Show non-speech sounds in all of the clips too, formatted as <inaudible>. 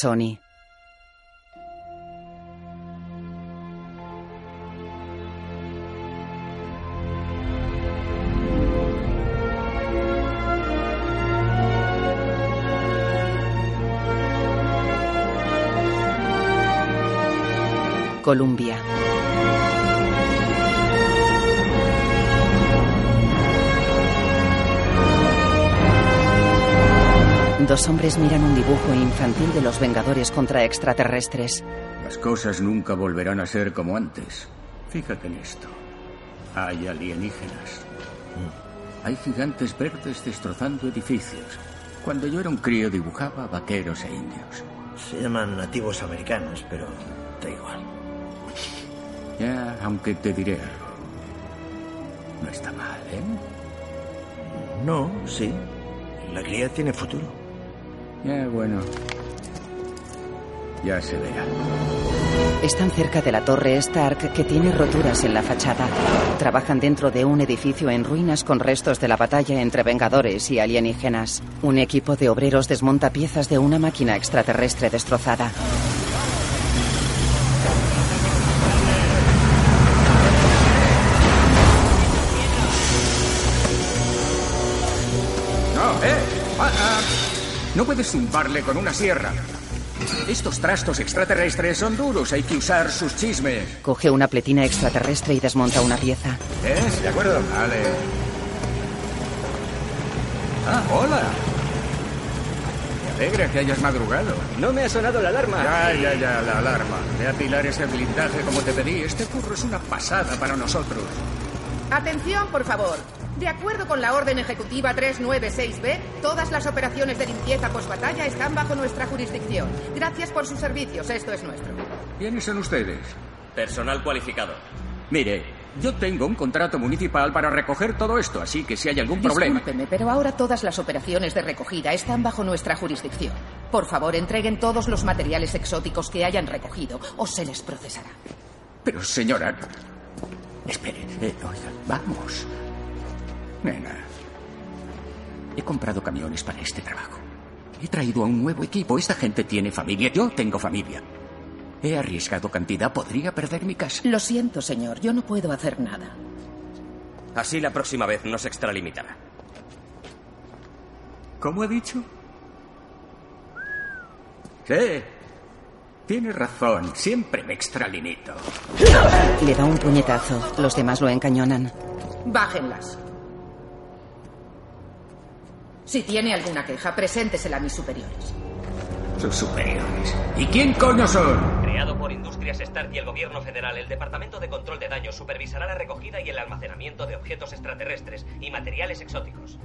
Sony. Columbia. Dos hombres miran un dibujo infantil de los Vengadores contra extraterrestres. Las cosas nunca volverán a ser como antes. Fíjate en esto. Hay alienígenas. Mm. Hay gigantes verdes destrozando edificios. Cuando yo era un crío dibujaba vaqueros e indios. Se llaman nativos americanos, pero da igual. Ya, aunque te diré algo. No está mal, ¿eh? No, sí. La cría tiene futuro. Ya, bueno. Ya se verá. Están cerca de la torre Stark que tiene roturas en la fachada. Trabajan dentro de un edificio en ruinas con restos de la batalla entre vengadores y alienígenas. Un equipo de obreros desmonta piezas de una máquina extraterrestre destrozada. No, eh. Ah, ah. No puedes zumbarle con una sierra. Estos trastos extraterrestres son duros, hay que usar sus chismes. Coge una pletina extraterrestre y desmonta una pieza. ¿Es? ¿Eh? ¿De acuerdo? Vale. Ah, hola. Me alegra que hayas madrugado. No me ha sonado la alarma. Ya, ya, ya, la alarma. Ve a pilar ese blindaje como te pedí. Este curro es una pasada para nosotros. Atención, por favor. De acuerdo con la orden ejecutiva 396B, todas las operaciones de limpieza post-batalla están bajo nuestra jurisdicción. Gracias por sus servicios, esto es nuestro. ¿Quiénes son ustedes? Personal cualificado. Mire, yo tengo un contrato municipal para recoger todo esto, así que si hay algún problema... Discúlpeme, pero ahora todas las operaciones de recogida están bajo nuestra jurisdicción. Por favor, entreguen todos los materiales exóticos que hayan recogido o se les procesará. Pero señora... Espere, eh, oiga, vamos. Nena, he comprado camiones para este trabajo. He traído a un nuevo equipo. Esta gente tiene familia. Yo tengo familia. He arriesgado cantidad. Podría perder mi casa. Lo siento, señor, yo no puedo hacer nada. Así la próxima vez nos extralimitará. ¿Cómo he dicho? Sí. Tiene razón. Siempre me extralimito. Le da un puñetazo. Los demás lo encañonan. Bájenlas. Si tiene alguna queja, preséntesela a mis superiores. Sus superiores. ¿Y quién coño son? Creado por Industrias Stark y el Gobierno Federal, el Departamento de Control de Daños supervisará la recogida y el almacenamiento de objetos extraterrestres y materiales exóticos.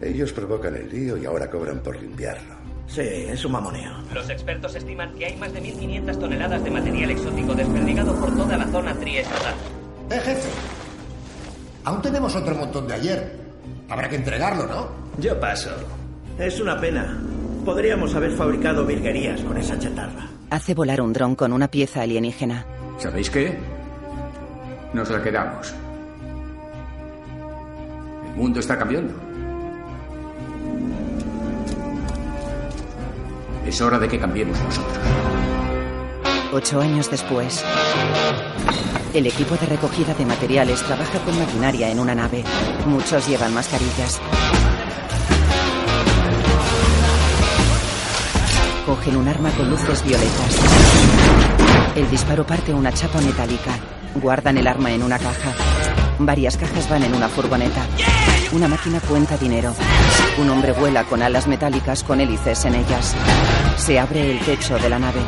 Ellos provocan el lío y ahora cobran por limpiarlo. Sí, es un mamoneo. Los expertos estiman que hay más de 1.500 toneladas de material exótico desperdigado por toda la zona triestatal. Eh, jefe. Aún tenemos otro montón de ayer. Habrá que entregarlo, ¿no? Yo paso. Es una pena. Podríamos haber fabricado virguerías con esa chatarra. Hace volar un dron con una pieza alienígena. ¿Sabéis qué? Nos la quedamos. El mundo está cambiando. Es hora de que cambiemos nosotros. Ocho años después, el equipo de recogida de materiales trabaja con maquinaria en una nave. Muchos llevan mascarillas. cogen un arma con luces violetas. El disparo parte una chapa metálica. Guardan el arma en una caja. Varias cajas van en una furgoneta. Una máquina cuenta dinero. Un hombre vuela con alas metálicas con hélices en ellas. Se abre el techo de la nave.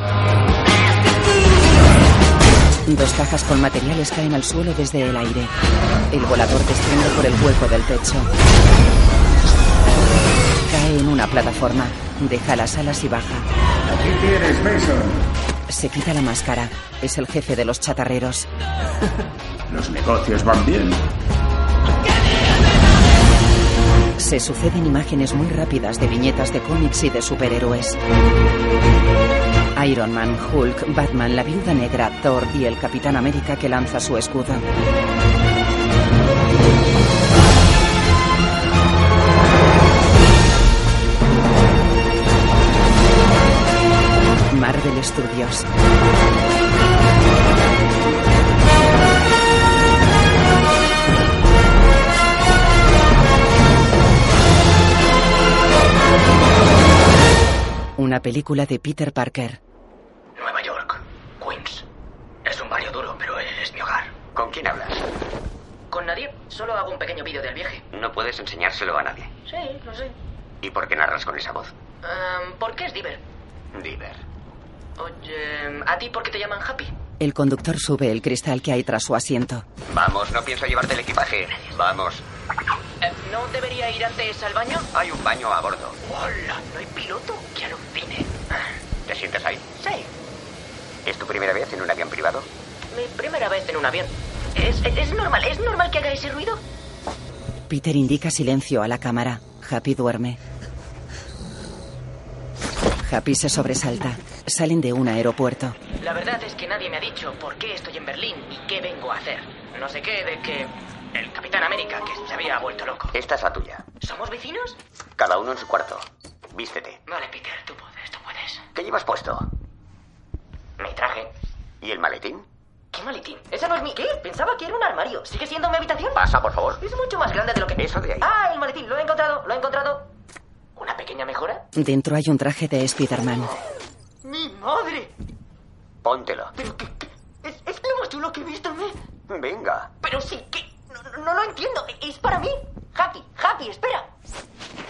Dos cajas con materiales caen al suelo desde el aire. El volador desciende por el hueco del techo. Cae en una plataforma. Deja las alas y baja. Aquí tienes, Mason. Se quita la máscara. Es el jefe de los chatarreros. Los negocios van bien. Se suceden imágenes muy rápidas de viñetas de cómics y de superhéroes. Iron Man, Hulk, Batman, la Viuda Negra, Thor y el Capitán América que lanza su escudo. una película de Peter Parker. Nueva York, Queens. Es un barrio duro, pero es mi hogar. ¿Con quién hablas? Con nadie, solo hago un pequeño vídeo del viaje. No puedes enseñárselo a nadie. Sí, lo sé. ¿Y por qué narras con esa voz? Porque Em, ¿Por qué es Diver? Diver. Oye, em, ¿a ti por qué te llaman Happy? El conductor sube el cristal que hay tras su asiento. Vamos, no pienso llevarte el equipaje. Vamos. Eh, ¿No debería ir antes al baño? Hay un baño a bordo. ¡Hola! ¿No hay piloto? ¡Qué alucine! ¿Te sientas ahí? Sí, ¿Es tu primera vez en un avión privado? mi primera vez en un avión. ¿Es, es, es normal? ¿Es normal que haga ese ruido? Peter indica silencio a la cámara. Happy duerme. Happy se sobresalta. Salen de un aeropuerto. La verdad es que nadie me ha dicho por qué estoy en Berlín y qué vengo a hacer. No sé qué de que el Capitán América que se había vuelto loco. Esta es la tuya. ¿Somos vecinos? Cada uno en su cuarto. Vístete. Vale, Peter, tú puedes, tú puedes. ¿Qué llevas puesto? Me traje. ¿Y el maletín? ¿Qué maletín? Esa no es mi... ¿Qué? Pensaba que era un armario. ¿Sigue siendo mi habitación? Pasa, por favor. Es mucho más grande de lo que... Eso de ahí. Ah, el maletín. Lo he encontrado, lo he encontrado. ¿Una pequeña mejora? Dentro hay un traje de Spider-Man. ¡Mi madre! Póntelo. ¿Pero qué? qué? Es, es lo más chulo que he visto, ¿eh? Venga. Pero sí, que... No, no, no lo entiendo. Es para mí. Happy, Happy, espera.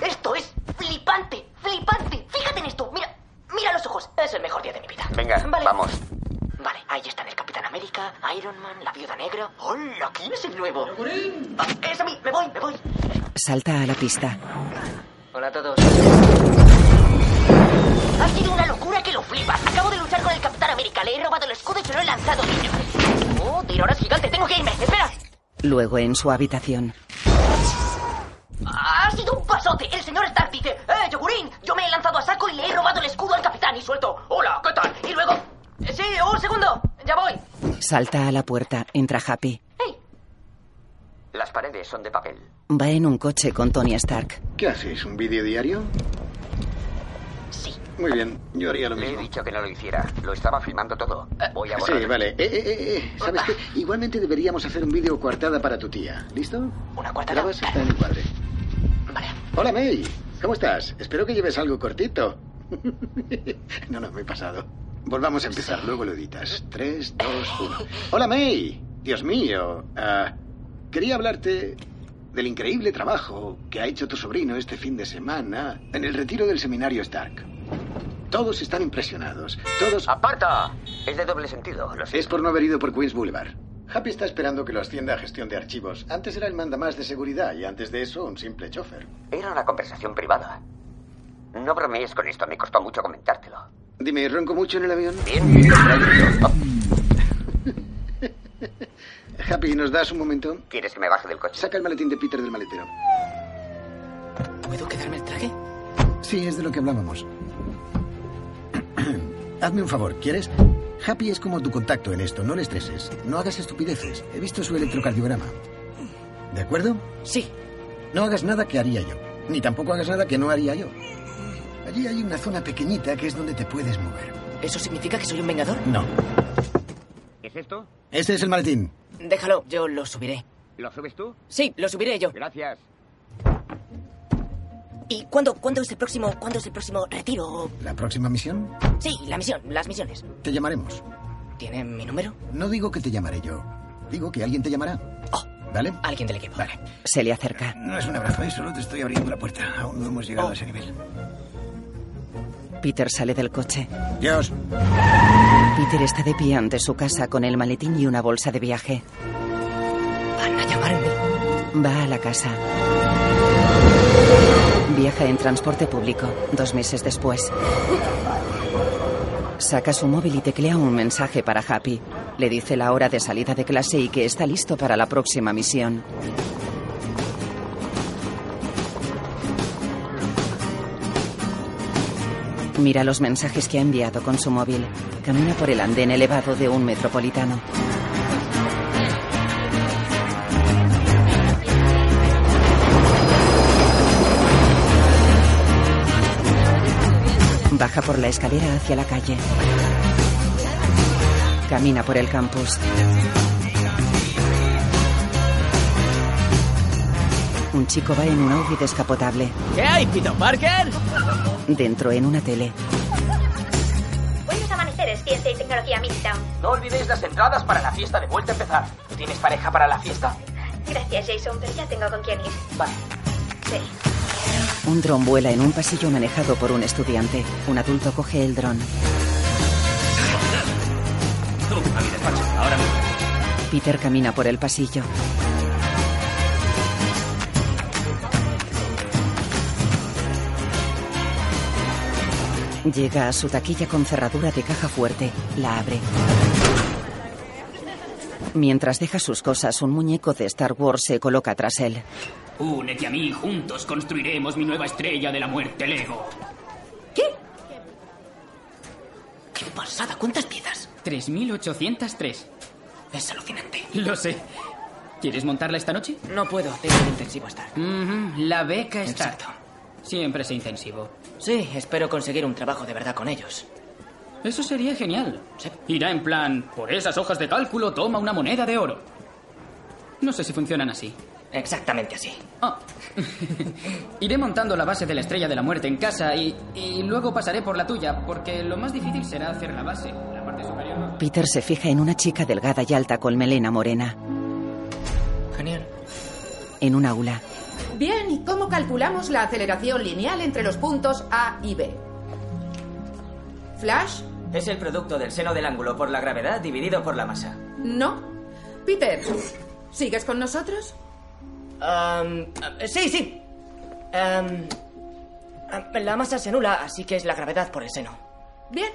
Esto es flipante, flipante. Fíjate en esto. Mira, mira los ojos. Es el mejor día de mi vida. Venga, Vale. vamos. Vale, ahí están el Capitán América, Iron Man, la Viuda Negra. ¡Hola! ¿Quién es el nuevo? Ah, ¡Es a mí! ¡Me voy, me voy! Salta a la pista. Hola a todos. Ha sido una locura que lo flipas. Acabo de luchar con el Capitán América. Le he robado el escudo y se lo he lanzado, niño. Joder, ahora es gigante. Tengo que irme. Espera. Luego en su habitación. Ha sido un pasote. El señor Stark dice, ¡Eh, Yogurín! Yo me he lanzado a saco y le he robado el escudo al capitán y suelto, ¡Hola, qué tal! Y luego... "Eh, Sí, un segundo. Ya voy. Salta a la puerta. Entra Happy. ¡Ey! Las paredes son de papel. Va en un coche con Tony Stark. ¿Qué haces? ¿Un vídeo diario? Sí. Muy bien, yo haría lo Le he mismo. dicho que no lo hiciera. Lo estaba filmando todo. Voy a borrar. Sí, vale. Eh, eh, eh, eh, ¿Sabes qué? Igualmente deberíamos hacer un vídeo coartada para tu tía. ¿Listo? ¿Una cuartada? Grabas hasta en el cuadre. Vale. Hola, May. ¿Cómo estás? Espero que lleves algo cortito. <laughs> no, no, me he pasado. Volvamos a empezar, luego lo editas. Tres, dos, uno. Hola, May. Dios mío. ah, quería hablarte del increíble trabajo que ha hecho tu sobrino este fin de semana en el retiro del seminario Stark. Todos están impresionados. Todos... ¡Aparta! Es de doble sentido. Lo sé. Es por no haber ido por Queens Boulevard. Happy está esperando que lo ascienda a gestión de archivos. Antes era el mandamás de seguridad y antes de eso un simple chofer. Era una conversación privada. No bromees con esto. Me costó mucho comentártelo. Dime, ¿ronco mucho en el avión? Bien. tranquilo. Happy, ¿nos das un momento? ¿Quieres que me baje del coche? Saca el maletín de Peter del maletero. ¿Puedo quedarme el traje? Sí, es de lo que hablábamos. <clears throat> Hazme un favor, ¿quieres? Happy es como tu contacto en esto, no le estreses. No hagas estupideces. He visto su electrocardiograma. ¿De acuerdo? Sí. No hagas nada que haría yo. Ni tampoco hagas nada que no haría yo. Allí hay una zona pequeñita que es donde te puedes mover. ¿Eso significa que soy un vengador? No. ¿Es esto? Ese es el maletín. Déjalo, yo lo subiré. ¿Lo subes tú? Sí, lo subiré yo. Gracias. ¿Y cuándo, cuándo es el próximo, cuándo es el próximo retiro? La próxima misión Sí, la misión, las misiones. te llamaremos. ¿Tienen mi número? No digo que te llamaré yo. Digo que alguien te llamará. Oh, ¿Vale? alguien del equipo. Vale. Se le acerca. No es un abrazo, ¿eh? solo te estoy abriendo la puerta. Aún no hemos Oh. llegado a ese nivel. Peter sale del coche. Dios. Peter está de pie ante su casa con el maletín y una bolsa de viaje. Van a llamarme. Va a la casa. Viaja en transporte público, dos meses después. Saca su móvil y teclea un mensaje para Happy. Le dice la hora de salida de clase y que está listo para la próxima misión. Mira los mensajes que ha enviado con su móvil. Camina por el andén elevado de un metropolitano. Baja por la escalera hacia la calle. Camina por el campus. Un chico va en un Audi descapotable. ¿Qué hay, Pito Parker? Dentro en una tele. Ciencia y Tecnología Midtown. No olvidéis las entradas para la fiesta de vuelta a empezar. ¿Tienes pareja para la fiesta? Gracias, Jason, pero ya tengo con quién ir. Vale. Sí. Un dron vuela en un pasillo manejado por un estudiante. Un adulto coge el dron. Tú, a mi despacho, ahora mismo. Peter camina por el pasillo. Llega a su taquilla con cerradura de caja fuerte. La abre. Mientras deja sus cosas, un muñeco de Star Wars se coloca tras él. Únete a mí, juntos construiremos mi nueva estrella de la muerte, Lego. ¡Qué pasada! ¿Cuántas piezas? 3.803. Es alucinante. Lo sé. ¿Quieres montarla esta noche? No puedo, tengo un intensivo estar. Ujú, La beca está. Siempre es intensivo. Sí, espero conseguir un trabajo de verdad con ellos. Eso sería genial. Irá en plan, por esas hojas de cálculo toma una moneda de oro. No sé si funcionan así. Exactamente así. Iré montando la base de la estrella de la muerte en casa y, y luego pasaré por la tuya, porque lo más difícil será hacer la base. La parte superior. no. Peter se fija en una chica delgada y alta con melena morena. Genial. En un aula, Bien, ¿y cómo calculamos la aceleración lineal entre los puntos A y B? ¿Flash? Es el producto del seno del ángulo por la gravedad dividido por la masa. No. Peter, ¿sigues con nosotros? Am, am, sí, sí. Am, am, la masa se anula, así que es la gravedad por el seno. Bien.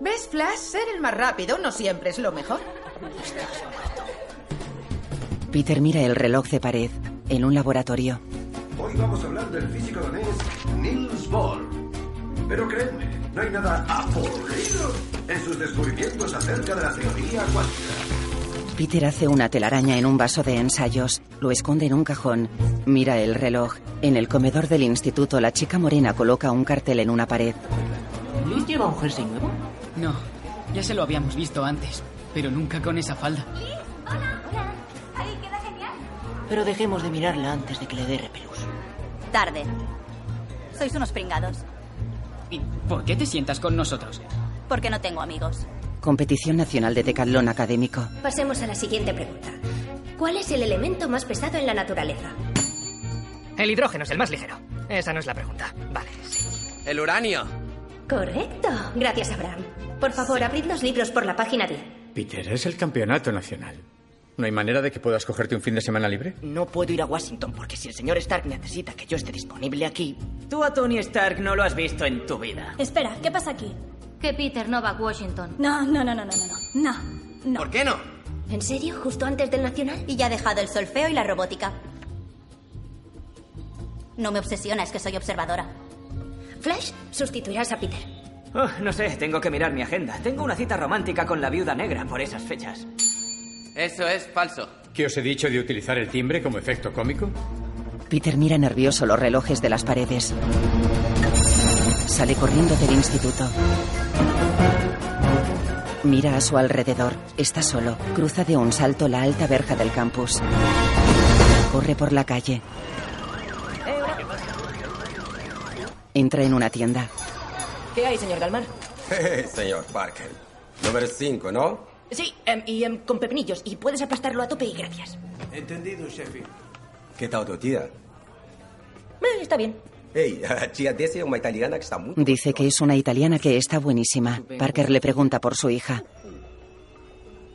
¿Ves, Flash? Ser el más rápido no siempre es lo mejor. Peter mira el reloj de pared. En un laboratorio, Hoy vamos a hablar del físico danés Niels Bohr. Pero créeme, no hay nada aburrido en sus descubrimientos acerca de la teoría cuántica. Peter hace una telaraña en un vaso de ensayos, lo esconde en un cajón, mira el reloj. En el comedor del instituto, la chica morena coloca un cartel en una pared. ¿Luis lleva un jersey nuevo? No, ya se lo habíamos visto antes, pero nunca con esa falda. Pero dejemos de mirarla antes de que le dé repelús. Tarde. Sois unos pringados, ¿Y por qué te sientas con nosotros? porque no tengo amigos. Competición Nacional de Decatlón Académico. Pasemos a la siguiente pregunta. ¿Cuál es el elemento más pesado en la naturaleza? El hidrógeno es el más ligero. Esa no es la pregunta. Vale, sí. El uranio. Correcto. Gracias, Abraham. Por favor, abrid los libros por la página 10. Peter, es el campeonato nacional. ¿No hay manera de que puedas cogerte un fin de semana libre? No puedo ir a Washington porque si el señor Stark necesita que yo esté disponible aquí. Tú a Tony Stark no lo has visto en tu vida. Espera, ¿qué pasa aquí? Que Peter no va a Washington. No, no, no, no, no, no, no. no. ¿Por qué no? ¿En serio? ¿Justo antes del nacional? Y ya ha dejado el solfeo y la robótica. No me obsesiona, es que soy observadora. Flash, sustituirás a Peter. Oh, no sé, tengo que mirar mi agenda. Tengo una cita romántica con la viuda negra por esas fechas. Eso es falso. ¿Qué os he dicho de utilizar el timbre como efecto <laughs> cómico? Peter mira nervioso los relojes de las paredes. Sale corriendo del instituto. Mira a su alrededor. Está solo. Cruza de un salto la alta verja del campus. Corre por la calle. Entra en una tienda. ¿Qué hay, señor Galmar? Hey, Eh, señor Parker. Número 5, ¿no? Sí, em, y em, con pepinillos. Y puedes aplastarlo a tope y gracias. Entendido, Sheffield. ¿Qué tal tu tía? Eh, está bien. Hey, <laughs> a tía Desi es una italiana que está muy... Dice que es una italiana que está buenísima. Parker le pregunta por su hija.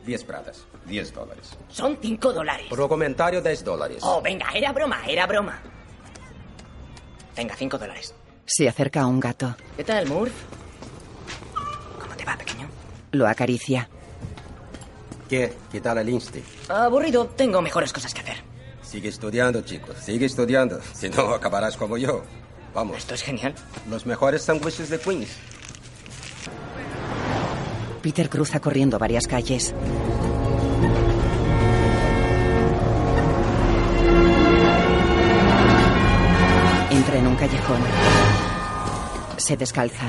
10 pratas, 10 dólares. Son cinco dólares. Por un comentario, 10 dólares. Oh, venga, era broma, era broma. Venga, cinco dólares. Se acerca a un gato. ¿Qué tal, Murph? Lo acaricia. ¿Qué? ¿Qué tal el insti? Aburrido, tengo mejores cosas que hacer. Sigue estudiando, chicos. Sigue estudiando. Si no, acabarás como yo. Vamos. Esto es genial. Los mejores sándwiches de Queens. Peter cruza corriendo varias calles. Entra en un callejón. Se descalza.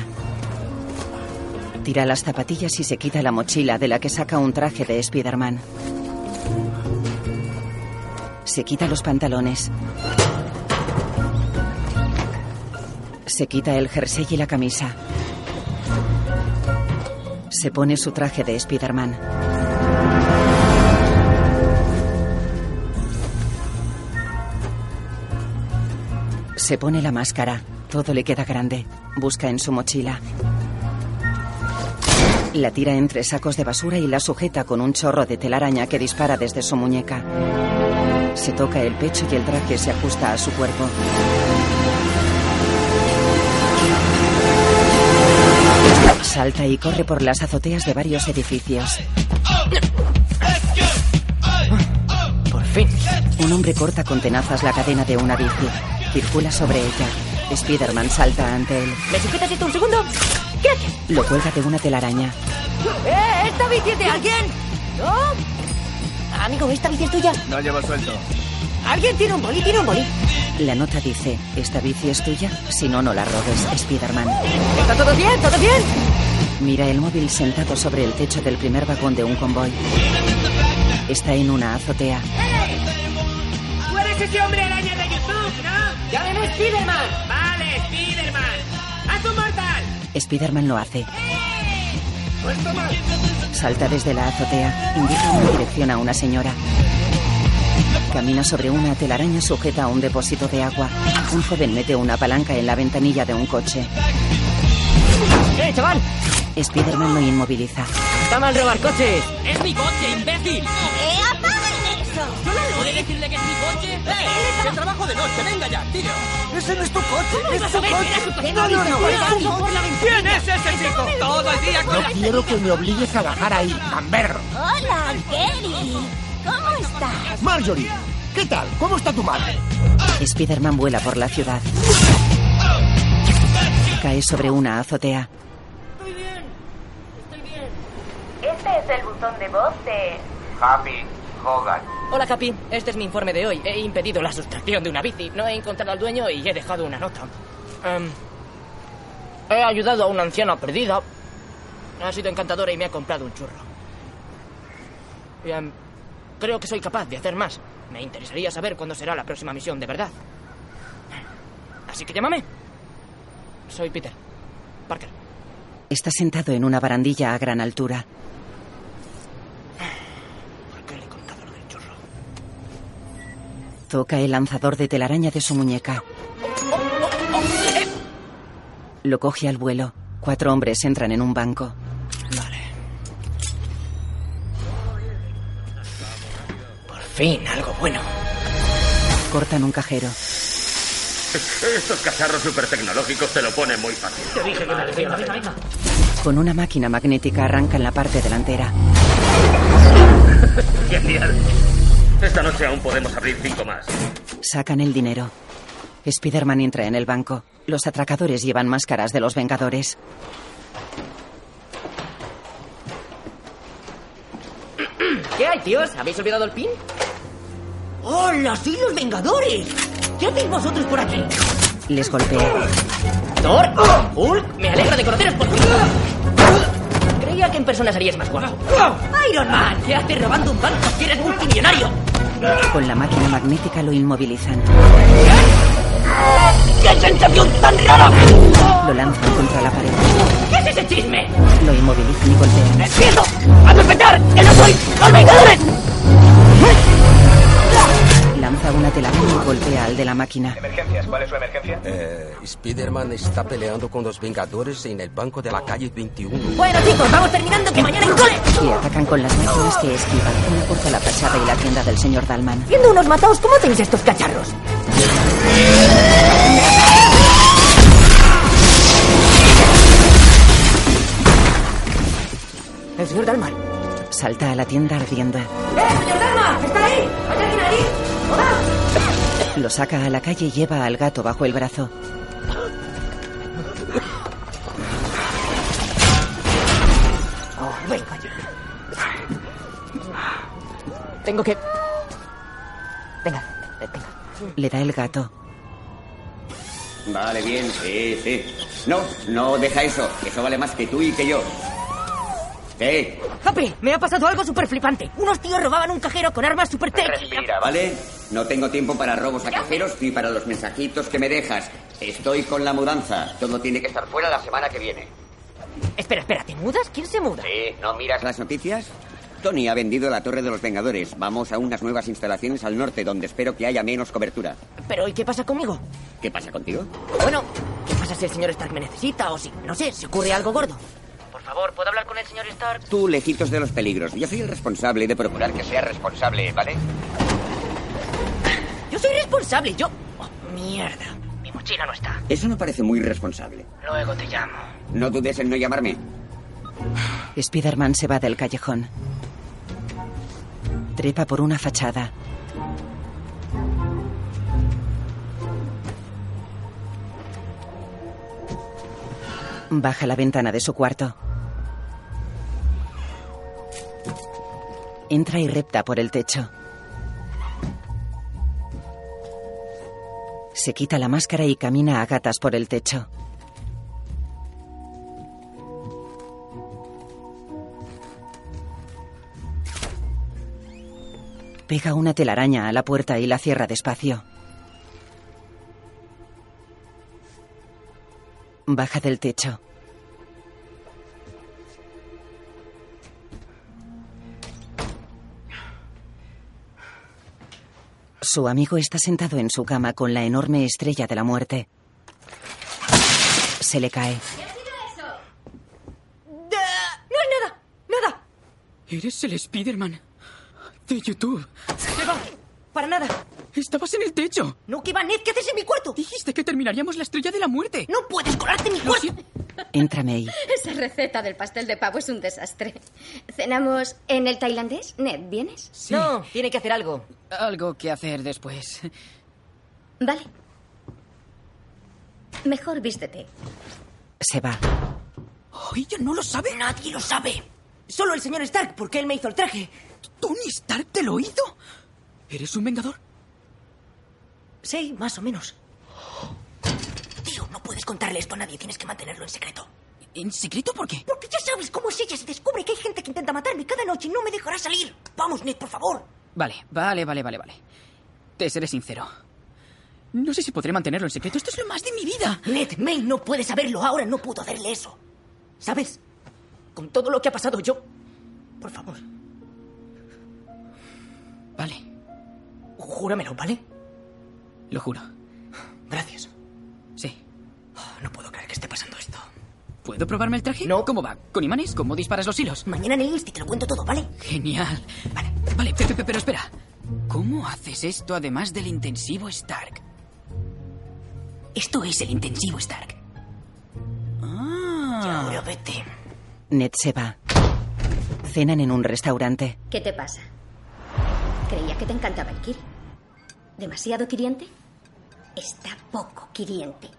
Tira las zapatillas y se quita la mochila de la que saca un traje de Spider-Man. Se quita los pantalones. Se quita el jersey y la camisa. Se pone su traje de Spider-Man. Se pone la máscara. Todo le queda grande. Busca en su mochila. La tira entre sacos de basura y la sujeta con un chorro de telaraña que dispara desde su muñeca. Se toca el pecho y el traje se ajusta a su cuerpo. Salta y corre por las azoteas de varios edificios. Por fin. Un hombre corta con tenazas la cadena de una bici. Circula sobre ella. Spider-Man salta ante él. ¿Me sujetas esto un segundo? ¿Qué haces? Lo cuelga de una telaraña. ¡Eh! ¿Esta bici es de alguien? ¿No? Amigo, esta bici es tuya. No llevo suelto. ¿Alguien tiene un boli? ¿Tiene un boli? La nota dice, ¿esta bici es tuya? Si no, no la robes, Spider-Man. ¿Está todo bien? ¿Todo bien? Mira el móvil sentado sobre el techo del primer vagón de un convoy. Está en una azotea. Tú eres ese hombre araña de YouTube, ¿no? Llámeme Spiderman. Vale, Spiderman. ¡Haz un mortal! Spider-Man lo hace. ¡No Pues está mal! Salta desde la azotea, indica una dirección a una señora. Camina sobre una telaraña sujeta a un depósito de agua. Un joven mete una palanca en la ventanilla de un coche. ¡Eh, chaval! Spider-Man lo inmoviliza. Está mal robar coches. ¡Es mi coche, imbécil! ¡Eh, apaguen eso! ¿Puede decirle que es mi coche? ¡Eh! trabajo de noche! ¡Venga ya, tío! ¡Ese no es tu ¿Cómo coche! vas ¡Es a tu ver? Era su coche! coche. ¡No, no, no! Mira, mira, por la ventanilla. ¿Quién es ese chico? Todo el día con No la- quiero que me obligues a bajar ahí, gamberro. Hola, Kelly. ¿Cómo estás? Marjorie, ¿qué tal? ¿Cómo está tu madre? Spider-Man vuela por la ciudad. Cae sobre una azotea. Este es el buzón de voz de... Happy Hogan. Hola, Capi. Este es mi informe de hoy. He impedido la sustracción de una bici. No he encontrado al dueño y he dejado una nota. Em, he ayudado a una anciana perdida. Ha sido encantadora y me ha comprado un churro. Y, em, creo que soy capaz de hacer más. Me interesaría saber cuándo será la próxima misión de verdad. Así que llámame. Soy Peter. Parker. Está sentado en una barandilla a gran altura. Toca el lanzador de telaraña de su muñeca. Oh, Lo coge al vuelo. Cuatro hombres entran en un banco. Por fin, algo bueno. Cortan un cajero. Estos cacharros super tecnológicos te lo ponen muy fácil. Te dije que me decía, venga, venga. Con una máquina magnética arrancan la parte delantera. Genial. Esta noche aún podemos abrir cinco más. Sacan el dinero. Spider-Man entra en el banco. Los atracadores llevan máscaras de los Vengadores. ¿Qué hay, tíos? ¿Habéis olvidado el pin? ¡Hola, sí, los Vengadores! ¿Qué hacéis vosotros por aquí? Les golpea. ¡Thor! ¡Hulk! ¡Me alegro de conoceros por fin! Creía que en persona serías más guapo. ¡Iron Man! ¿Qué haces robando un banco si eres multimillonario? Con la máquina magnética lo inmovilizan. ¡Qué sensación tan rara! Lo lanzan contra la pared. ¿Qué es ese chisme? Lo inmovilizan y golpean. ¡Empiezo! ¡A despertar! ¡Que no soy los Vengadores! Lanza una telaraña y golpea al de la máquina. Emergencias, ¿cuál es su emergencia? Eh, Spider-Man está peleando con los Vengadores en el banco de la calle 21. Bueno, chicos, vamos terminando que mañana en cole. Le atacan con las máquinas que esquivan. Una corta la fachada y la tienda del señor Dalman. Siendo unos mataos, ¿cómo hacéis estos cacharros? El señor Dalman. Salta a la tienda ardiendo. ¡Señor Dalma! ¿Está ahí? ¿Hay alguien ahí? Lo saca a la calle y lleva al gato bajo el brazo. Oh, venga ya. Tengo que... Venga, venga. Le da el gato. Vale, bien, sí, sí. No, no, deja eso. Eso vale más que tú y que yo. Sí, Happy, me ha pasado algo súper flipante. Unos tíos robaban un cajero con armas súper tech. respira, ¿vale? No tengo tiempo para robos a cajeros ni para los mensajitos que me dejas. Estoy con la mudanza. Todo tiene que estar fuera la semana que viene. Espera, espera, ¿te mudas? ¿Quién se muda? Sí, ¿no miras las noticias? Tony ha vendido la Torre de los Vengadores. Vamos a unas nuevas instalaciones al norte donde espero que haya menos cobertura. Pero ¿y qué pasa conmigo? ¿Qué pasa contigo? Bueno, ¿qué pasa si el señor Stark me necesita o si, no sé, se ocurre algo gordo? Por favor, ¿puedo hablar con el señor Stark? Tú lejitos de los peligros. Yo soy el responsable de procurar que sea responsable, ¿vale? Yo soy responsable, yo... Oh, mierda, mi mochila no está. Eso no parece muy responsable. Luego te llamo. No dudes en no llamarme. Spider-Man se va del callejón. Trepa por una fachada. Baja la ventana de su cuarto. Entra y repta por el techo. Se quita la máscara y camina a gatas por el techo. Pega una telaraña a la puerta y la cierra despacio. Baja del techo. Su amigo está sentado en su cama con la enorme estrella de la muerte. Se le cae. ¡No es nada! ¡Nada! Eres el Spider-Man de YouTube. ¡Se va! ¡Para nada! Estabas en el techo. ¡No, que va, Ned! ¿Qué haces en mi cuarto? Dijiste que terminaríamos la estrella de la muerte. ¡No puedes colarte en mi cuarto! Entra May. Esa receta del pastel de pavo es un desastre. ¿Cenamos en el tailandés? Ned, ¿vienes? No, tiene que hacer algo. Algo que hacer después. Vale. Mejor vístete. Se va. ¡Ella no lo sabe! Nadie lo sabe. Solo el señor Stark, porque él me hizo el traje. ¿Tony Stark te lo hizo? ¿Eres un vengador? Sí, más o menos. Tío, no puedes contarle esto a nadie. Tienes que mantenerlo en secreto. ¿En secreto por qué? Porque ya sabes cómo es ella. Se descubre que hay gente que intenta matarme cada noche y no me dejará salir. Vamos, Ned, por favor. Vale, vale, vale, vale, vale. Te seré sincero. No sé si podré mantenerlo en secreto. Esto es lo más de mi vida. Ned, May no puede saberlo. Ahora no puedo hacerle eso. ¿Sabes? Con todo lo que ha pasado yo. Por favor. Vale, Júramelo, ¿vale? lo juro. Gracias. Sí. Oh, no puedo creer que esté pasando esto. ¿Puedo probarme el traje? No. ¿Cómo va? ¿Con imanes? ¿Cómo disparas los hilos? Mañana en el Insti te lo cuento todo, ¿vale? Genial. Vale, vale, pe- pe- pero espera. ¿Cómo haces esto además del intensivo Stark? Esto es el intensivo, Stark. Ah. Ya, ahora vete. Ned se va. Cenan en un restaurante. ¿Qué te pasa? Creía que te encantaba el kiri. ¿Demasiado quiriente? Está poco quiriente.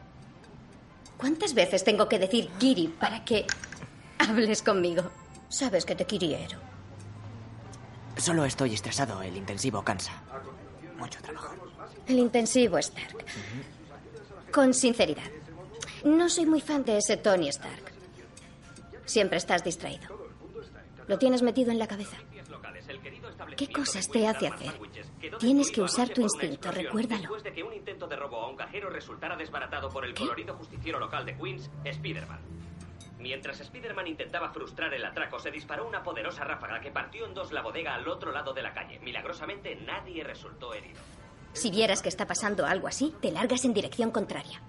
¿Cuántas veces tengo que decir kiri para que hables conmigo? Sabes que te quiriero. Solo estoy estresado. El intensivo cansa. Mucho trabajo. El intensivo Stark. Con sinceridad. No soy muy fan de ese Tony Stark. Siempre estás distraído. Lo tienes metido en la cabeza. ¿Qué cosas te Este hace hacer? Tienes que usar tu instinto, recuérdalo. Después de que un intento de robo a un cajero resultara desbaratado por el colorido justiciero local de Queens, Spider-Man. Mientras Spider-Man intentaba frustrar el atraco, se disparó una poderosa ráfaga que partió en dos la bodega al otro lado de la calle. Milagrosamente, nadie resultó herido. Si vieras que está pasando algo así, te largas en dirección contraria.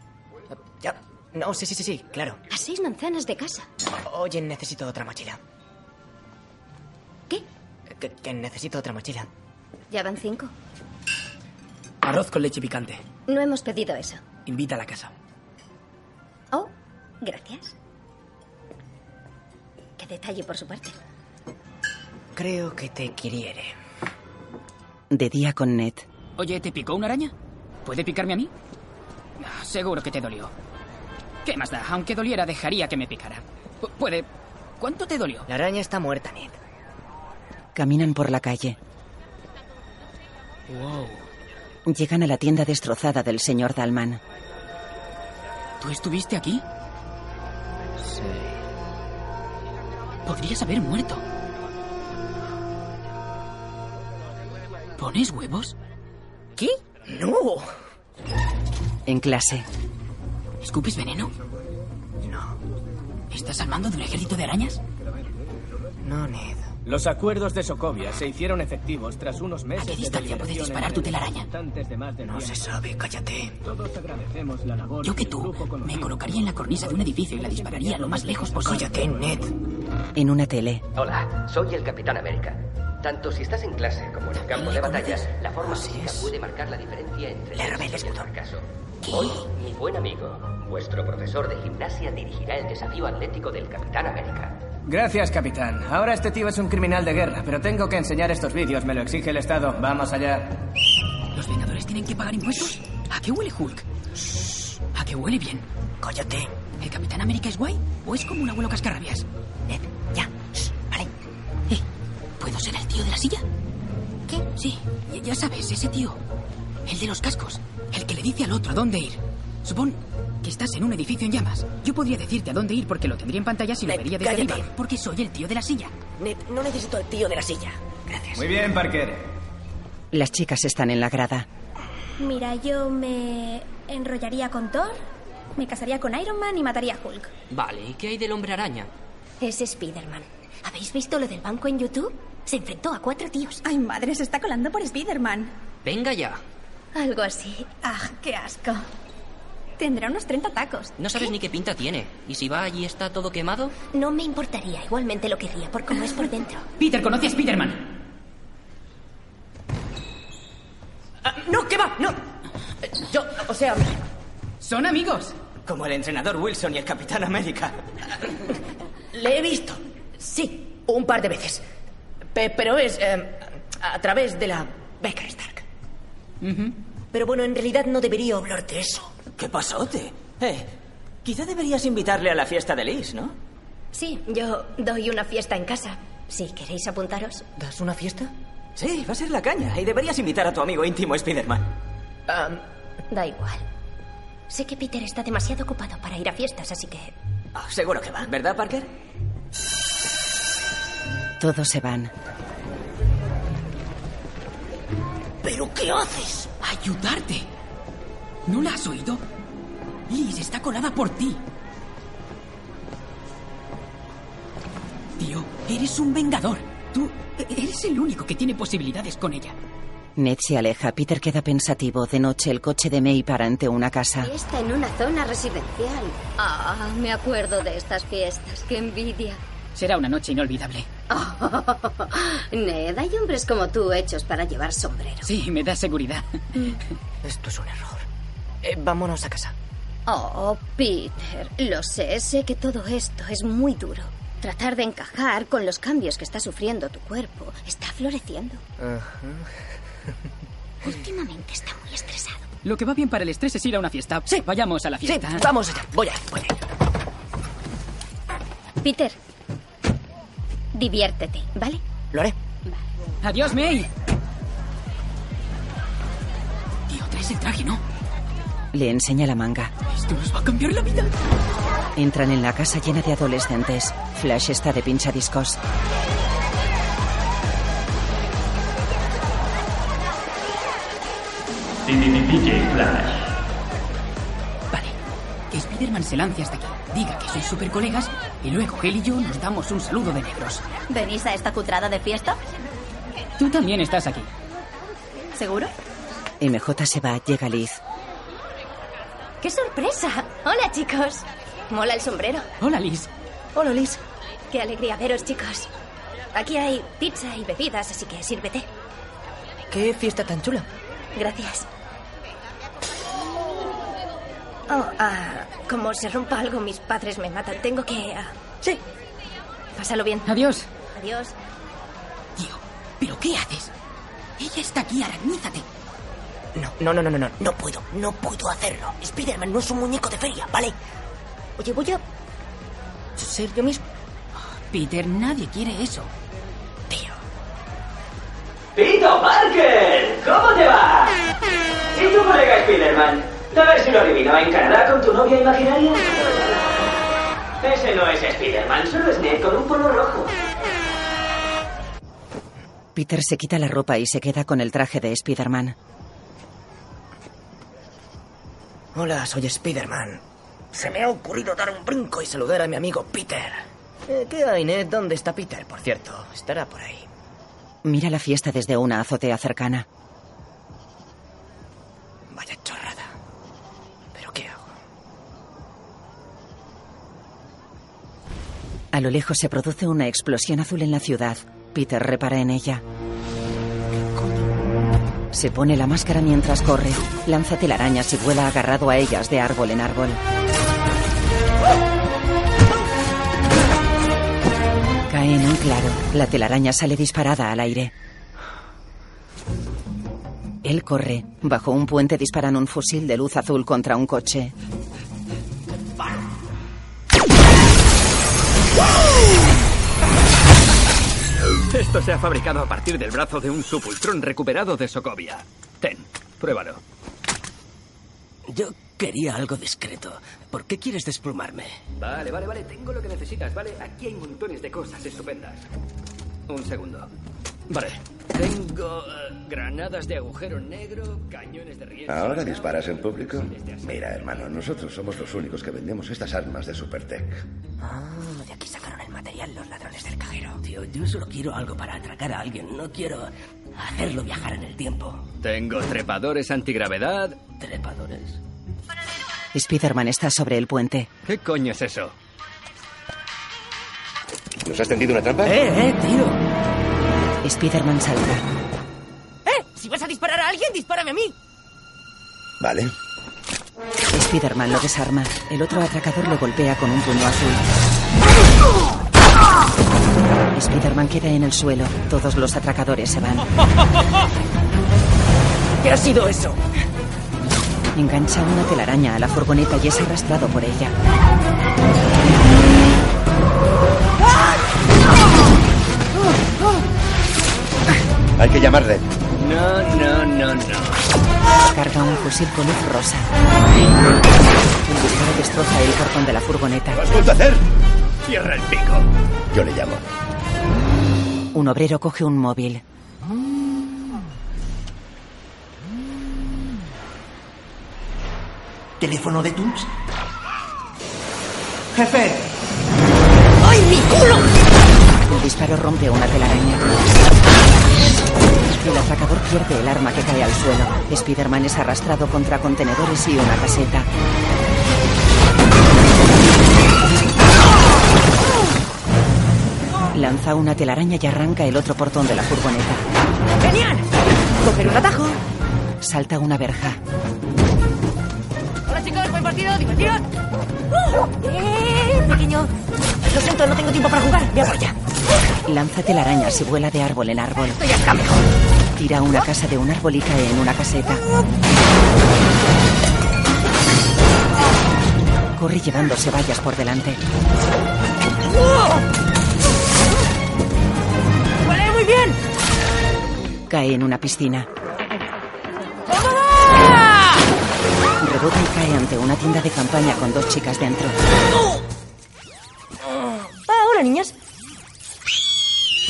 Ya. No, sí, sí, sí, sí, claro. A seis manzanas de casa. Oye, necesito otra mochila. ¿Qué? Que, que necesito otra mochila. Ya van cinco. Arroz con leche picante. No hemos pedido eso. Invita a la casa. Oh, gracias. Qué detalle por su parte. Creo que te quiriere. De día con Ned. Oye, ¿te picó una araña? ¿Puede picarme a mí? Ah, Seguro que te dolió. ¿Qué más da? Aunque doliera, dejaría que me picara. Pu- puede. ¿Cuánto te dolió? La araña está muerta, Ned. Caminan por la calle. Wow. Llegan a la tienda destrozada del señor Dalman. ¿Tú estuviste aquí? Sí. Podrías haber muerto. ¿Pones huevos? ¿Qué? No. En clase, ¿Escupes veneno? No. ¿Estás al mando de un ejército de arañas? No, Ned. Los acuerdos de Sokovia se hicieron efectivos tras unos meses. ¿A qué distancia puede disparar tu telaraña? No se sabe, cállate. Todos agradecemos la labor. Yo que tú me colocaría en la cornisa de un edificio y la dispararía lo más lejos posible. Cállate, Ned. En una tele, Hola, soy el Capitán América. Tanto si estás en clase como en el campo de batallas, la forma física puede marcar la diferencia entre le robé el escudo. Caso. Hoy, mi buen amigo, vuestro profesor de gimnasia dirigirá el desafío atlético del Capitán América. Gracias, capitán. Ahora este tío es un criminal de guerra, pero tengo que enseñar estos vídeos. Me lo exige el Estado. Vamos allá. ¿Los Vengadores tienen que pagar impuestos? ¿A qué huele Hulk? ¿A qué huele bien? Cállate. ¿El Capitán América es guay o es como un abuelo cascarrabias? Ned, ya. Shh, vale. Eh, ¿Puedo ser el tío de la silla? ¿Qué? Sí, ya- ya sabes, ese tío. El de los cascos. El que le dice al otro a dónde ir. Supón que estás en un edificio en llamas. Yo podría decirte a dónde ir porque lo tendría en pantalla si lo Ned, vería desde cállate. arriba. Porque soy el tío de la silla. Ned, no necesito al tío de la silla. Muy bien, Parker. las chicas están en la grada. Mira, yo me enrollaría con Thor, me casaría con Iron Man y mataría a Hulk. Vale, ¿y qué hay del hombre araña? Es Spider-Man. ¿Habéis visto lo del banco en YouTube? Se enfrentó a cuatro tíos. Ay, madre, se está colando por Spider-Man. Venga ya. Algo así. ¡Ah, qué asco! Tendrá unos 30 tacos. No sabes ni qué pinta tiene. ¿Y si va allí está todo quemado? No me importaría, igualmente lo querría por cómo es <laughs> por dentro. Peter conoce a Spider-Man. No, ¿qué va? No. Eh, Yo, o sea... Son amigos. Como el entrenador Wilson y el Capitán América. Le he visto. Sí, un par de veces. Pe- pero es eh, a través de la beca Stark. Pero bueno, en realidad no debería hablarte eso. ¿Qué pasote? Eh, quizá deberías invitarle a la fiesta de Liz, ¿no? Sí, yo doy una fiesta en casa. Si queréis apuntaros. ¿Das una fiesta? Sí, va a ser la caña. Y deberías invitar a tu amigo íntimo Spider-Man. Da igual. Sé que Peter está demasiado ocupado para ir a fiestas, así que Ah, seguro que va, ¿verdad, Parker? Todos se van. ¿Pero qué haces? Ayudarte. ¿No la has oído? Liz está colada por ti. Tío, eres un vengador. Tú e-, eres el único que tiene posibilidades con ella. Ned se aleja. Peter queda pensativo. De noche, el coche de May para ante una casa. Fiesta en una zona residencial. Ah, me acuerdo de estas fiestas. Qué envidia. Será una noche inolvidable. Ned, hay hombres como tú hechos para llevar sombrero. Sí, me da seguridad. <laughs> Esto es un error. Eh, vámonos a casa. Oh, Peter, lo sé, sé que todo esto es muy duro. Tratar de encajar con los cambios que está sufriendo tu cuerpo. Está floreciendo. Últimamente está muy estresado. Lo que va bien para el estrés es ir a una fiesta. Sí, vayamos a la Sí, fiesta. vamos allá. Voy a voy a Peter, diviértete, ¿vale? Lo haré. Adiós, May. Tío, traes el traje, ¿no? Le enseña la manga. Esto nos va a cambiar la vida. Entran en la casa llena de adolescentes. Flash está de pinchadiscos. DJ Flash. Que Spider-Man se lance hasta aquí, diga que sois super colegas y luego él y yo nos damos un saludo de negros. ¿Venís a esta cutrada de fiesta? Tú también estás aquí. ¿Seguro? MJ se va. Llega Liz. ¡Qué sorpresa! Hola, chicos. Mola el sombrero. Hola, Liz. Hola, Liz. Qué alegría veros, chicos. Aquí hay pizza y bebidas, así que sírvete. ¿Qué fiesta tan chula? Gracias. Oh, ah, como se rompa algo, mis padres me matan. Tengo que... sí. Pásalo bien. Adiós. Adiós. ¿Pero qué haces? Ella está aquí, arañízate. No, no, no, no, no. No puedo, no puedo hacerlo. Spider-Man no es un muñeco de feria, ¿vale? Oye, voy a ser yo mismo. Peter, nadie quiere eso. ¡Pito Parker! ¿Cómo te va? ¿Y tu colega Spider-Man? A ver si lo adivinó en Canadá con tu novia <laughs> imaginaria. Ese no es Spider-Man, solo es Ned con un polo rojo. Peter se quita la ropa y se queda con el traje de Spider-Man. Hola, soy Spider-Man. Se me ha ocurrido dar un brinco y saludar a mi amigo Peter. Eh, ¿Qué hay, Ned? ¿Dónde está Peter, por cierto? Estará por ahí. Mira la fiesta desde una azotea cercana. Vaya chorrada. ¿Pero qué hago? A lo lejos se produce una explosión azul en la ciudad. Peter repara en ella. Se pone la máscara mientras corre, lanza telarañas y vuela agarrado a ellas de árbol en árbol. Cae en un claro. La telaraña sale disparada al aire. Él corre. Bajo un puente disparan un fusil de luz azul contra un coche. Esto se ha fabricado a partir del brazo de un Supultrón recuperado de Sokovia. Ten, pruébalo. Yo quería algo discreto. ¿Por qué quieres desplumarme? Vale, vale, vale, tengo lo que necesitas, ¿vale? Aquí hay montones de cosas estupendas. Un segundo. Vale. Tengo eh, granadas de agujero negro, cañones de riesgo. ¿Ahora disparas en público? Mira, hermano, nosotros somos los únicos que vendemos estas armas de Supertech. Ah, de aquí sacaron el material los ladrones del cajero. Tío, yo solo quiero algo para atracar a alguien. No quiero hacerlo viajar en el tiempo. Tengo trepadores antigravedad. ¿Trepadores? Spiderman está sobre el puente. ¿Qué coño es eso? ¿Nos has tendido una trampa? ¡Eh, eh, tío! Spiderman salta. ¡Eh! Si vas a disparar a alguien, dispárame a mí. Vale. Spiderman lo desarma. El otro atracador lo golpea con un puño azul. Spiderman queda en el suelo. Todos los atracadores se van. ¿Qué ha sido eso? Engancha una telaraña a la furgoneta y es arrastrado por ella. Hay que llamarle. No, no, no, no. Carga un fusil con luz rosa. Un disparo destroza el cartón de la furgoneta. ¿Lo has vuelto a hacer? Cierra el pico. Yo le llamo. Un obrero coge un móvil. ¿Teléfono de Tunch? Jefe, ¡Ay, mi culo! El disparo rompe una telaraña. El atracador pierde el arma que cae al suelo. Spiderman es arrastrado contra contenedores y una caseta. Lanza una telaraña y arranca el otro portón de la furgoneta. ¡Genial! Coger un atajo. Salta una verja. Hola, chicos. Buen partido. Divertidos. ¡Eh, pequeño! Lo siento, no tengo tiempo para jugar. Voy a por allá. Lanza telarañas y vuela de árbol en árbol. Esto ya está mejor. Tira una casa de un árbol y cae en una caseta. Corre llevándose vallas por delante. ¡Vale, muy bien! Cae en una piscina. Rebota y cae ante una tienda de campaña con dos chicas dentro. Ah, hola, niñas.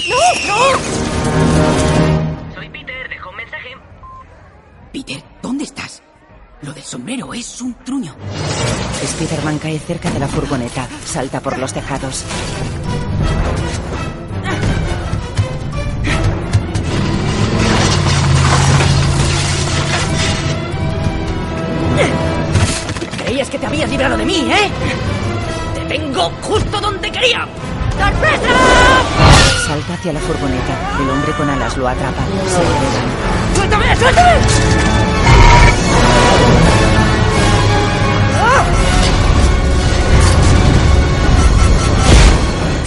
¡Uh! ¡No, no! Soy Peter, dejo un mensaje. Peter, ¿dónde estás? Lo del sombrero es un truño. Spiderman cae cerca de la furgoneta. Salta por los tejados. Creías que te habías librado de mí, ¿eh? Te tengo justo donde quería. ¡Sorpresa! Salta hacia la furgoneta. El hombre con alas lo atrapa. Se elevan. ¡Suéltame, suéltame!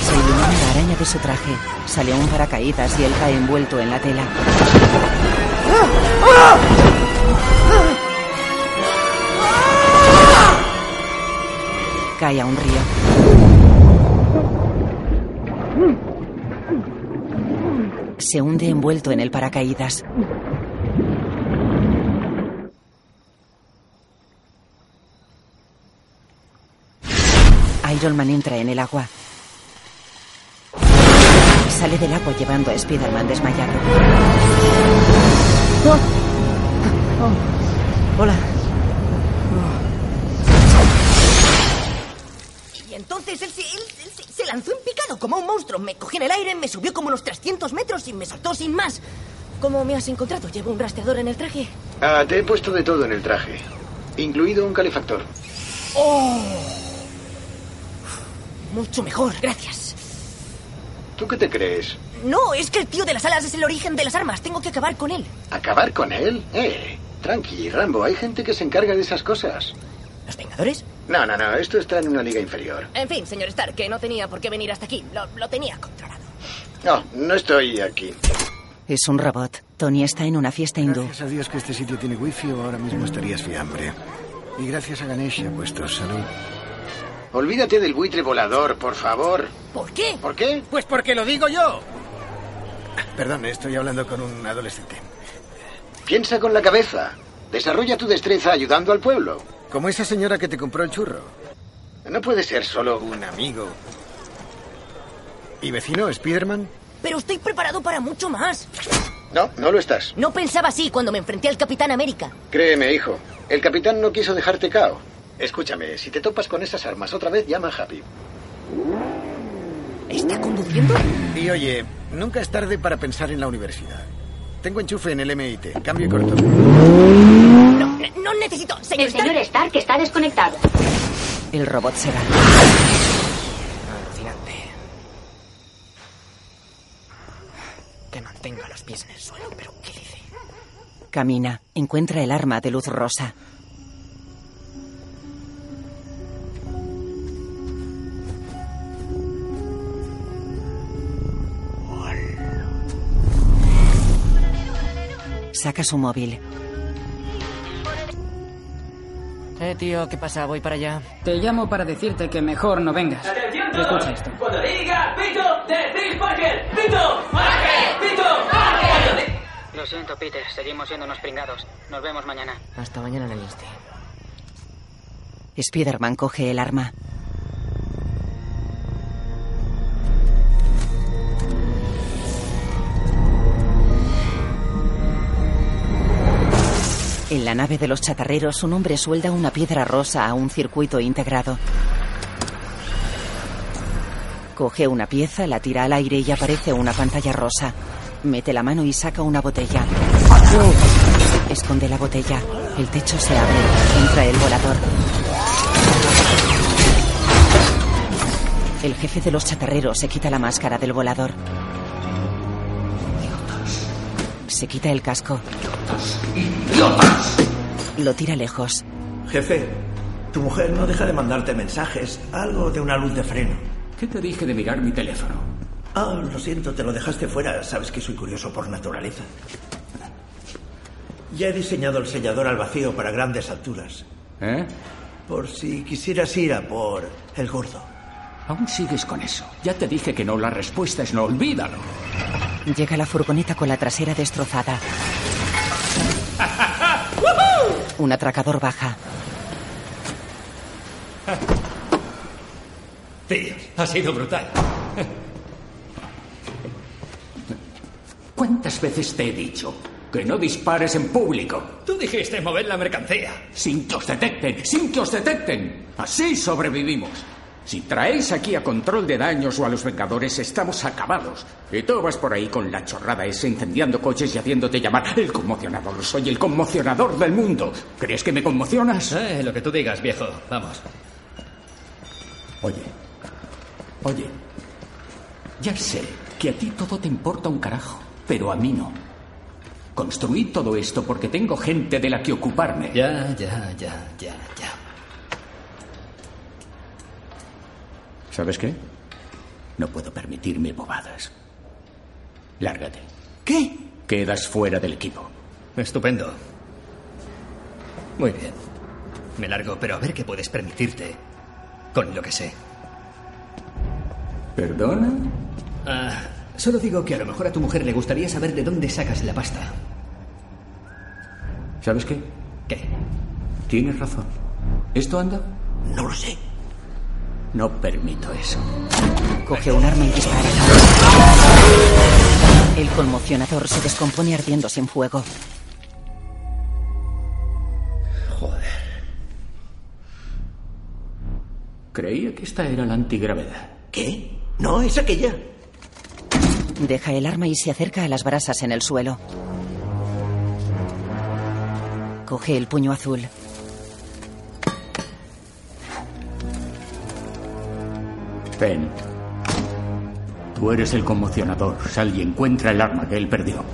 Se ilumina la araña de su traje. Sale un paracaídas y él cae envuelto en la tela. Cae a un río. Se hunde envuelto en el paracaídas. Iron Man entra en el agua. Sale del agua llevando a Spider-Man desmayado. Hola. dices? Él, se- él- él se- se lanzó en picado como un monstruo. Me cogió en el aire, me subió como unos 300 metros y me saltó sin más. ¿Cómo me has encontrado? Llevo un rastreador en el traje. Ah, te he puesto de todo en el traje, incluido un calefactor. ¡Oh! Mucho mejor, gracias. ¿Tú qué te crees? No, es que el tío de las alas es el origen de las armas. Tengo que acabar con él. ¿Acabar con él? Eh, tranqui, Rambo, hay gente que se encarga de esas cosas. ¿Los Vengadores? No, no, no, esto está en una liga inferior. En fin, señor Stark, que no tenía por qué venir hasta aquí. Lo, lo tenía controlado. No, no estoy aquí. Es un robot. Tony está en una fiesta hindú. Gracias a Dios que este sitio tiene wifi o ahora mismo estarías fiambre. Y gracias a Ganesha, puesto salud. Olvídate del buitre volador, por favor. ¿Por qué? ¿Por qué? Pues porque lo digo yo. Perdón, estoy hablando con un adolescente. Piensa con la cabeza. Desarrolla tu destreza ayudando al pueblo. Como esa señora que te compró el churro. No puede ser solo un amigo. ¿Y vecino, Spiderman? Pero estoy preparado para mucho más. No, no lo estás. No pensaba así cuando me enfrenté al Capitán América. Créeme, hijo. El capitán no quiso dejarte cao. Escúchame, si te topas con esas armas otra vez, llama a Happy. ¿Está conduciendo? Y oye, nunca es tarde para pensar en la universidad. Tengo enchufe en el MIT. Cambio y corto. No necesito, señor El señor Stark está desconectado. El robot se va. Alucinante. Que mantenga los pies en el suelo, pero ¿qué dice? Camina. Encuentra el arma de luz rosa. Saca su móvil. Eh, tío, ¿qué pasa? Voy para allá. Te llamo para decirte que mejor no vengas. ¡Atención todos! Escucha esto. Cuando diga pito, decís Parker. Pito, Parker, pito, Parker. Lo siento, Peter. Seguimos siendo unos pringados. Nos vemos mañana. Hasta mañana en el instante. Spider-Man coge el arma. En la nave de los chatarreros, un hombre suelda una piedra rosa a un circuito integrado. Coge una pieza, la tira al aire y aparece una pantalla rosa. Mete la mano y saca una botella. Esconde la botella. El techo se abre. Entra el volador. El jefe de los chatarreros se quita la máscara del volador. Se quita el casco. Lo tira lejos. Jefe, tu mujer no deja de mandarte mensajes. Algo de una luz de freno. ¿Qué te dije de mirar mi teléfono? Ah, lo siento, te lo dejaste fuera. Sabes que soy curioso por naturaleza. Ya he diseñado el sellador al vacío para grandes alturas. ¿Eh? Por si quisieras ir a por el gordo. Aún sigues con eso. Ya te dije que no. La respuesta es no. Olvídalo. Llega la furgoneta con la trasera destrozada. Un atracador baja. Tío, ha sido brutal. ¿Cuántas veces te he dicho que no dispares en público? Tú dijiste mover la mercancía. Sin que os detecten, sin que os detecten. Así sobrevivimos. Si traéis aquí a control de daños o a los vengadores, estamos acabados. Y tú vas por ahí con la chorrada esa incendiando coches y haciéndote llamar el conmocionador. Soy el conmocionador del mundo. ¿Crees que me conmocionas? Eh, lo que tú digas, viejo. Vamos. Oye, oye, ya sé que a ti todo te importa un carajo, pero a mí no. Construí todo esto porque tengo gente de la que ocuparme. Ya, ya, ya, ya, ya. ¿Sabes qué? No puedo permitirme bobadas. Lárgate. ¿Qué? Quedas fuera del equipo. Estupendo. Muy bien. Me largo, pero a ver qué puedes permitirte. Con lo que sé. ¿Perdona? Ah, solo digo que a lo mejor a tu mujer le gustaría saber de dónde sacas la pasta. ¿Sabes qué? ¿Qué? Tienes razón. ¿Esto anda? No lo sé. No permito eso. Coge un arma y dispara. El conmocionador se descompone ardiendo sin fuego. Joder. Creía que esta era la antigravedad. ¿Qué? No, es aquella. Deja el arma y se acerca a las brasas en el suelo. Coge el puño azul. Pen. Tú eres el conmocionador. Sal y encuentra el arma que él perdió.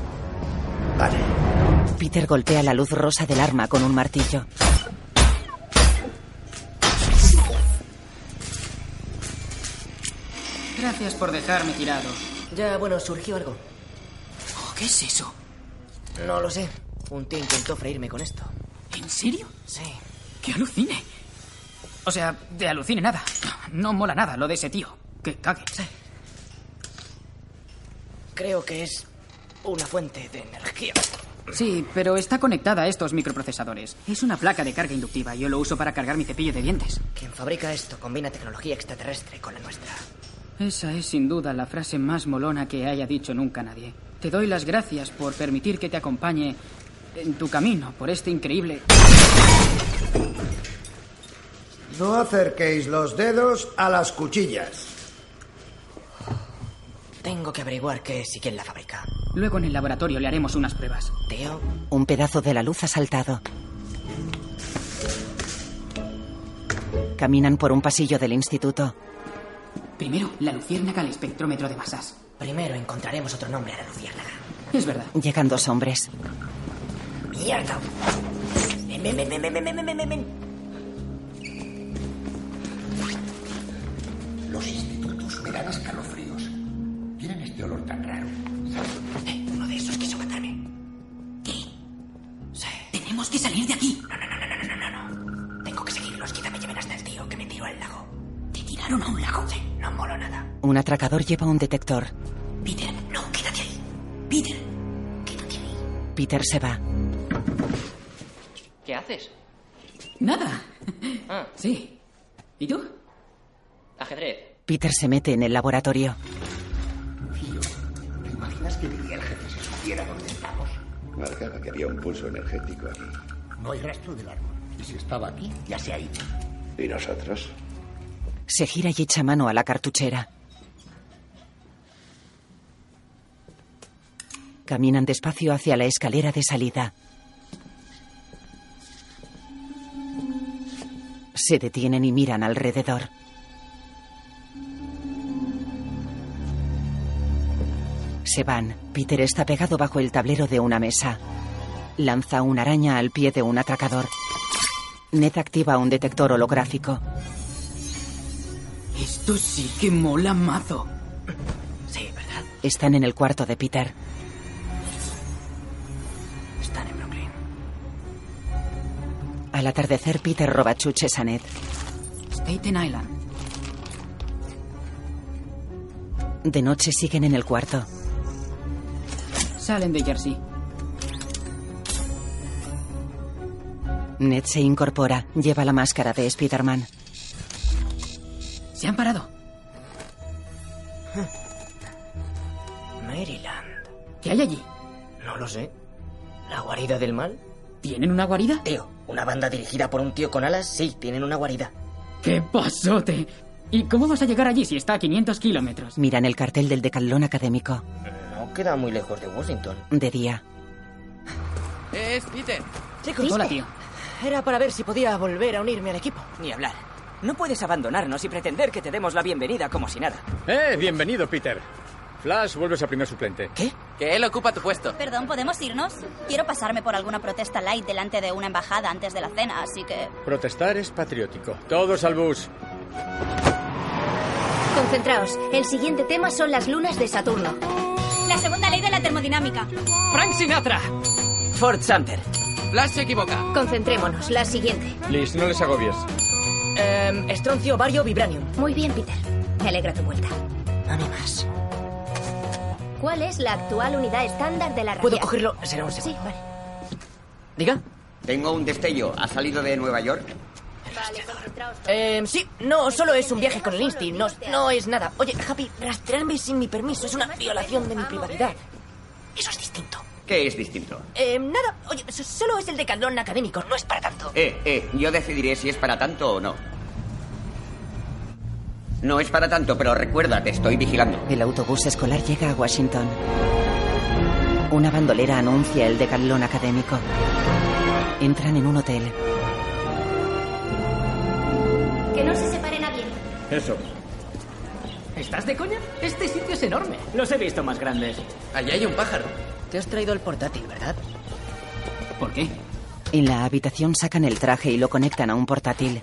Peter golpea la luz rosa del arma con un martillo. Gracias por dejarme tirado. Ya, bueno, surgió algo. Oh, ¿Qué es eso? No lo sé. Un tío intentó freírme con esto. ¿En serio? Sí. ¡Que alucine! O sea, de alucine nada. No mola nada lo de ese tío. Que cague. Creo que es una fuente de energía. Sí, pero está conectada a estos microprocesadores. Es una placa de carga inductiva. Yo lo uso para cargar mi cepillo de dientes. Quien fabrica esto combina tecnología extraterrestre con la nuestra. Esa es sin duda la frase más molona que haya dicho nunca nadie. Te doy las gracias por permitir que te acompañe en tu camino por este increíble... No acerquéis los dedos a las cuchillas. Tengo que averiguar qué es y quién la fabrica. Luego en el laboratorio le haremos unas pruebas. Tío, Un pedazo de la luz ha saltado. Caminan por un pasillo del instituto. primero la luciérnaga al espectrómetro de masas. Primero encontraremos otro nombre a la luciérnaga. Es verdad. Llegan dos hombres. ¡Mierda! Ven, ven, ven, ven, ven, ven, ven, ven, ven. Los institutos me dan escalofríos. Tienen este olor tan raro. Uno de esos quiso matarme. Tenemos que salir de aquí. Tengo que seguirlos. Quizá me lleven hasta el tío que me tiró al lago. ¿Te tiraron a un lago? Sí, no molo nada. Un atracador lleva un detector. Peter, no, quédate ahí. Peter. Peter se va. ¿Qué haces? Nada. Ah, Sí. ¿Y tú? ajedrez. Peter se mete en el laboratorio. ¿Te imaginas que diría el jefe si supiera dónde estamos? Marcaba que había un pulso energético aquí. No hay rastro del árbol. Y si estaba aquí, ya se ha ido. ¿Y nosotros? Se gira y echa mano a la cartuchera. Caminan despacio hacia la escalera de salida. Se detienen y miran alrededor. Se van. Peter está pegado bajo el tablero de una mesa. Lanza una araña al pie de un atracador. Ned activa un detector holográfico. Esto sí que mola mazo. Sí, ¿verdad? Están en el cuarto de Peter. Están en Brooklyn. Al atardecer, Peter roba chuches a Ned. Staten Island. De noche siguen en el cuarto. Salen de Jersey. Ned se incorpora, lleva la máscara de Spider-Man. Se han parado. Maryland. ¿Qué hay allí? No lo sé. ¿La guarida del mal? ¿Tienen una guarida? Tío, una banda dirigida por un tío con alas, sí, tienen una guarida. ¡Qué pasote! ¿Y cómo vas a llegar allí si está a 500 kilómetros? Miran el cartel del decalón académico. Eh, No queda muy lejos de Washington. De día, Eh, es Peter. Chicos, Hola, tío. Era para ver si podía volver a unirme al equipo. Ni hablar. No puedes abandonarnos y pretender que te demos la bienvenida como si nada. Eh, bienvenido, Peter. Flash, vuelves a primer suplente. ¿Qué? Que él ocupa tu puesto. Perdón, ¿podemos irnos? Quiero pasarme por alguna protesta light delante de una embajada antes de la cena, así que... Protestar es patriótico. Todos al bus. Concentraos. El siguiente tema son las lunas de Saturno. La segunda ley de la termodinámica. Frank Sinatra. Ford Sumter. Flash se equivoca. Concentrémonos. La siguiente. Liz, no les agobies. Em, estroncio, vario, vibranium. Muy bien, Peter. Me alegra tu vuelta. Ánimas. ¿Cuál es la actual unidad estándar de la radio? ¿Puedo cogerlo? Será un segundo. Sí, vale. Diga. Tengo un destello. ¿Ha salido de Nueva York? Eh, sí, no, solo es un viaje con el Insti. No, no es nada. Oye, Happy, rastrearme sin mi permiso es una violación de mi privacidad. Eso es distinto. ¿Qué es distinto? Eh, nada, oye, so- solo es el decalón académico, no es para tanto. Eh, eh, yo decidiré si es para tanto o no. No es para tanto, pero recuerda, te estoy vigilando. El autobús escolar llega a Washington. Una bandolera anuncia el decalón académico. Entran en un hotel. Que no se separe nadie. Eso. ¿Estás de coña? Este sitio es enorme. Los he visto más grandes. Allí hay un pájaro. Te has traído el portátil, ¿verdad? ¿Por qué? En la habitación sacan el traje y lo conectan a un portátil.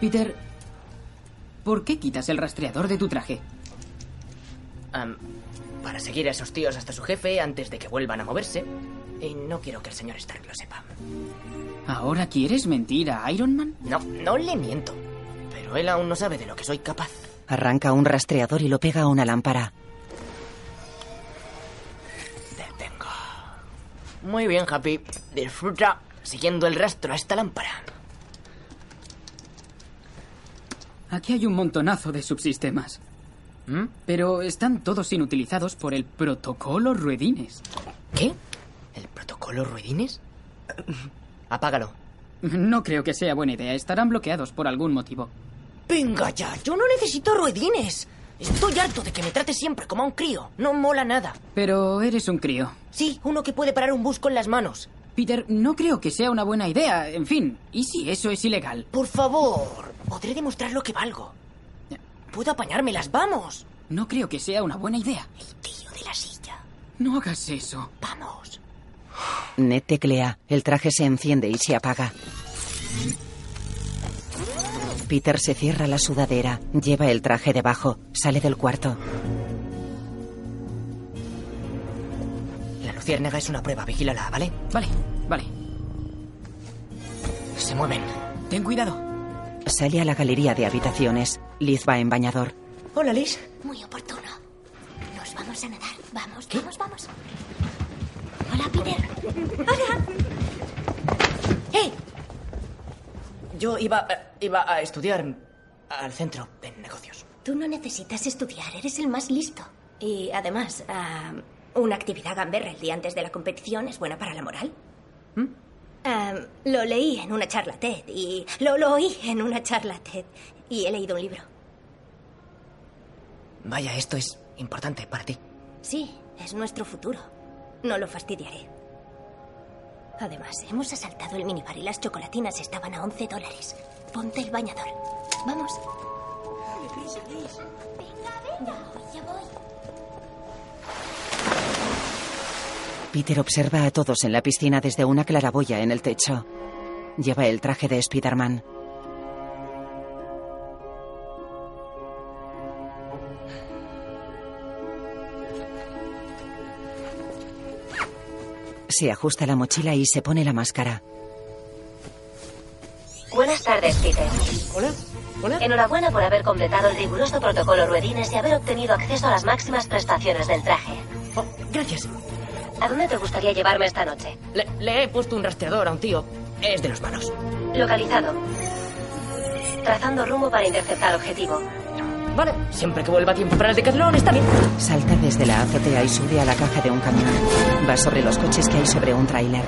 Peter, ¿por qué quitas el rastreador de tu traje? Am, para seguir a esos tíos hasta su jefe antes de que vuelvan a moverse. Y no quiero que el señor Stark lo sepa. ¿Ahora quieres mentir a Iron Man? No, no le miento. Pero él aún no sabe de lo que soy capaz. Arranca un rastreador y lo pega a una lámpara. Muy bien, Happy. Disfruta siguiendo el rastro a esta lámpara. Aquí hay un montonazo de subsistemas. ¿Mm? Pero están todos inutilizados por el protocolo ruedines. ¿Qué? ¿El <laughs> protocolo ruedines? Apágalo. No creo que sea buena idea. Estarán bloqueados por algún motivo. Venga ya, yo no necesito ruedines. Estoy harto de que me trate siempre como a un crío. No mola nada. Pero eres un crío. Sí, uno que puede parar un bus con las manos. Peter, no creo que sea una buena idea. En fin, ¿y si eso es ilegal? Por favor, podré demostrar lo que valgo. Puedo apañármelas, vamos. No creo que sea una buena idea. Tío de la silla. No hagas eso. Vamos. Ned teclea. El traje se enciende y se apaga. Peter se cierra la sudadera, lleva el traje debajo, sale del cuarto. La luciérnaga es una prueba, vigílala, ¿vale? Vale, vale. Se mueven. Ten cuidado. Sale a la galería de habitaciones. Liz va en bañador. Hola, Liz. Muy oportuno. Nos vamos a nadar. Vamos, vamos, vamos. Hola, Peter. Hola. ¡Eh! Yo iba, eh, iba a estudiar al centro en negocios. Tú no necesitas estudiar, eres el más listo. Y además, ah, una actividad gamberra el día antes de la competición es buena para la moral. ¿Mm? Ah, lo leí en una charla TED y lo, lo oí en una charla TED y he leído un libro. Vaya, esto es importante para ti. Sí, es nuestro futuro. No lo fastidiaré. Además, hemos asaltado el minibar y las chocolatinas estaban a 11 dólares. Ponte el bañador. Vamos. Peter observa a todos en la piscina desde una claraboya en el techo. Lleva el traje de Spider-Man. Se ajusta la mochila y se pone la máscara. Buenas tardes, Peter. Hola. Hola. Enhorabuena por haber completado el riguroso protocolo Ruedines y haber obtenido acceso a las máximas prestaciones del traje. Oh, gracias. ¿A dónde te gustaría llevarme esta noche? Le, le he puesto un rastreador a un tío. Es de los malos. Localizado. Trazando rumbo para interceptar objetivo. Vale, siempre que vuelva a tiempo para el decatlón está bien. Salta desde la azotea y sube a la caja de un camión. Va sobre los coches que hay sobre un tráiler.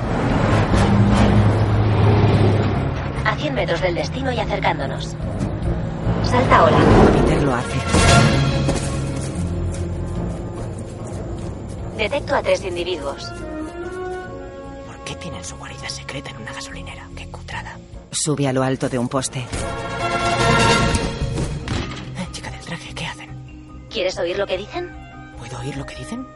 A 100 metros del destino y acercándonos. Salta ahora. Peter lo hace. Detecto a tres individuos. Pues, ¿Por qué tienen su guarida secreta en una gasolinera? Qué cutrada. Sube a lo alto de un poste. Eh, chica del traje, ¿qué hacen? ¿Quieres oír lo que dicen? ¿Puedo oír lo que dicen?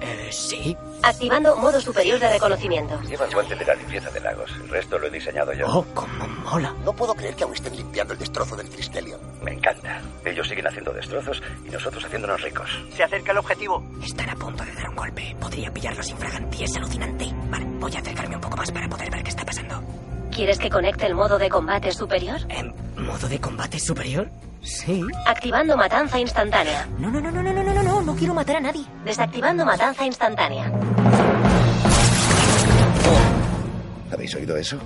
Eh, sí. Activando modo superior de reconocimiento. Lleva el guante de la limpieza de lagos. El resto lo he diseñado yo. Oh, cómo mola. No puedo creer que aún estén limpiando el destrozo del Triskelion. Me encanta. Ellos siguen haciendo destrozos y nosotros haciéndonos ricos. Se acerca el objetivo. Están a punto de dar un golpe. Podría pillarlos infraganti. Es alucinante. Vale, voy a acercarme un poco más para poder ver qué está pasando. ¿Quieres que conecte el modo de combate superior? Em. ¿Modo de combate superior? Sí. Activando matanza instantánea. No, no, no, no, no, no, no, no, no quiero matar a nadie. Desactivando matanza instantánea. ¿Habéis oído eso?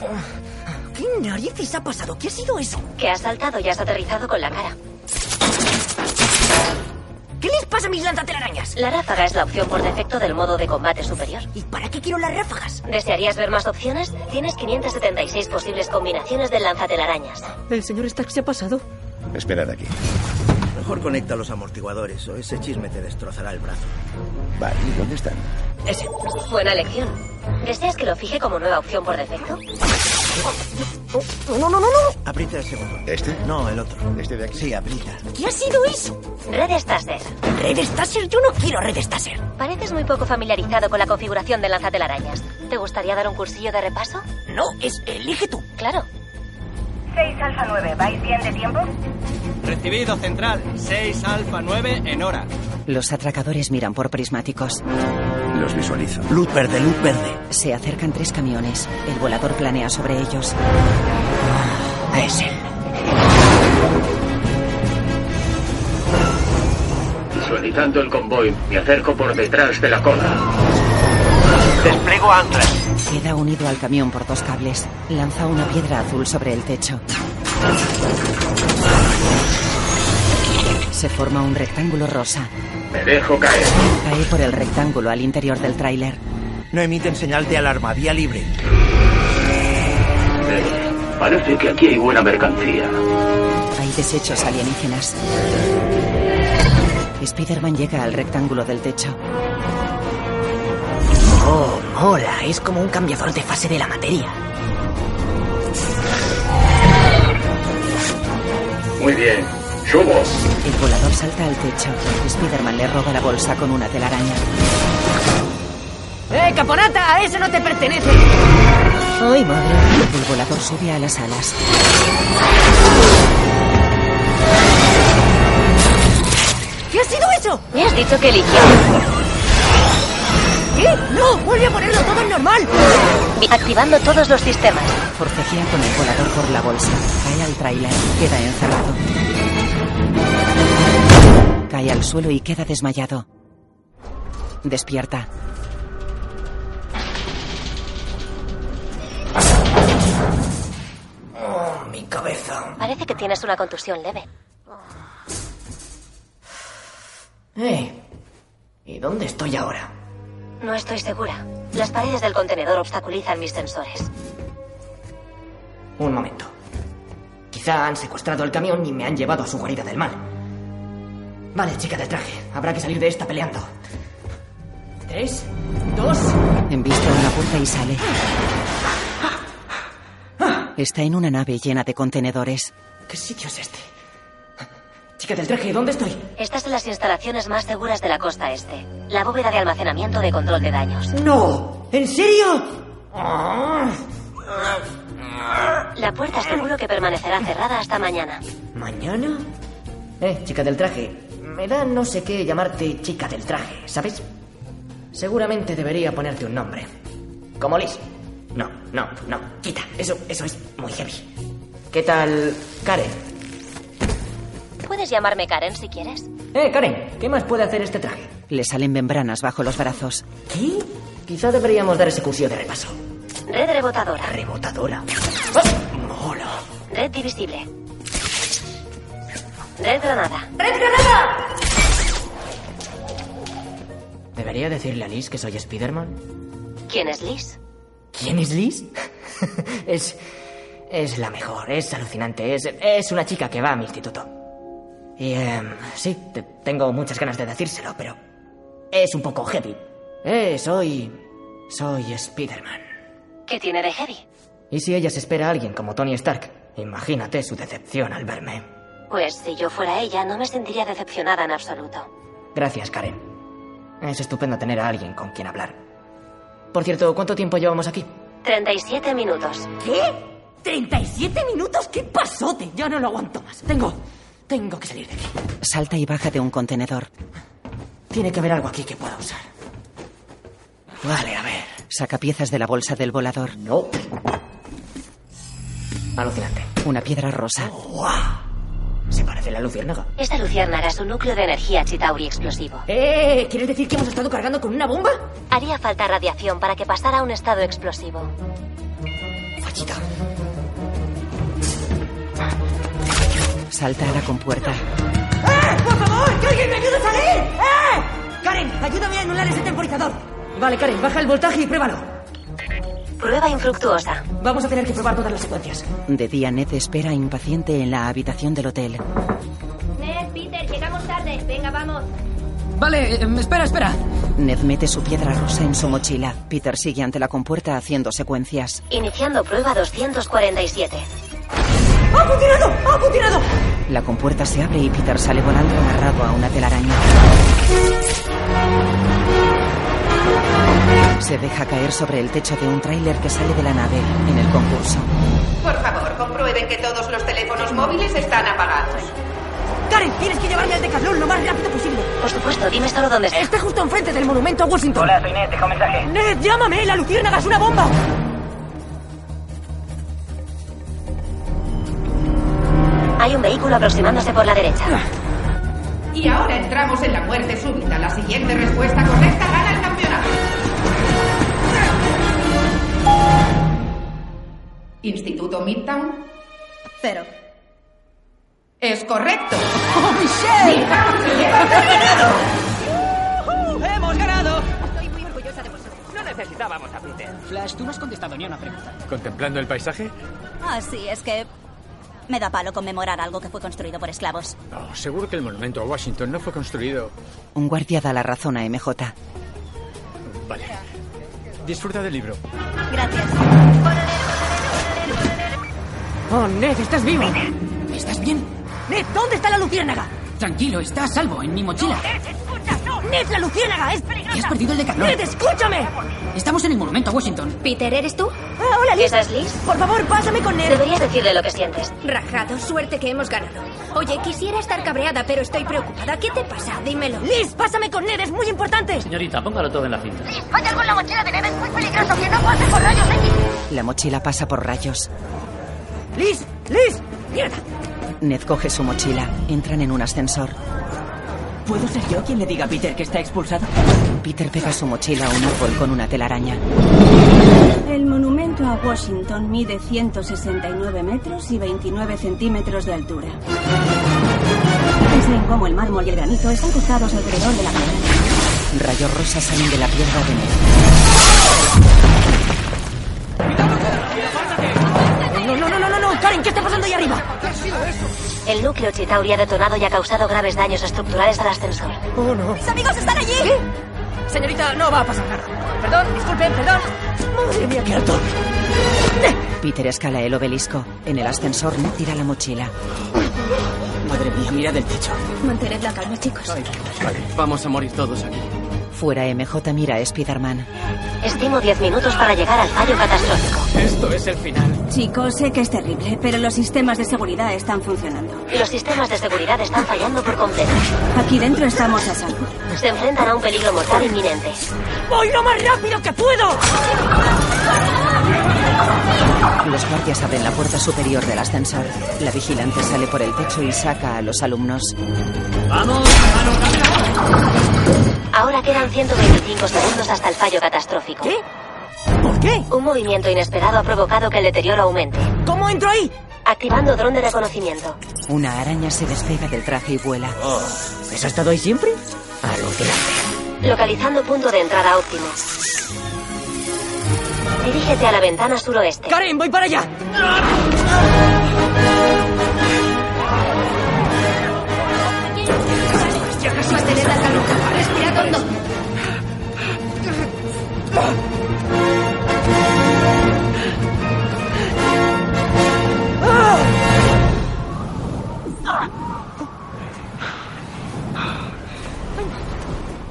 Ah, ¿Qué narices ha pasado? ¿Qué ha sido eso? Que has saltado y has aterrizado con la cara. ¿Qué les ¡Pasa mis lanzatelarañas! La ráfaga es la opción por defecto del modo de combate superior. ¿Y para qué quiero las ráfagas? ¿Desearías ver más opciones? Tienes 576 posibles combinaciones del lanzatelarañas. El señor Stark se ha pasado. Esperad aquí. Mejor conecta los amortiguadores o ese chisme te destrozará el brazo. Vale, ¿y dónde están? Ese. Buena elección. ¿Deseas que lo fije como nueva opción por defecto? No, no, no, no. Aprieta el segundo. ¿Este? No, el otro. ¿Este de aquí? Sí, aprieta. ¿Qué ha sido eso? Redes Taser. ¿Redes Taser? Yo no quiero redes Taser. Pareces muy poco familiarizado con la configuración del lanzatelarañas. ¿Te gustaría dar un cursillo de repaso? No, es elige tú. Claro. 6 Alfa 9, ¿vais bien de tiempo? Recibido central, 6 Alfa 9 en hora. Los atracadores miran por prismáticos. Los visualizo. Luz verde, luz verde. Se acercan tres camiones. El volador planea sobre ellos. Ah, Es él. Visualizando el convoy, me acerco por detrás de la cola. Despliego anclas. Queda unido al camión por dos cables. Lanza una piedra azul sobre el techo. Se forma un rectángulo rosa. Me dejo caer. Cae por el rectángulo al interior del tráiler. No emiten señal de alarma, vía libre. Eh, parece que aquí hay buena mercancía. Hay desechos alienígenas. Spider-Man llega al rectángulo del techo. Oh, mola. Es como un cambiador de fase de la materia. Muy bien, subo. El volador salta al techo. Spider-Man le roba la bolsa con una telaraña. ¡Eh, caponata! ¡Eso no te pertenece! ¡Ay, madre! El volador sube a las alas. ¿Qué ha sido eso? Me has dicho que eligió. ¿Qué? ¡No! ¡Vuelve a ponerlo todo en normal! Activando todos los sistemas. Forcejea con el volador por la bolsa. Cae al tráiler. Queda encerrado. Cae al suelo y queda desmayado. Despierta. Oh, mi cabeza. Parece que tienes una contusión leve. Eh, ¿y dónde estoy ahora? No estoy segura. Las paredes del contenedor obstaculizan mis sensores. Un momento. Quizá han secuestrado el camión y me han llevado a su guarida del mal. Vale, chica del traje. Habrá que salir de esta peleando. Tres, dos. Embiste una puerta y sale. Está en una nave llena de contenedores. ¿Qué sitio es este? Chica del traje, ¿dónde estoy? Estas son las instalaciones más seguras de la costa este. La bóveda de almacenamiento de control de daños. ¡No! ¿En serio? La puerta seguro que permanecerá cerrada hasta mañana. ¿Mañana? Eh, chica del traje. Me da no sé qué llamarte chica del traje, ¿sabes? Seguramente debería ponerte un nombre. Como Liz. No, no, no. Quita. Eso, eso es muy heavy. ¿Qué tal, Karen? Puedes llamarme Karen si quieres. Eh, Karen, ¿qué más puede hacer este traje? Le salen membranas bajo los brazos. ¿Qué? Quizá deberíamos dar ese cursillo de repaso. Red rebotadora. Rebotadora. ¡Ah! Mola. Red divisible. Red granada. ¡Red granada! ¿Debería decirle a Liz que soy Spider-Man? ¿Quién es Liz? ¿Quién es Liz? <laughs> es. Es la mejor, es alucinante, es, es una chica que va a mi instituto. Y em, sí, te- tengo muchas ganas de decírselo, pero. Es un poco heavy. Eh, soy. Soy Spider-Man. ¿Qué tiene de heavy? ¿Y si ella se espera a alguien como Tony Stark? Imagínate su decepción al verme. Pues si yo fuera ella, no me sentiría decepcionada en absoluto. Gracias, Karen. Es estupendo tener a alguien con quien hablar. Por cierto, ¿cuánto tiempo llevamos aquí? 37 minutos. ¿Qué? ¿37 minutos? ¡Qué pasote! Ya no lo aguanto más. Tengo. Tengo que salir de aquí. Salta y baja de un contenedor. Tiene que haber algo aquí que pueda usar. Vale, a ver. Saca piezas de la bolsa del volador. No. Alucinante. Una piedra rosa. Se parece a la luciérnaga. Esta luciérnaga es un núcleo de energía chitauri explosivo. ¡Eh! ¿Quieres decir que hemos estado cargando con una bomba? Haría falta radiación para que pasara a un estado explosivo. Fachita. Salta a la compuerta. ¡Eh! ¡Por favor! ¡Que alguien me ayude a salir! ¡Eh! Karen, ayúdame a anular ese temporizador. Vale, Karen, baja el voltaje y pruébalo. Prueba infructuosa. Vamos a tener que probar todas las secuencias. De día, Ned espera impaciente en la habitación del hotel. Ned, Peter, llegamos tarde. Venga, vamos. Vale, mm, eh, espera, espera. Ned mete su piedra rosa en su mochila. Peter sigue ante la compuerta haciendo secuencias. Iniciando prueba 247. ¡Ha funcionado! ¡Ha funcionado! La compuerta se abre y Peter sale volando amarrado a una telaraña. Se deja caer sobre el techo de un tráiler que sale de la nave en el concurso. Por favor, comprueben que todos los teléfonos móviles están apagados. Karen, tienes que llevarme al decatlón lo más rápido posible. Por supuesto, dime solo dónde está. Está justo enfrente del monumento a Washington. Hola, soy Ned, este deja un mensaje. Ned, llámame. La luciérnaga es una bomba. Hay un vehículo aproximándose por la derecha. Y ahora entramos en la muerte súbita. La siguiente respuesta correcta gana el campeonato. Instituto Midtown. Cero. Es correcto. ¡Oh, Michelle! ¡Midtown se lleva el campeonato! ¡Hemos ganado! Estoy muy orgullosa de vosotros. No necesitábamos a Peter. Flash, tú no has contestado ni a una pregunta. ¿Contemplando el paisaje? Así es que me da palo conmemorar algo que fue construido por esclavos. No, seguro que el monumento a Washington no fue construido. Un guardia da la razón a MJ. Vale. Disfruta del libro. Gracias. Oh, Ned, estás vivo. ¿Estás bien? Ned, ¿dónde está la luciérnaga? Tranquilo, está a salvo en mi mochila. Ned, la luciérnaga es peligrosa. ¿Te has perdido el decatlón? Ned, escúchame. Estamos en el monumento a Washington. Peter, ¿eres tú? Ah, hola, Liz. ¿Esa es Liz? Por favor, pásame con Ned. Deberías decirle lo que sientes. Rajado, suerte que hemos ganado. Oye, quisiera estar cabreada, pero estoy preocupada. ¿Qué te pasa? Dímelo. Liz, pásame con Ned, es muy importante. Señorita, póngalo todo en la cinta. Hay algo en la mochila de Ned, es muy peligroso. Que no pase por rayos X. La mochila pasa por rayos. Liz, Liz, mierda. Ned coge su mochila. Entran en un ascensor. ¿Puedo ser yo quien le diga a Peter que está expulsado? Peter pega su mochila a un árbol con una telaraña. El monumento a Washington mide 169 metros y 29 centímetros de altura. Piensen cómo el mármol y el granito están costados alrededor de la piedra. Rayos rosas salen de la piedra de Ned. No, no, no, no, no, no. Karen, ¿qué está pasando ahí arriba? El núcleo Chitauri ha detonado y ha causado graves daños estructurales al ascensor. Oh, no. ¡Mis amigos están allí! Señorita, no va a pasar nada. Perdón, disculpen, perdón. Madre mía, qué ator. Peter escala el obelisco. En el ascensor Ned tira la mochila. Madre mía, mira del techo. Mantened la calma, chicos. Vamos a morir todos aquí. Fuera MJ mira a Spider-Man. Estimo 10 minutos para llegar al fallo catastrófico. Esto es el final. Chicos, sé que es terrible, pero los sistemas de seguridad están funcionando. Los sistemas de seguridad están fallando por completo. Aquí dentro estamos a salvo. Se enfrentan a un peligro mortal inminente. ¡Voy lo más rápido que puedo! Los guardias abren la puerta superior del ascensor. La vigilante sale por el techo y saca a los alumnos. ¡Vamos! Ahora quedan 125 segundos hasta el fallo catastrófico. ¿Qué? ¿Por qué? Un movimiento inesperado ha provocado que el deterioro aumente. ¿Cómo entro ahí? Activando dron de reconocimiento. Una araña se despega del traje y vuela. Oh, ¿Eso ha estado ahí siempre? Alucinante. Localizando punto de entrada óptimo. Dirígete a la ventana suroeste. Karen, voy para allá. Mantened la calma. Respirad hondo.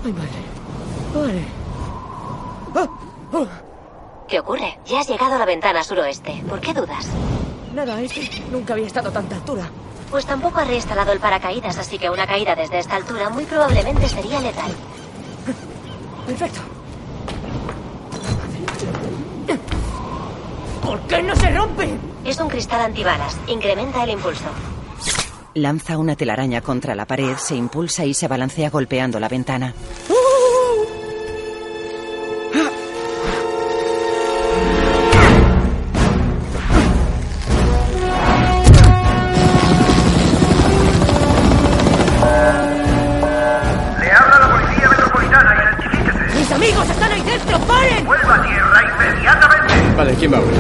Ay, madre. Vale. Ah, ah, ¿Qué ocurre? Ya has llegado a la ventana suroeste. ¿Por qué dudas? nada, es que nunca había estado a tanta altura. Pues tampoco has reinstalado el paracaídas, así que una caída desde esta altura muy probablemente sería letal. Perfecto. ¿Por qué no se rompe? Es un cristal antibalas. Incrementa el impulso. Lanza una telaraña contra la pared, se impulsa y se balancea golpeando la ventana. ver, ¿quién va ahora?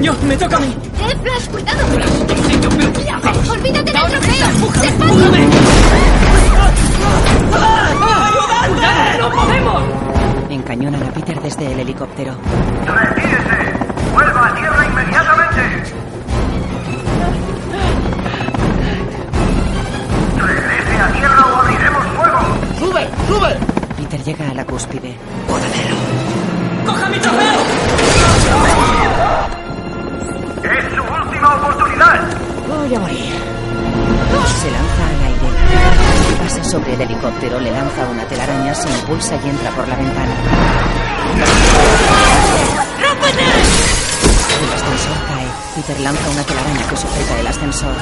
¡Yo! ¡Me toca a mí! ¡Eh, Flash, cuidado! ¡Olvídate del trofeo! ¡Ayudadme! ¡No podemos! Encañonan a Peter desde el helicóptero. ¡Vuelva a tierra inmediatamente! ¡Regrese a tierra o abriremos fuego! ¡Sube! ¡Sube! Peter llega a la cúspide. ¡Coja mi trofeo! ¡Es su última oportunidad! Voy a morir. Se lanza al aire. Pasa sobre el helicóptero, le lanza una telaraña, se impulsa y entra por la ventana. El ascensor cae. Peter lanza una telaraña que sujeta el ascensor.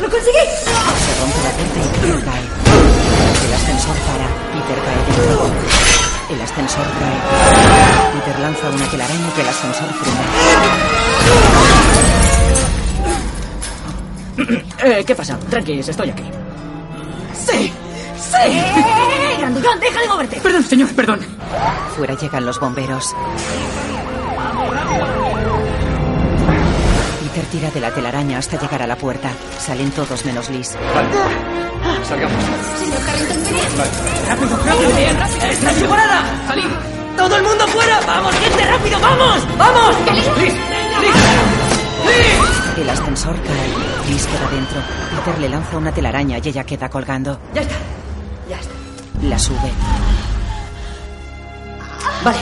¡Lo conseguí! Se rompe la puerta y Peter cae. El ascensor para. Peter cae de nuevo. El ascensor cae. Peter lanza una telaraña que el ascensor frena. Eh, ¿Qué pasa? Tranquis, estoy aquí. ¡Sí! ¡Sí! ¡Eh, grandulón, deja de moverte! Perdón, señor, perdón. Fuera llegan los bomberos. Peter tira de la telaraña hasta llegar a la puerta. Salen todos menos Liz. Salgamos. Señor Harrington, venid. ¡Rápido, rápido! Bien, Eh, rápido. ¡Es temporada! ¡Salid! ¡Todo el mundo fuera! ¡Vamos, gente, rápido! ¡Vamos! ¡Vamos! ¡Liz! El ascensor cae. Liz queda dentro. Peter le lanza una telaraña y ella queda colgando. Ya está. Ya está. La sube. Vale.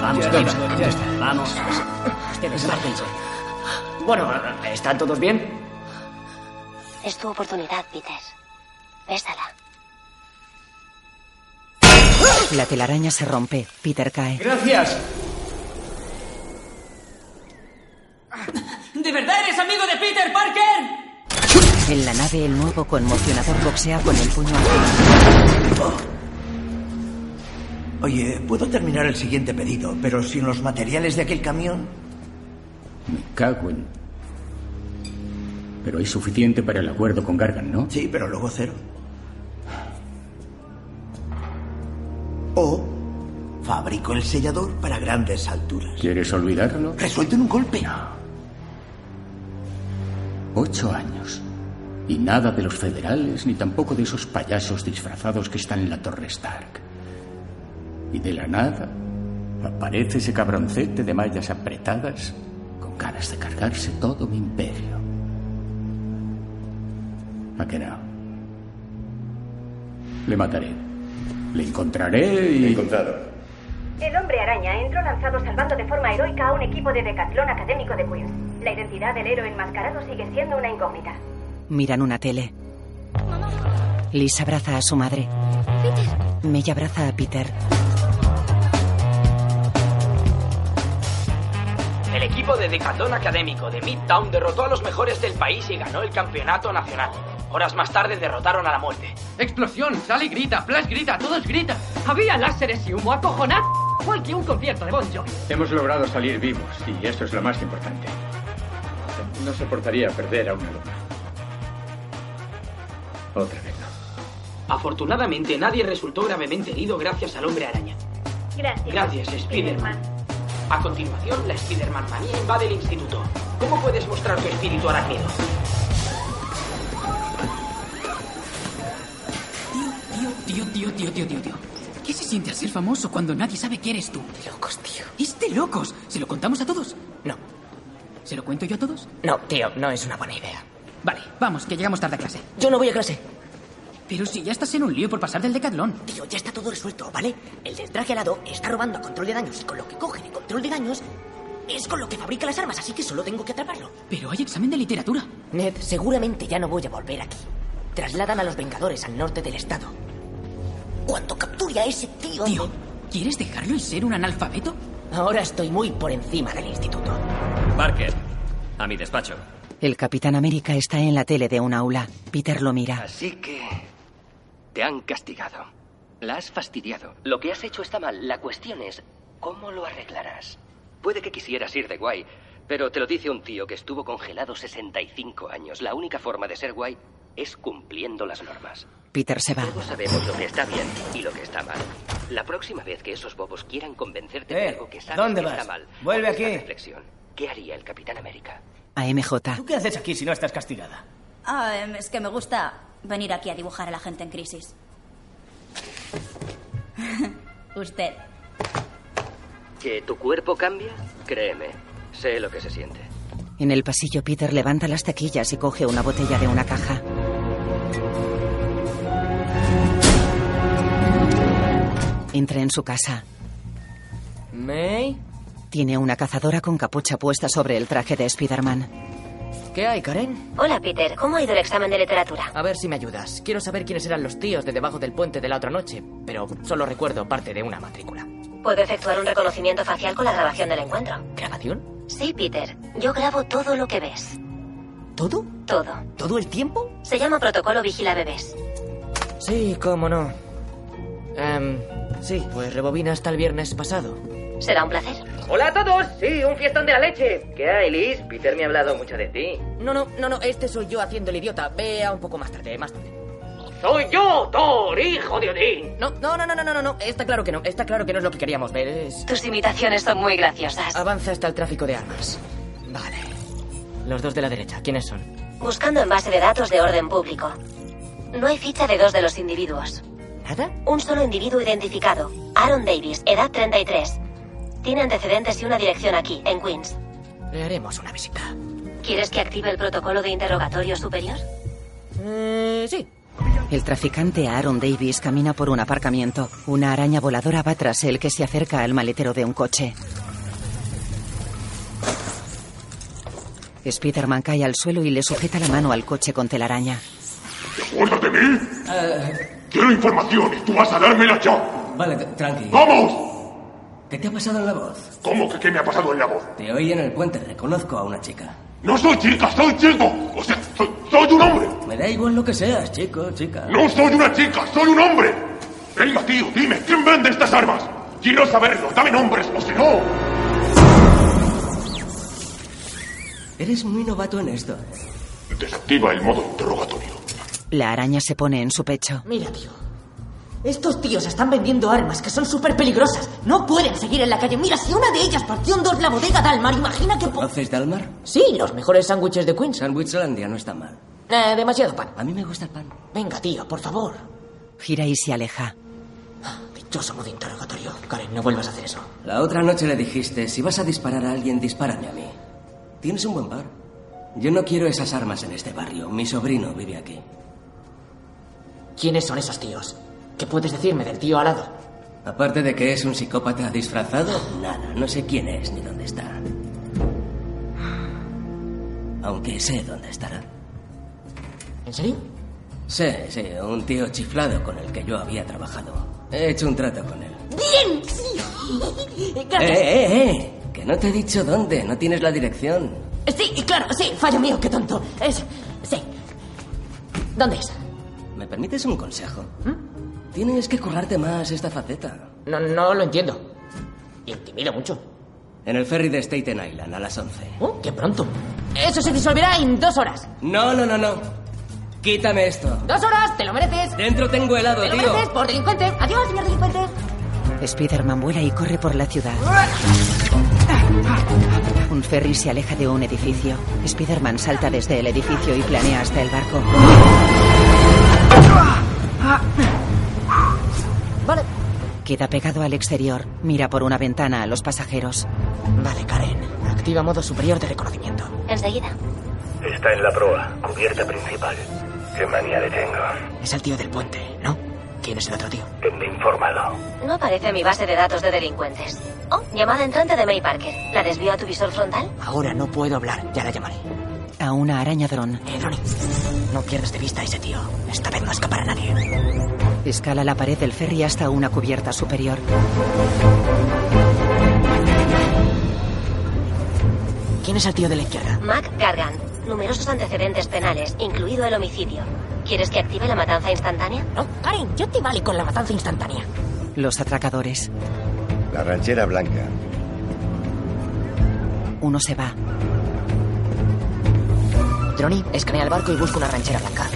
Vamos, Ya chicos, está, ya está. Vamos. Ustedes márquense. Bueno, ¿están todos bien? Es tu oportunidad, Peter. Bésala. La telaraña se rompe. Peter cae. Gracias. ¿De verdad eres amigo de Peter Parker? En la nave, el nuevo conmocionador boxea con el puño hacia Oye, puedo terminar el siguiente pedido, pero sin los materiales de aquel camión. Me cago en- Pero hay suficiente para el acuerdo con Gargan, ¿no? Sí, pero luego cero. O fabrico el sellador para grandes alturas. ¿Quieres olvidarlo? Resuelto en un golpe. Ocho años. Y nada de los federales, ni tampoco de esos payasos disfrazados que están en la Torre Stark. Y de la nada, aparece ese cabroncete de mallas apretadas con ganas de cargarse todo mi imperio. ¿A qué no? Le mataré. Le encontraré y... Encontrado. El hombre araña entró lanzado salvando de forma heroica a un equipo de decatlón académico de Queens. La identidad del héroe enmascarado sigue siendo una incógnita. Miran una tele. Liz abraza a su madre. Mella abraza a Peter. El equipo de Decathlon Académico de Midtown derrotó a los mejores del país y ganó el campeonato nacional. Horas más tarde derrotaron a la muerte. Explosión, sale y grita, Flash grita, todos gritan. Había láseres y humo acojonado, igual que un concierto de Bon Jovi. Hemos logrado salir vivos y eso es lo más importante. No soportaría perder a una alumna. Otra vez. Afortunadamente, nadie resultó gravemente herido gracias al hombre araña. Gracias. Gracias, Spider-Man. A continuación, la Spider-Man manía invade el instituto. ¿Cómo puedes mostrar tu espíritu arácnido? Tío, tío, tío, tío, tío, tío. ¿Qué se siente al ser famoso cuando nadie sabe que eres tú? De locos, tío. ¡Es de locos! ¿Se lo contamos a todos? No. ¿Se lo cuento yo a todos? No, tío, no es una buena idea. Vale, vamos, que llegamos tarde a clase. Yo no voy a clase. Pero si ya estás en un lío por pasar del decatlón. Tío, ya está todo resuelto, ¿vale? El del traje alado está robando a control de daños y con lo que coge de control de daños es con lo que fabrica las armas, así que solo tengo que atraparlo. Pero hay examen de literatura. Ned, seguramente ya no voy a volver aquí. Trasladan a los Vengadores al norte del estado. Cuando capture a ese tío... Tío, ¿quieres dejarlo y ser un analfabeto? Ahora estoy muy por encima del instituto. Parker, a mi despacho. El Capitán América está en la tele de un aula. Peter lo mira. Así que te han castigado. La has fastidiado. Lo que has hecho está mal. La cuestión es, ¿cómo lo arreglarás? Puede que quisieras ir de guay, Pero te lo dice un tío que estuvo congelado 65 años. La única forma de ser guay es cumpliendo las normas. Peter se va. Todos sabemos lo que está bien y lo que está mal. La próxima vez que esos bobos quieran convencerte de Eh, algo que sabes ¿dónde que vas? está mal, Vuelve haz esta aquí. reflexión. ¿Qué haría el Capitán América? A MJ. ¿Tú qué haces aquí si no estás castigada? Ah, em, es que me gusta venir aquí a dibujar a la gente en crisis. <laughs> Usted. ¿Que tu cuerpo cambia? Créeme, sé lo que se siente. En el pasillo, Peter levanta las taquillas y coge una botella de una caja. Entra en su casa. ¿May? Tiene una cazadora con capucha puesta sobre el traje de Spider-Man. ¿Qué hay, Karen? Hola, Peter. ¿Cómo ha ido el examen de literatura? A ver si me ayudas. Quiero saber quiénes eran los tíos de debajo del puente de la otra noche, pero solo recuerdo parte de una matrícula. Puedo efectuar un reconocimiento facial con la grabación del encuentro. ¿Grabación? Sí, Peter. Yo grabo todo lo que ves. ¿Todo? Todo. ¿Todo el tiempo? Se llama protocolo vigila bebés. Sí, cómo no. Em, sí, pues rebobina hasta el viernes pasado. Será un placer. Hola a todos. Sí, un fiestón de la leche. ¿Qué hay, Liz? Peter me ha hablado mucho de ti. No, no, no, no, este soy yo haciendo el idiota. Vea un poco más tarde, más tarde. ¡Soy yo, Thor, hijo de Odín! No, no, no, no, no, no, no, no, está claro que no, está claro que no es lo que queríamos ver. es- Tus imitaciones son muy graciosas. Avanza hasta el tráfico de armas. Vale. Los dos de la derecha, ¿quiénes son? Buscando en base de datos de orden público. No hay ficha de dos de los individuos. ¿Nada? Un solo individuo identificado. Aaron Davis, edad 33. Tiene antecedentes y una dirección aquí, en Queens. Le haremos una visita. ¿Quieres que active el protocolo de interrogatorio superior? Eh, sí. El traficante Aaron Davis camina por un aparcamiento. Una araña voladora va tras él que se acerca al maletero de un coche. Spider-Man cae al suelo y le sujeta la mano al coche con telaraña. ¡Acuérdate de mí! Quiero información y tú vas a dármela ya. Vale, t- tranqui. ¡Vamos! ¿Qué te ha pasado en la voz? ¿Cómo que qué me ha pasado en la voz? Te oí en el puente, reconozco a una chica. No soy chica, soy chico. O sea, soy, soy un hombre. Me da igual lo que seas, chico, chica. No soy una chica, soy un hombre. Venga, tío, dime, ¿quién vende estas armas? Quiero saberlo, dame nombres, o si no... Eres muy novato en esto. ¿eh? Desactiva el modo interrogatorio. La araña se pone en su pecho. Mira, tío. Estos tíos están vendiendo armas que son súper peligrosas. No pueden seguir en la calle. Mira, si una de ellas partió en dos la bodega Dalmar, imagina que... po- ¿Conoces Dalmar? Sí, los mejores sándwiches de Queens. Sandwichlandia no está mal. Eh, demasiado pan. A mí me gusta el pan. Venga, tío, por favor. Ah, Gira y se aleja. Dichoso modo interrogatorio. Karen, no vuelvas a hacer eso. La otra noche le dijiste, si vas a disparar a alguien, dispárame a mí. Tienes un buen par. Yo no quiero esas armas en este barrio. Mi sobrino vive aquí. ¿Quiénes son esos tíos? ¿Qué puedes decirme del tío alado? Aparte de que es un psicópata disfrazado, nada. No sé quién es ni dónde está. Aunque sé dónde estará. ¿En serio? Sí, sí, un tío chiflado con el que yo había trabajado. He hecho un trato con él. ¡Bien! Sí. ¡Eh, Gracias. eh, eh! Que no te he dicho dónde, no tienes la dirección. Sí, y claro, sí, fallo mío, qué tonto. Es... Sí. ¿Dónde es? ¿Me permites un consejo? Tienes que currarte más esta faceta. No, no lo entiendo. Intimida mucho. En el ferry de Staten Island, a las 11. ¡Oh, qué pronto! Eso se disolverá en dos horas. No, no, no, no. Quítame esto. ¡Dos horas! ¡Te lo mereces! Dentro tengo helado, ¡Te lo tío. mereces por delincuente! ¡Adiós, señor delincuente! Spider-Man vuela y corre por la ciudad. Un ferry se aleja de un edificio. Spider-Man salta desde el edificio y planea hasta el barco. Vale. Queda pegado al exterior. Mira por una ventana a los pasajeros. Vale, Karen. Activa modo superior de reconocimiento. Enseguida. Está en la proa, cubierta principal. Qué manía le tengo. Es el tío del puente, ¿no? ¿Quién es el otro tío? Tenme informado. No aparece en mi base de datos de delincuentes. Oh, llamada entrante de May Parker. ¿La desvío a tu visor frontal? Ahora no puedo hablar, ya la llamaré. A una araña dron. Eh, Ronnie, no pierdas de vista a ese tío. Esta vez no escapará nadie. Escala la pared del ferry hasta una cubierta superior. ¿Quién es el tío de la izquierda? Mac Gargan. Numerosos antecedentes penales, incluido el homicidio. ¿Quieres que active la matanza instantánea? No, Karen, yo te vale con la matanza instantánea. Los atracadores. La ranchera blanca. Uno se va. Droni, escanea el barco y busca una ranchera blanca.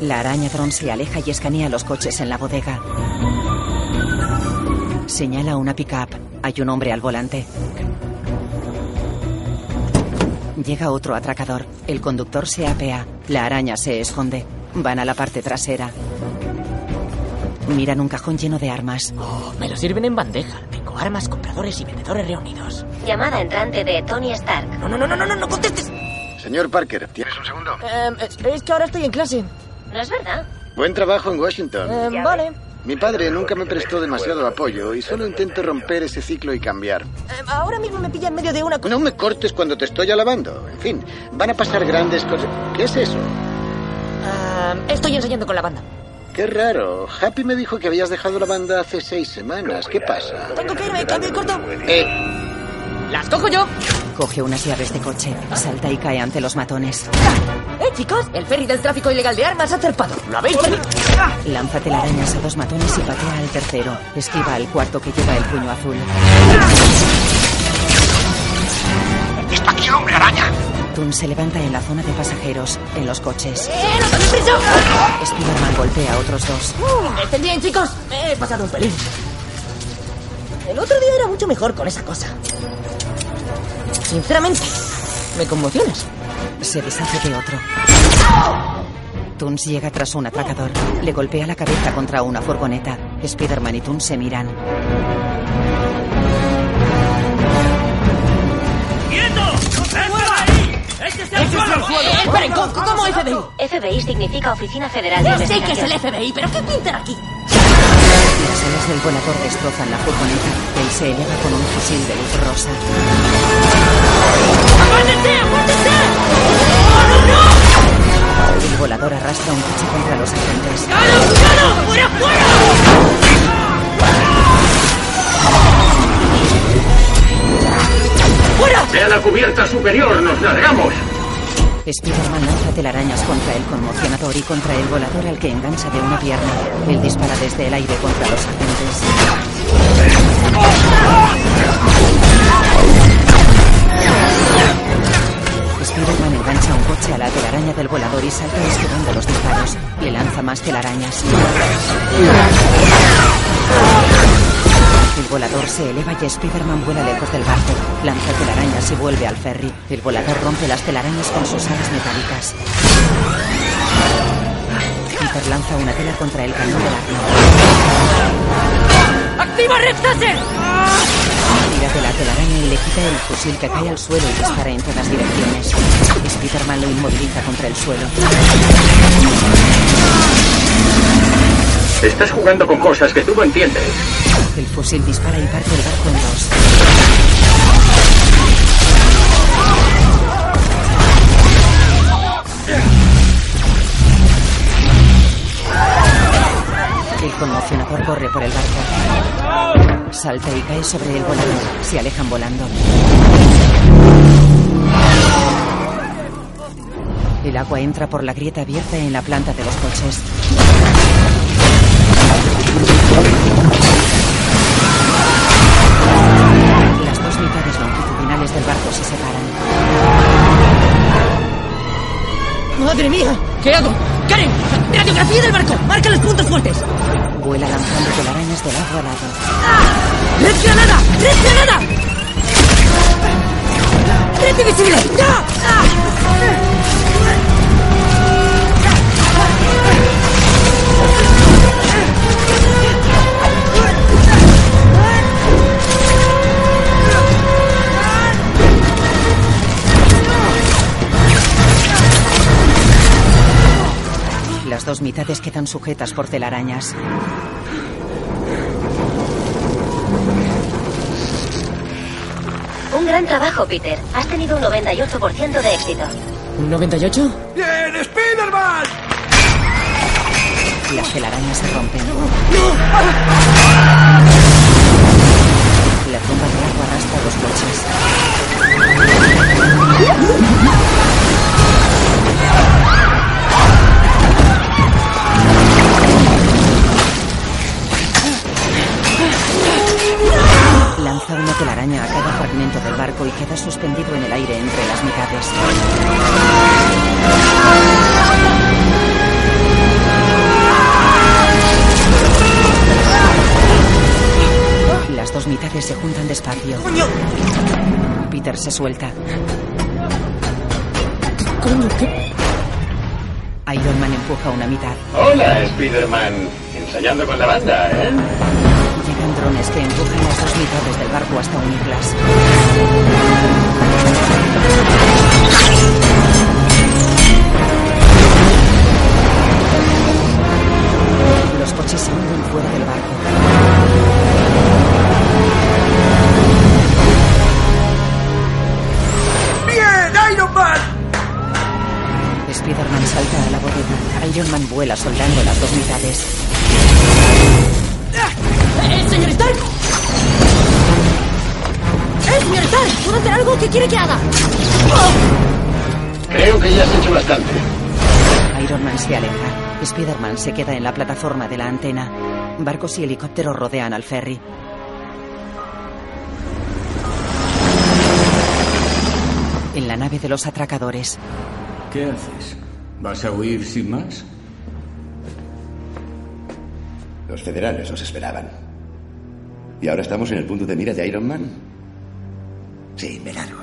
La araña dron se aleja y escanea los coches en la bodega. Señala una pickup. Hay un hombre al volante. Llega otro atracador. El conductor se apea. La araña se esconde. Van a la parte trasera. Miran un cajón lleno de armas. Me lo sirven en bandeja. Tengo armas, compradores y vendedores reunidos. Llamada entrante de Tony Stark. No, no, no, no, no, no, no contestes. Señor Parker, ¿tienes un segundo? Em, es, es que ahora estoy en clase. No es verdad. Buen trabajo en Washington. Em, vale. Mi padre nunca me prestó demasiado apoyo y solo intento romper ese ciclo y cambiar. Em, ahora mismo me pilla en medio de una... No me cortes cuando te estoy alabando. En fin, van a pasar grandes cosas. ¿Qué es eso? Em, estoy ensayando con la banda. Qué raro. Happy me dijo que habías dejado la banda hace seis semanas. ¿Qué pasa? Tengo que irme, cambio y corto. Eh, Las cojo yo. Coge unas llaves de coche. Salta y cae ante los matones. Eh, chicos, el ferry del tráfico ilegal de armas ha zarpado. ¿Lo habéis perdido? Lanza telarañas a dos matones y patea al tercero. Esquiva al cuarto que lleva el puño azul. ¡Está aquí el hombre araña! Tun se levanta en la zona de pasajeros, en los coches. ¡Eh, no tenéis prisa! Spiderman golpea a otros dos. Uh, estén bien, chicos. Me he pasado un pelín. El otro día era mucho mejor con esa cosa. Sinceramente, me conmocionas. Se deshace de otro. Tuns llega tras un atracador. Le golpea la cabeza contra una furgoneta. Spiderman y Tuns se miran. ¡Quieto! ¡No ¡Este es el suelo! Eh, esperen, ¿cómo, cómo FBI? FBI significa Oficina Federal de Ya sé que es el Investigación. FBI, pero ¿qué pintan aquí? Las alas del volador destrozan la furgoneta. Él se eleva con un fusil de luz rosa. El volador arrastra un coche contra los agentes. ¡Ve a la cubierta superior! ¡Nos largamos! Spiderman lanza telarañas contra el conmocionador y contra el volador al que engancha de una pierna. Él dispara desde el aire contra los agentes. Spiderman engancha un coche a la telaraña del volador y salta esquivando los disparos. Le lanza más telarañas. El volador se eleva y Spiderman vuela lejos del barco. Lanza telarañas y vuelve al ferry. El volador rompe las telarañas con sus alas metálicas. Peter lanza una tela contra el cañón del arma. ¡Activa Red Taser! Tira de la telaraña y le quita el fusil que cae al suelo y dispara en todas direcciones. Spiderman lo inmoviliza contra el suelo. Estás jugando con cosas que tú no entiendes. El fusil dispara y parte el barco en dos. El conmocionador corre por el barco. Salta y cae sobre el volador. Se alejan volando. El agua entra por la grieta abierta en la planta de los coches. Las dos mitades longitudinales del barco se separan. ¡Madre mía! ¿Qué hago? ¡Karen! ¡Radiografía del barco! ¡Marca los puntos fuertes! Vuela lanzando telarañas del agua al agua. ¡Red granada! ¡Red granada! ¡Red invisible! ¡Ya! ¡Ah! Las dos mitades quedan sujetas por telarañas. Un gran trabajo, Peter. Has tenido un 98% de éxito. ¿Un 98? ¡Bien, Spider-Man! Las telarañas se rompen. La tumba de agua arrastra los coches. Lanza una telaraña a cada fragmento del barco y queda está suspendido en el aire entre las mitades. Las dos mitades se juntan despacio. Peter se suelta. Iron Man empuja una mitad. Hola, Spider-Man. Ensayando con la banda, ¿eh? Llegan drones que empujan las dos mitades del barco hasta unirlas. Los coches se hunden fuera del barco. ¡Bien, Iron Man! Spider-Man salta a la bodega. Iron Man vuela soldando las dos mitades. ¡Eh, señor Stark! ¡Eh, señor Stark! ¿Puedo hacer algo que quiere que haga? Creo que ya has hecho bastante. Iron Man se aleja. Spider-Man se queda en la plataforma de la antena. Barcos y helicópteros rodean al ferry. En la nave de los atracadores, ¿Qué haces? ¿Vas a huir sin más? Los federales nos esperaban. Y ahora estamos en el punto de mira de Iron Man. Sí, me largo.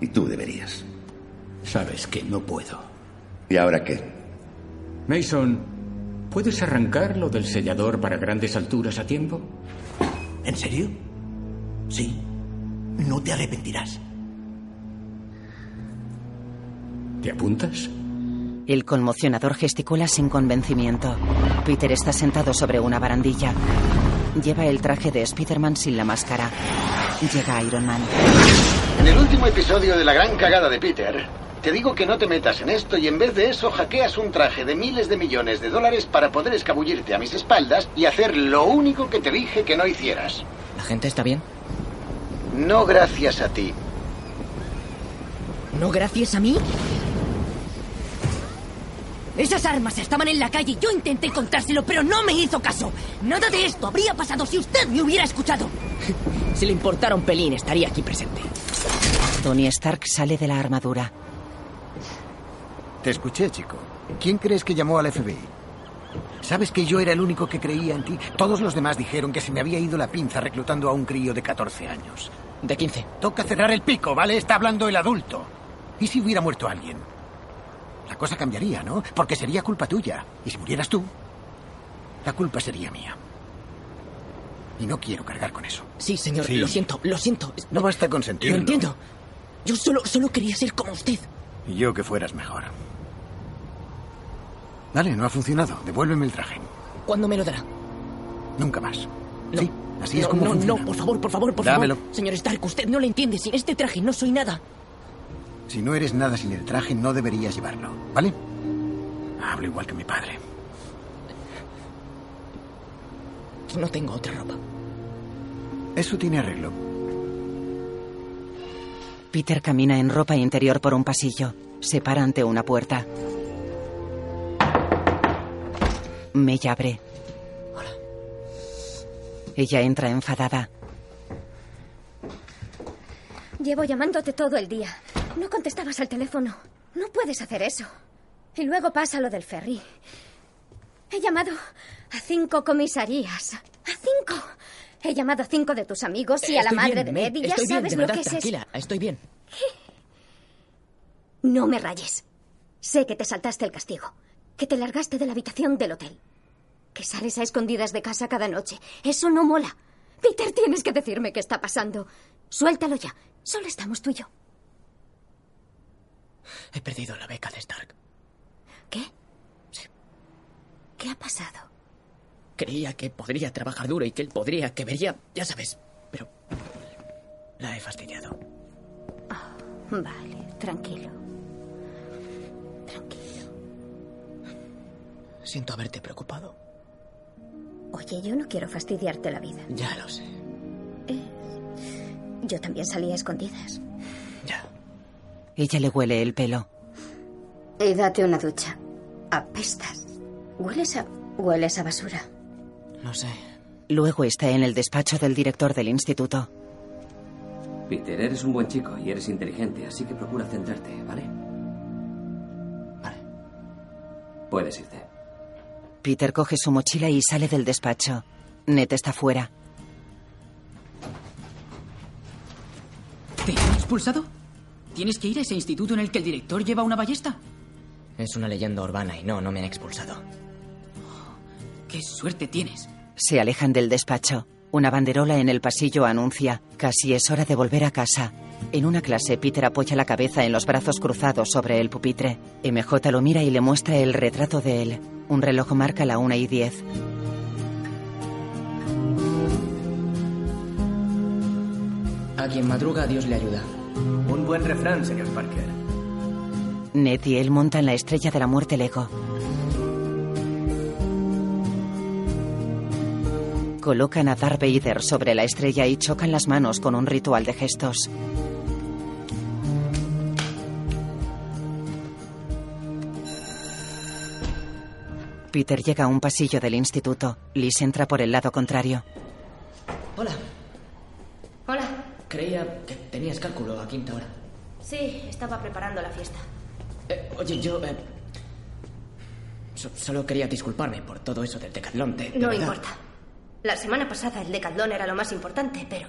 Y tú deberías. Sabes que no puedo. ¿Y ahora qué? Mason, ¿puedes arrancar lo del sellador para grandes alturas a tiempo? ¿En serio? Sí. No te arrepentirás. ¿Te apuntas? el conmocionador gesticula sin convencimiento. Peter está sentado sobre una barandilla. Lleva el traje de Spider-Man sin la máscara. Llega Iron Man. En el último episodio de la gran cagada de Peter, te digo que no te metas en esto y en vez de eso hackeas un traje de miles de millones de dólares para poder escabullirte a mis espaldas y hacer lo único que te dije que no hicieras. ¿La gente está bien? No gracias a ti. ¿No gracias a mí? Esas armas estaban en la calle y yo intenté contárselo, pero no me hizo caso. Nada de esto habría pasado si usted me hubiera escuchado. <laughs> Si le importara un pelín, estaría aquí presente. Tony Stark sale de la armadura. Te escuché, chico. ¿Quién crees que llamó al FBI? Sabes que yo era el único que creía en ti. Todos los demás dijeron que se me había ido la pinza reclutando a un crío de 14 años. De 15. Toca cerrar el pico, ¿vale? Está hablando el adulto. ¿Y si hubiera muerto alguien? La cosa cambiaría, ¿no? Porque sería culpa tuya. Y si murieras tú, la culpa sería mía. Y no quiero cargar con eso. Sí, señor, Sí. lo siento, lo siento. No basta con sentirlo. Lo entiendo. Yo solo, solo quería ser como usted. Y yo que fueras mejor. Dale, no ha funcionado. Devuélveme el traje. ¿Cuándo me lo dará? Nunca más. Sí, así es No, como no, funciona. no, por favor, por favor, por Dámelo. favor. Señor Stark, usted no lo entiende. Sin este traje no soy nada. Si no eres nada sin el traje, no deberías llevarlo, ¿vale? Hablo igual que mi padre. No tengo otra ropa. Eso tiene arreglo. Peter camina en ropa interior por un pasillo. Se para ante una puerta. May abre. Ella entra enfadada. Llevo llamándote todo el día. No contestabas al teléfono. No puedes hacer eso. Y luego pasa lo del ferry. He llamado a cinco comisarías. ¡A cinco! He llamado a cinco de tus amigos y Oh, a la Estoy madre bien, de May, Eddie. Ya Estoy bien, sabes de lo verdad, que es eso. tranquila. Estoy bien. No me rayes. Sé que te saltaste el castigo. Que te largaste de la habitación del hotel. Que sales a escondidas de casa cada noche. Eso no mola. Peter, tienes que decirme qué está pasando. Suéltalo ya. Solo estamos tú y yo. He perdido la beca de Stark. ¿Qué ha pasado? Creía que podría trabajar duro y que él podría, que vería, ya sabes. Pero la he fastidiado. Vale, tranquilo. Siento haberte preocupado. Oye, yo no quiero fastidiarte la vida. Ya lo sé. Yo también salía a escondidas. Ella le huele el pelo. Y date una ducha. Apestas. Hueles a... Hueles a basura. No sé. Luego está en el despacho del director del instituto. Peter, eres un buen chico y eres inteligente, así que procura centrarte, ¿vale? Vale. Puedes irte. Peter coge su mochila y sale del despacho. Ned está fuera. ¿Te han expulsado? ¿Tienes que ir a ese instituto en el que el director lleva una ballesta? Es una leyenda urbana y no, no me han expulsado. ¡Qué suerte tienes! Se alejan del despacho. Una banderola en el pasillo anuncia, casi es hora de volver a casa. En una clase, Peter apoya la cabeza en los brazos cruzados sobre el pupitre. MJ lo mira y le muestra el retrato de él. Un reloj marca la 1 y 10. A quien madruga, Dios le ayuda. Un buen refrán, señor Parker. Ned y él montan la estrella de la muerte Lego. Colocan a Darth Vader sobre la estrella y chocan las manos con un ritual de gestos. Peter llega a un pasillo del instituto. Liz entra por el lado contrario. Hola. Hola. Creía que tenías cálculo a quinta hora. Sí, estaba preparando la fiesta. Eh, oye, yo... eh, so- solo quería disculparme por todo eso del decatlón. De, de No verdad. importa. La semana pasada el decatlón era lo más importante, pero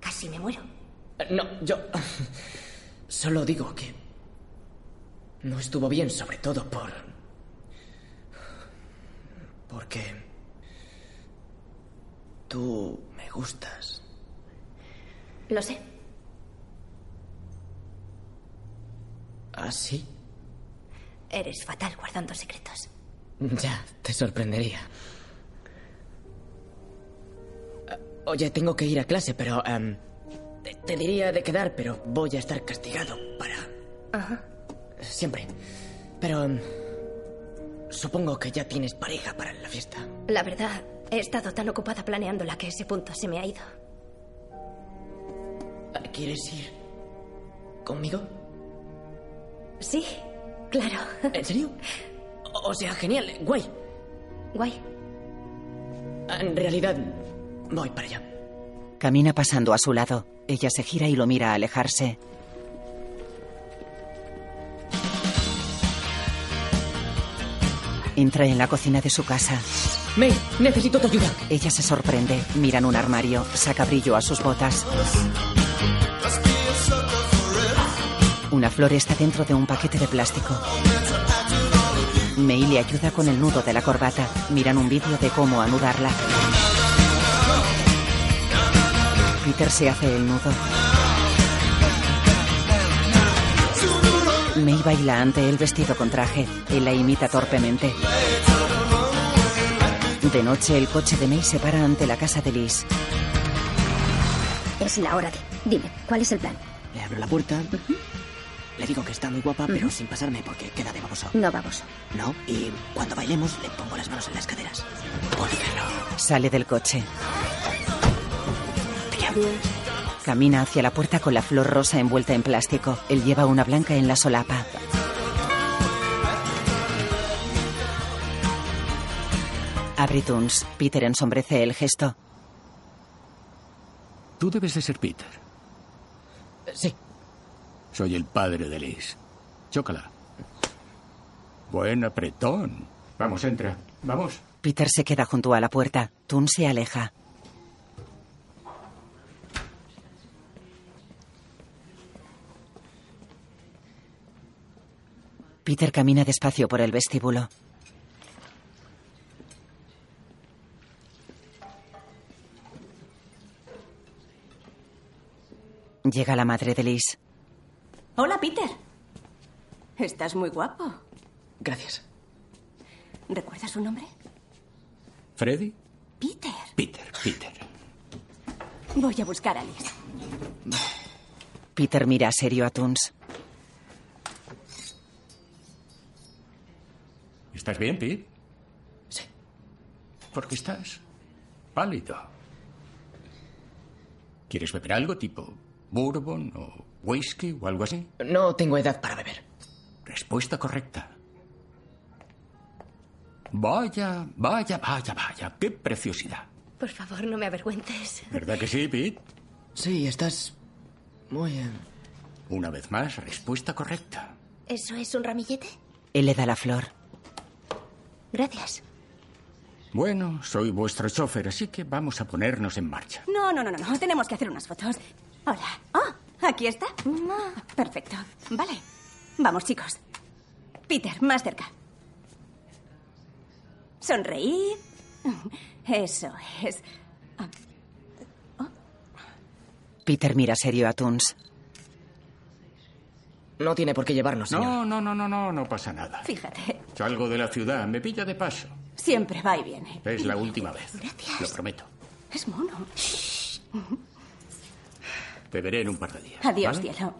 casi me muero. Eh, No, yo... <laughs> Solo digo que... No estuvo bien, sobre todo por... Porque... Tú me gustas. Lo sé. ¿Así? Eres fatal guardando secretos. Ya, te sorprendería. Eh, Oye, tengo que ir a clase, pero... em, te, te diría de quedar, pero voy a estar castigado para... Ajá. Siempre. Pero... em, supongo que ya tienes pareja para la fiesta. La verdad, he estado tan ocupada planeándola que ese punto se me ha ido. Eh, ¿Quieres ir conmigo? Sí, claro. ¿En serio? O o sea, genial, guay. Ah, Guay. En realidad, voy para allá. Camina pasando a su lado. Ella se gira y lo mira alejarse. Entra en la cocina de su casa. May, necesito tu ayuda. Ella se sorprende. Mira en un armario. Saca brillo a sus botas. Una flor está dentro de un paquete de plástico. May le ayuda con el nudo de la corbata. Miran un vídeo de cómo anudarla. Peter se hace el nudo. May baila ante él vestido con traje. Él la imita torpemente. De noche, el coche de May se para ante la casa de Liz. Es la hora de. Dime, ¿cuál es el plan? Le abro la puerta. Le digo que está muy guapa, pero sin pasarme porque queda de baboso. No vamos. No, y cuando bailemos le pongo las manos en las caderas. Sale del coche. Camina hacia la puerta con la flor rosa envuelta en plástico. Él lleva una blanca en la solapa. Abre Tunes. Peter ensombrece el gesto. Tú debes de ser Peter. Sí. Soy el padre de Liz. Chócala. Buen apretón. Vamos, entra. Vamos. Peter se queda junto a la puerta. Tunes se aleja. Peter camina despacio por el vestíbulo. Llega la madre de Liz. Hola, Peter. Estás muy guapo. Gracias. ¿Recuerdas su nombre? ¿Freddy? Peter. Peter, Peter. Voy a buscar a Liz. Peter mira serio a Tunes. ¿Estás bien, Pete? Sí. ¿Por qué estás pálido? ¿Quieres beber algo tipo bourbon o whisky o algo así? No tengo edad para beber. Respuesta correcta. Vaya, vaya, vaya, vaya. Qué preciosidad. Por favor, no me avergüences. ¿Verdad que sí, Pete? Sí, estás Muy bien. Una vez más, respuesta correcta. ¿Eso es un ramillete? Él le da la flor. Gracias. Bueno, soy vuestro chofer, así que vamos a ponernos en marcha. No, no, no, no, no. Tenemos que hacer unas fotos. Hola. Ah, aquí está. Perfecto. Vale. Vamos, chicos. Peter, más cerca. Sonreír. Eso es. Peter mira serio a Toons. No tiene por qué llevarnos, señor. No, no, no, no, no, no pasa nada. Fíjate. Salgo de la ciudad, me pilla de paso. Siempre va y viene. Es la última vez. Gracias. Lo prometo. Es mono. Te veré en un par de días. Adiós, ¿vale? cielo.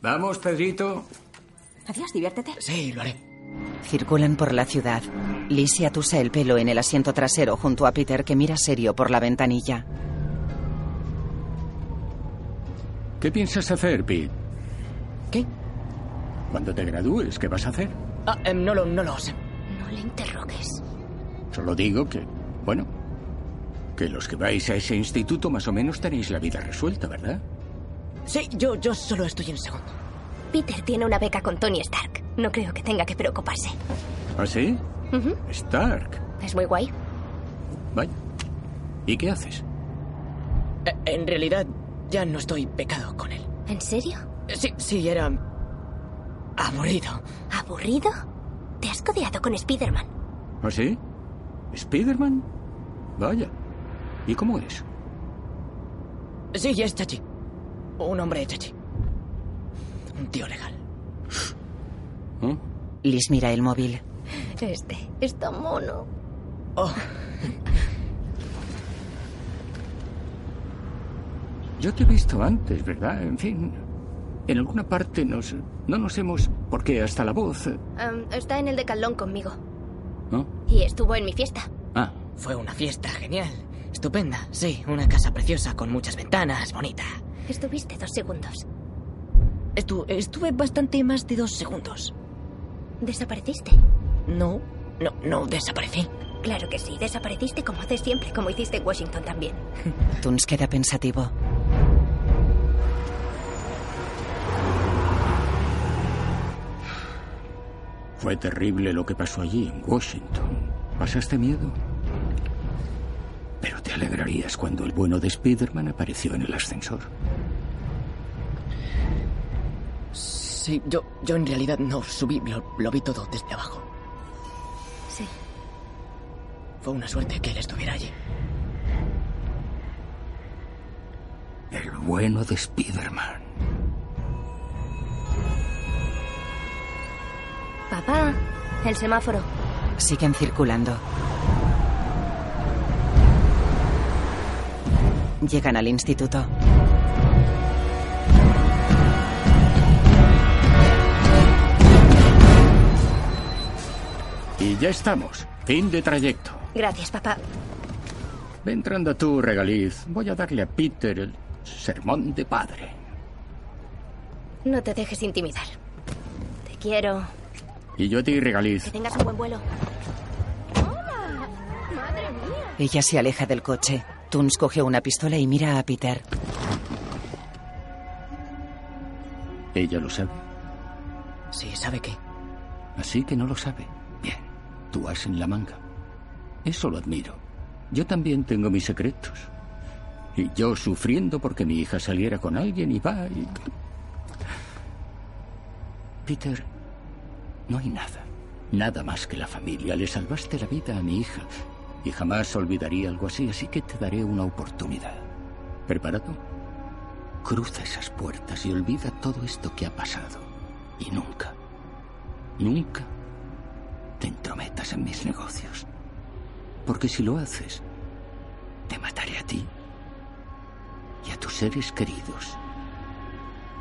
Vamos, Pedrito. Adiós, diviértete. Sí, lo haré. Circulan por la ciudad. Lizzie atusa el pelo en el asiento trasero junto a Peter que mira serio por la ventanilla. ¿Qué piensas hacer, Pete? ¿Qué? Cuando te gradúes, ¿qué vas a hacer? Ah, em, no, lo, no lo sé. No le interrogues. Solo digo que, bueno, que los que vais a ese instituto más o menos tenéis la vida resuelta, ¿verdad? Sí, yo, yo solo estoy en segundo. Peter tiene una beca con Tony Stark. No creo que tenga que preocuparse. ¿Ah, sí? Ujú. Stark. Es muy guay. Vaya. ¿Y qué haces? Eh, En realidad, ya no estoy pecado con él. ¿En serio? Sí, sí, era. aburrido. ¿Aburrido? Te has codeado con Spider-Man. ¿Ah, sí? ¿Spiderman? Vaya. ¿Y cómo es? Sí, es chachi. Un hombre chachi. Un tío legal. Liz mira el móvil. Este está mono. Oh. Yo te he visto antes, ¿verdad? En fin. En alguna parte nos. No nos hemos. Porque hasta la voz. eh, Em, está en el decalón conmigo. ¿No? Y estuvo en mi fiesta. Ah. Fue una fiesta genial. Estupenda. Sí, una casa preciosa con muchas ventanas, bonita. Estuviste dos segundos. Estu- estuve bastante más de dos segundos. ¿Desapareciste? No, no, no desaparecí. Claro que sí, desapareciste como haces siempre, como hiciste en Washington también. Toons queda pensativo. Fue terrible lo que pasó allí, en Washington. ¿Pasaste miedo? Pero te alegrarías cuando el bueno de Spiderman apareció en el ascensor. Sí, yo, yo en realidad no subí, lo, lo vi todo desde abajo. Sí. Fue una suerte que él estuviera allí. El bueno de Spiderman. Papá, el semáforo. Siguen circulando. Llegan al instituto. Y ya estamos. Fin de trayecto. Gracias, papá. Ve entrando tú, regaliz. Voy a darle a Peter el sermón de padre. No te dejes intimidar. Te quiero. Y yo a ti, regaliz. Que tengas un buen vuelo. Ella se aleja del coche. Toons coge una pistola y mira a Peter. Ella lo sabe. Sí, ¿sabe qué? Así que no lo sabe. Bien, tú has en la manga. Eso lo admiro. Yo también tengo mis secretos. Y yo sufriendo porque mi hija saliera con alguien y va y... Peter, no hay nada. Nada más que la familia. Le salvaste la vida a mi hija. Y jamás olvidaría algo así, así que te daré una oportunidad. ¿Preparado? Cruza esas puertas y olvida todo esto que ha pasado. Y nunca, nunca te entrometas en mis negocios. Porque si lo haces, te mataré a ti y a tus seres queridos.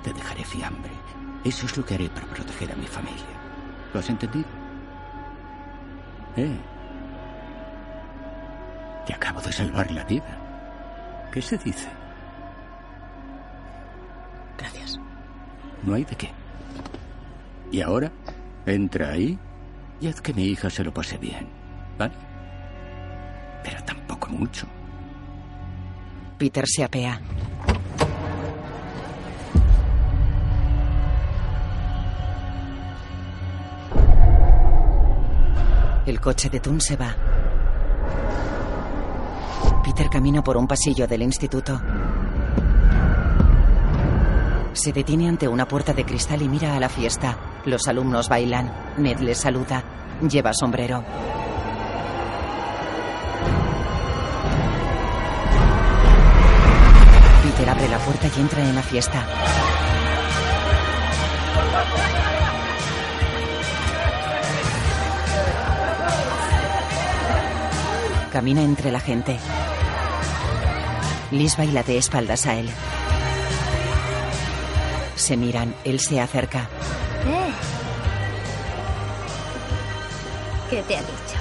Te dejaré fiambre. Eso es lo que haré para proteger a mi familia. ¿Lo has entendido? Eh. Te acabo de salvar la vida. ¿Qué se dice? Gracias. No hay de qué. Y ahora, entra ahí y haz que mi hija se lo pase bien. ¿Vale? Pero tampoco mucho. Peter se apea. El coche de Tun se va. Peter camina por un pasillo del instituto. Se detiene ante una puerta de cristal y mira a la fiesta. Los alumnos bailan. Ned les saluda. Lleva sombrero. Peter abre la puerta y entra en la fiesta. Camina entre la gente. Liz baila de espaldas a él. Se miran, él se acerca. Eh. ¿Qué te ha dicho?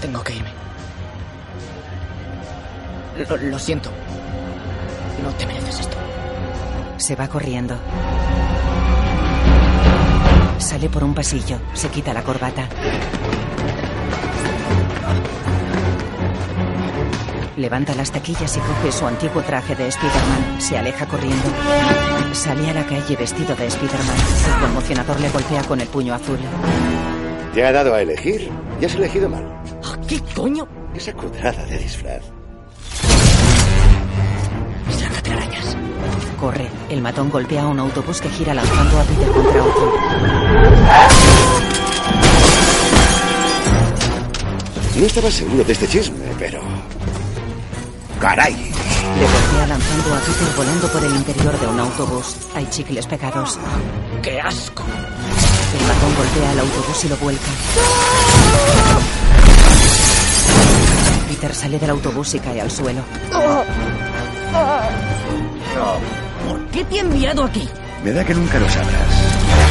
Tengo que irme. Lo, lo siento. No te mereces esto. Se va corriendo. Sale por un pasillo, se quita la corbata. Levanta las taquillas y coge su antiguo traje de Spider-Man. Se aleja corriendo. Sale a la calle vestido de Spider-Man. El conmocionador le golpea con el puño azul. Te ha dado a elegir y has elegido mal. Ah, ¿Qué coño? Esa cudrada de disfraz. Sácate arañas. Corre. El matón golpea un autobús que gira lanzando a Peter contra otro. No estaba seguro de este chisme, pero... ¡Caray! Le golpea lanzando a Peter volando por el interior de un autobús. Hay chicles pegados. ¡Qué asco! El matón golpea el autobús y lo vuelca. Peter sale del autobús y cae al suelo. ¿Por qué te he enviado aquí? Me da que nunca lo sabrás.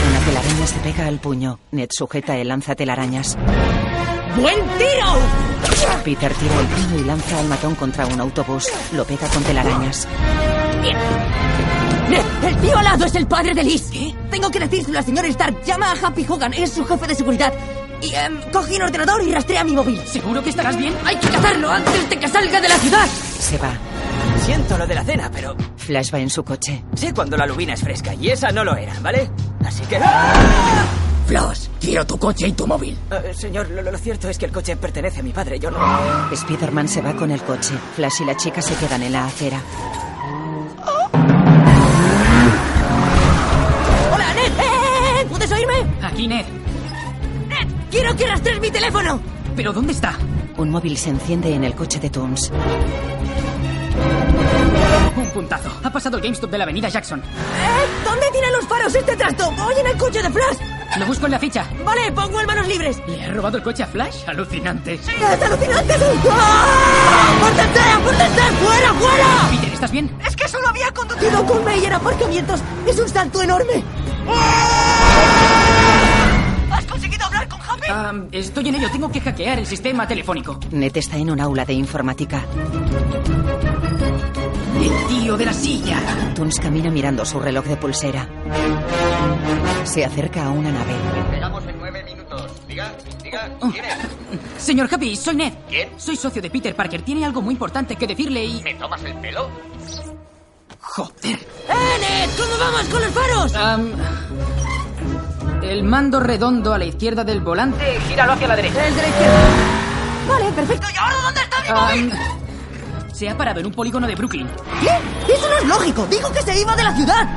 Una telaraña se pega al puño. Ned sujeta el lanzatelarañas. ¡Buen tiro! Peter tira el puño y lanza al matón contra un autobús. Lo pega con telarañas. Ned, El tío Alado es el padre de Liz. Tengo que decírselo al señor Stark. Llama a Happy Hogan, es su jefe de seguridad. Y em, coge un ordenador y rastrea mi móvil. ¿Seguro que estarás bien? Hay que cazarlo antes de que salga de la ciudad. Se va. Siento lo de la cena, pero Flash va en su coche. sé cuando la lubina es fresca y esa no lo era, ¿vale? Así que... Flash, quiero tu coche y tu móvil. Eh, señor, lo, lo cierto es que el coche pertenece a mi padre, yo no... Spider-Man se va con el coche. Flash y la chica se quedan en la acera. ¡Hola, Ned! ¡Eh, eh, eh! ¿Puedes oírme? Aquí, Ned. ¡Quiero que rastres mi teléfono! ¿Pero dónde está? Un móvil se enciende en el coche de Toons. Un puntazo. Ha pasado el GameStop de la avenida Jackson. ¿Eh? ¿Dónde tiene los faros este trasto? ¡Voy en el coche de Flash! Lo busco en la ficha. Vale, pongo en manos libres. ¿Le ha robado el coche a Flash? Alucinante. ¡Es alucinante! ¡Ah! ¡Apártate! ¡Apártate! ¡Fuera, fuera! Peter, ¿estás bien? Es que solo había conducido con May en aparcamientos. Es un salto enorme. ¿Has conseguido hablar con Happy? Ah, estoy en ello. Tengo que hackear el sistema telefónico. Ned está en un aula de informática. El tío de la silla. Toons camina mirando su reloj de pulsera. Se acerca a una nave. Llegamos en nueve minutos. Diga, diga, ¿quién es? Señor Happy, soy Ned. ¿Quién? Soy socio de Peter Parker. Tiene algo muy importante que decirle y... ¿Me tomas el pelo? Joder. ¡Eh, Ned! ¿Cómo vamos con los faros? Am, el mando redondo a la izquierda del volante, gíralo hacia la derecha. El de la izquierda. Vale, perfecto. ¿Y ahora dónde está mi móvil? Am, se ha parado en un polígono de Brooklyn. ¿Qué? ¡Eso no es lógico! ¡Dijo que se iba de la ciudad!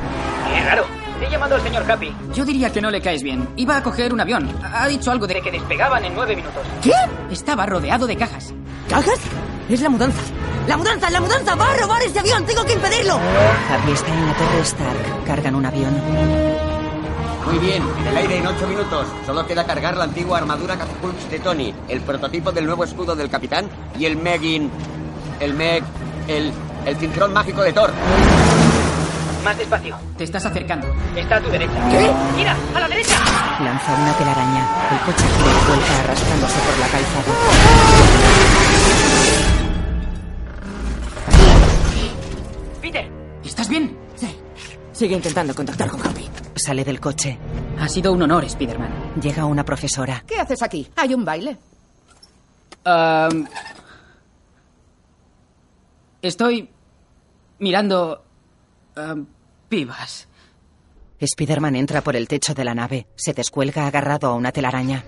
¡Qué raro! He llamado al señor Happy. Yo diría que no le caes bien. Iba a coger un avión. Ha dicho algo de Que despegaban en nueve minutos. ¿Qué? Estaba rodeado de cajas. ¿Cajas? Es la mudanza. ¡La mudanza! ¡La mudanza! ¡Va a robar ese avión! ¡Tengo que impedirlo! Happy está en la torre Stark. Cargan un avión. Muy bien, en el aire en ocho minutos. Solo queda cargar la antigua armadura catapult de Tony, el prototipo del nuevo escudo del capitán y el Megin. El Meg. El. El cinturón mágico de Thor. Más despacio. Te estás acercando. Está a tu derecha. ¿Qué? ¡Mira! ¡A la derecha! Lanza una telaraña. El coche gira y vuelca arrastrándose por la calzada. ¡Peter! ¿Estás bien? Sí. Sigue intentando contactar con Happy. Sale del coche. Ha sido un honor, Spider-Man. Llega una profesora. ¿Qué haces aquí? Hay un baile. Am, estoy mirando... am, um, pibas. Spider-Man entra por el techo de la nave. Se descuelga agarrado a una telaraña.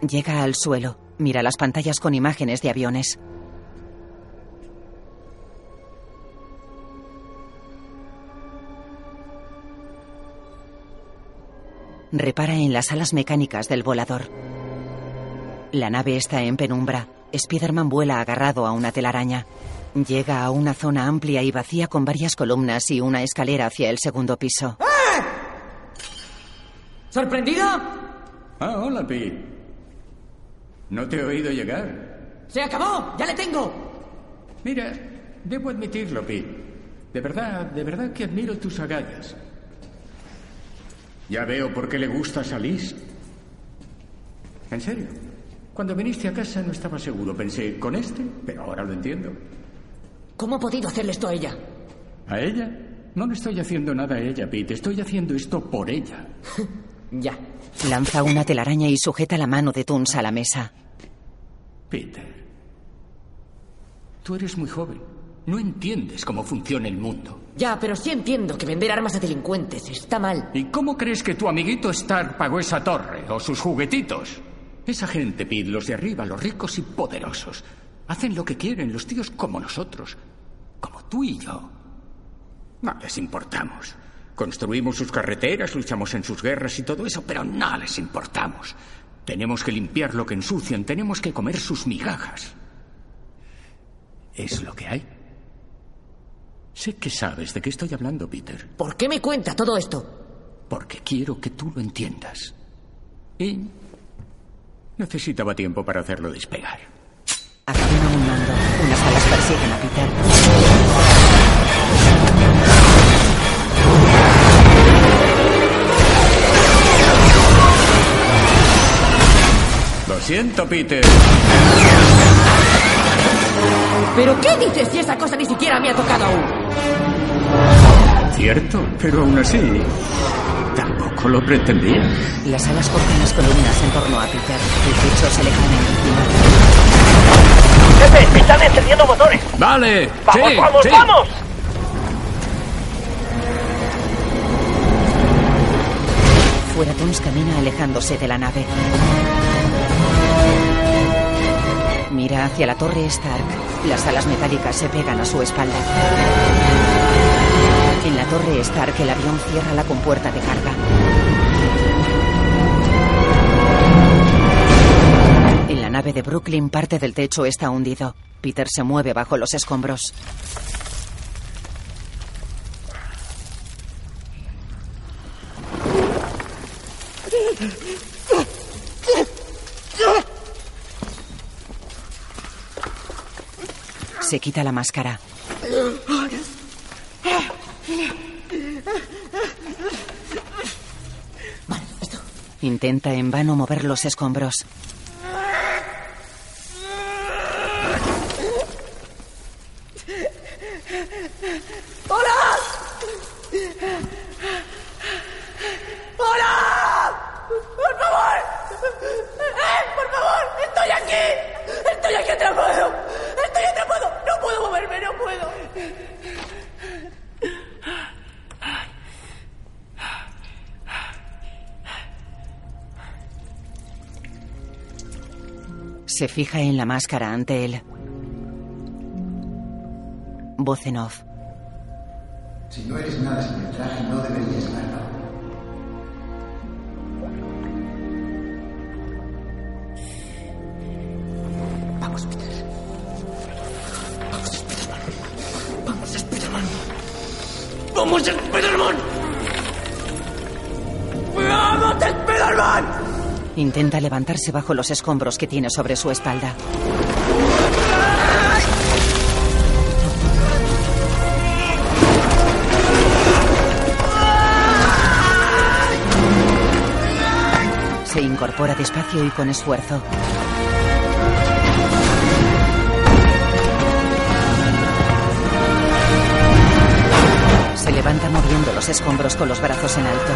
Llega al suelo. Mira las pantallas con imágenes de aviones. Repara en las alas mecánicas del volador. La nave está en penumbra. Spider-Man vuela agarrado a una telaraña. Llega a una zona amplia y vacía con varias columnas y una escalera hacia el segundo piso. ¿Sorprendida? Ah, hola, Pete. No te he oído llegar. ¡Se acabó! ¡Ya le tengo! Mira, debo admitirlo, Pete. De verdad, de verdad que admiro tus agallas. Ya veo por qué le gustas a Liz. En serio. Cuando viniste a casa no estaba seguro. Pensé, ¿con este? Pero ahora lo entiendo. ¿Cómo ha podido hacerle esto a ella? ¿A ella? No le estoy haciendo nada a ella, Pete. Estoy haciendo esto por <laughs> ella. ya. Lanza una telaraña y sujeta la mano de Toons a la mesa. Peter, tú eres muy joven. No entiendes cómo funciona el mundo. Ya, pero sí entiendo que vender armas a delincuentes está mal. ¿Y cómo crees que tu amiguito Stark pagó esa torre o sus juguetitos? Esa gente, Pete, los de arriba, los ricos y poderosos, hacen lo que quieren, los tíos como nosotros, como tú y yo. No les importamos. Construimos sus carreteras, luchamos en sus guerras y todo eso, pero no les importamos. Tenemos que limpiar lo que ensucian, tenemos que comer sus migajas. Es lo que hay. Sé que sabes de qué estoy hablando, Peter. ¿Por qué me cuenta todo esto? Porque quiero que tú lo entiendas. Y necesitaba tiempo para hacerlo despegar. Acciona un mando. Unas alas persiguen a Peter. Lo siento, Peter. ¿Pero qué dices si esa cosa ni siquiera me ha tocado aún? Cierto, pero aún así tampoco lo pretendía. Las alas cortan las columnas en torno a Peter. El techo se le cae encima. Jefe, me están encendiendo motores. Eh, Vale, ¡Vamos, sí, vamos, sí. vamos! Fuera Toons camina alejándose de la nave. Mira hacia la torre Stark. Las alas metálicas se pegan a su espalda. En la torre Stark el avión cierra la compuerta de carga. En la nave de Brooklyn parte del techo está hundido. Peter se mueve bajo los escombros. Se quita la máscara. Intenta en vano mover los escombros. ¡Hola! ¡Hola! ¡Por favor! ¡Eh! ¡Por favor! ¡Estoy aquí! ¡Estoy aquí atrapado! ¡Estoy atrapado! ¡No puedo moverme! ¡No puedo! Se fija en la máscara ante él. Voz en off. Si no eres nada sin el traje, no deberías verlo. Vamos, Peter. Vamos, Spiderman. Vamos, Spiderman. ¡Vamos, Spiderman! ¡Vamos, Spiderman! Intenta levantarse bajo los escombros que tiene sobre su espalda. Se incorpora despacio y con esfuerzo. Se levanta moviendo los escombros con los brazos en alto.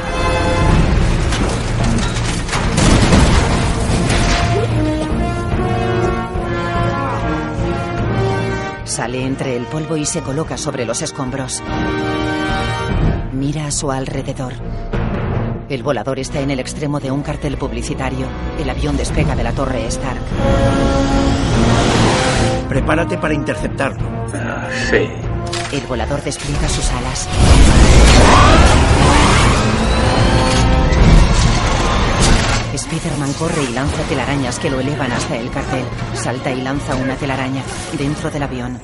Sale entre el polvo y se coloca sobre los escombros. Mira a su alrededor. El volador está en el extremo de un cartel publicitario. El avión despega de la torre Stark. Prepárate para interceptarlo. sí. El volador despliega sus alas. Spider-Man corre y lanza telarañas que lo elevan hasta el cartel. Salta y lanza una telaraña dentro del avión.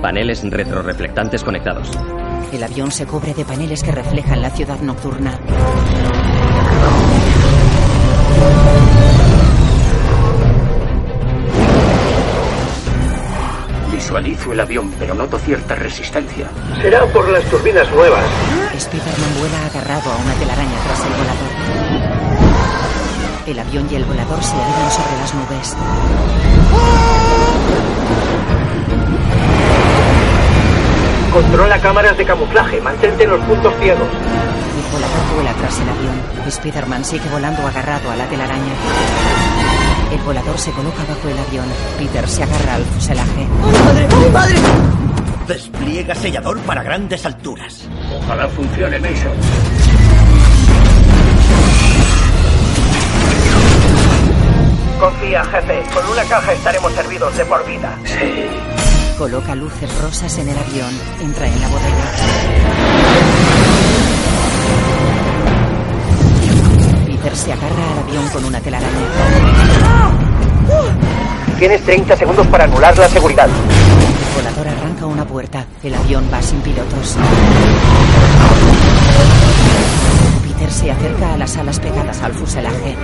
Paneles retroreflectantes conectados. El avión se cubre de paneles que reflejan la ciudad nocturna. Visualizo el avión, pero noto cierta resistencia. Será por las turbinas nuevas. Spider-Man vuela agarrado a una telaraña tras el volador. El avión y el volador se elevan sobre las nubes. Controla cámaras de camuflaje. Mantente en los puntos ciegos. El volador vuela tras el avión. Spider-Man sigue volando agarrado a la telaraña. El volador se coloca bajo el avión. Peter se agarra al fuselaje. ¡Madre! ¡Madre! Despliega sellador para grandes alturas. Ojalá funcione, Mason. Confía, jefe. Con una caja estaremos servidos de por vida. Sí. Coloca luces rosas en el avión. Entra en la bodega. Peter se agarra al avión con una telaraña. Tienes 30 segundos para anular la seguridad. El volador arranca una puerta. El avión va sin pilotos. Peter se acerca a las alas pegadas al fuselaje.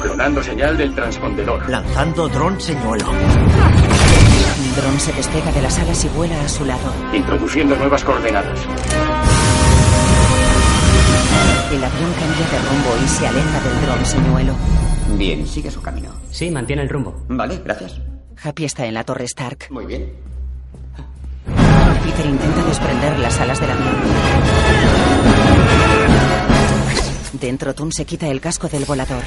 Clonando señal del transpondedor. Lanzando dron señuelo. Un dron se despega de las alas y vuela a su lado. Introduciendo nuevas coordenadas. El avión cambia de rumbo y se aleja del dron señuelo. Bien, sigue su camino. Sí, mantiene el rumbo. Vale, gracias. Happy está en la torre Stark. Muy bien. Peter intenta desprender las alas del avión. Dentro, Toon se quita el casco del volador.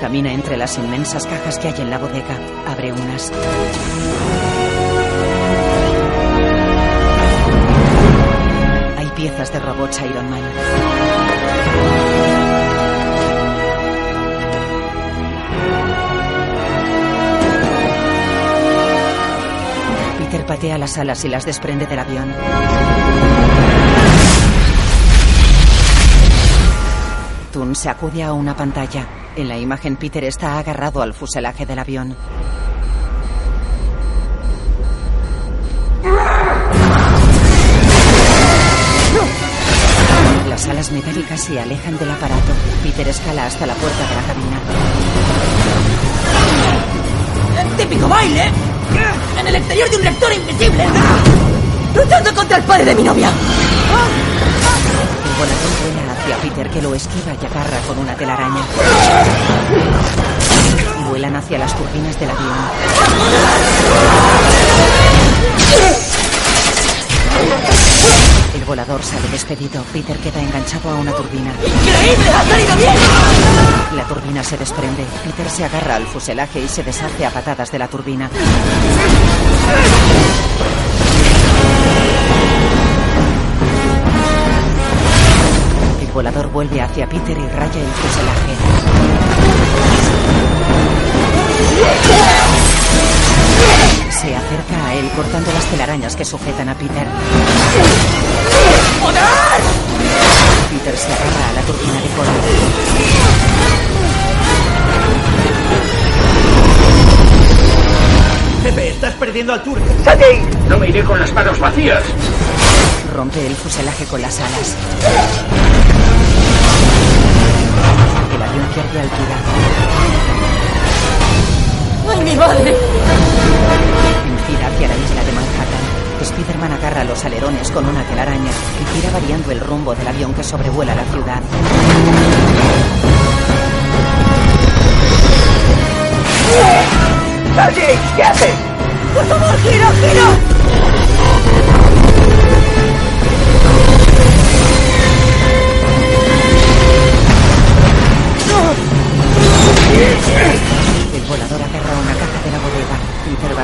Camina entre las inmensas cajas que hay en la bodega. Abre unas. Hay piezas de robots Iron Man. Peter patea las alas y las desprende del avión. Toon se acude a una pantalla. En la imagen Peter está agarrado al fuselaje del avión. Las alas metálicas se alejan del aparato. Peter escala hasta la puerta de la cabina. Típico baile. En el exterior de un reactor invisible. Luchando contra el padre de mi novia. El volador vuela hacia Peter que lo esquiva y agarra con una telaraña. Vuelan hacia las turbinas del avión. El volador sale despedido. Peter queda enganchado a una turbina. ¡Increíble! ¡Ha salido bien! La turbina se desprende. Peter se agarra al fuselaje y se deshace a patadas de la turbina. El volador vuelve hacia Peter y raya el fuselaje. Se acerca a él cortando las telarañas que sujetan a Peter. Peter se agarra a la turbina de cola. Jefe, estás perdiendo altura. No me iré con las manos vacías. Rompe el fuselaje con las alas. El avión pierde altura. ¡Ay, mi madre! Gira hacia la isla de Manhattan. Spider-Man agarra los alerones con una telaraña y gira variando el rumbo del avión que sobrevuela la ciudad. ¡Sargent! ¿Qué haces? ¡Por favor, gira, gira!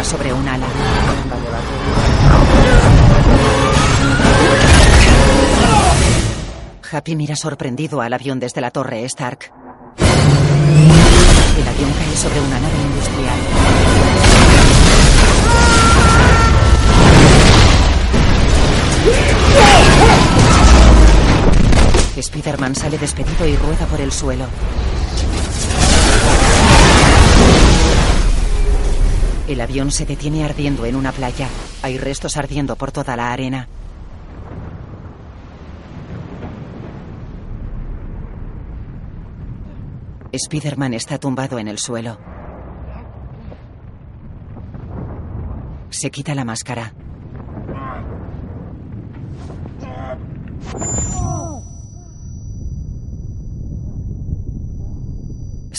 sobre un ala. Happy mira sorprendido al avión desde la torre Stark. El avión cae sobre una nave industrial. Spider-Man sale despedido y rueda por el suelo. El avión se detiene ardiendo en una playa. Hay restos ardiendo por toda la arena. Spider-Man está tumbado en el suelo. Se quita la máscara.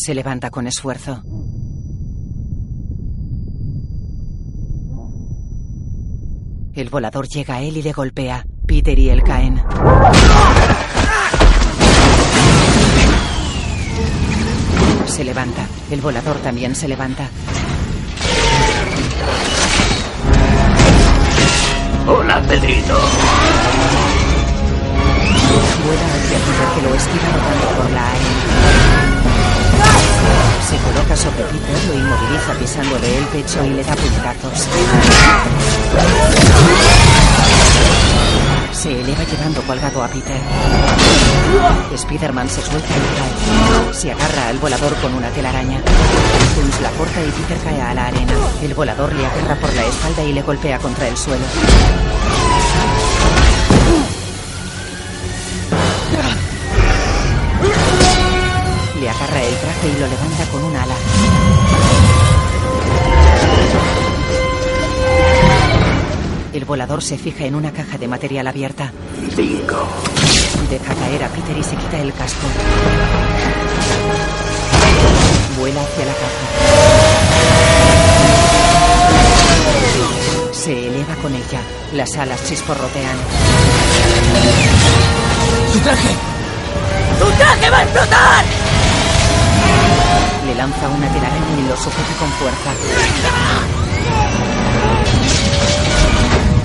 Se levanta con esfuerzo. El volador llega a él y le golpea. Peter y él caen. Se levanta. El volador también se levanta. Hola, Pedrito. Vuela hacia Peter que lo esquiva rodando por la arena. Se coloca sobre Peter, lo inmoviliza pisándole el pecho y le da puñetazos. Se eleva llevando colgado a Peter. Spider-Man se suelta y cae. Se agarra al volador con una telaraña. Hulk la corta y Peter cae a la arena. El volador le agarra por la espalda y le golpea contra el suelo. Le agarra el traje y lo levanta con un ala. El volador se fija en una caja de material abierta. Bingo. Deja caer a Peter y se quita el casco. Vuela hacia la caja. Se eleva con ella. Las alas chisporrotean. ¡Su traje! ¡Tu traje va a explotar! Le lanza una telaraña y lo sujeta con fuerza.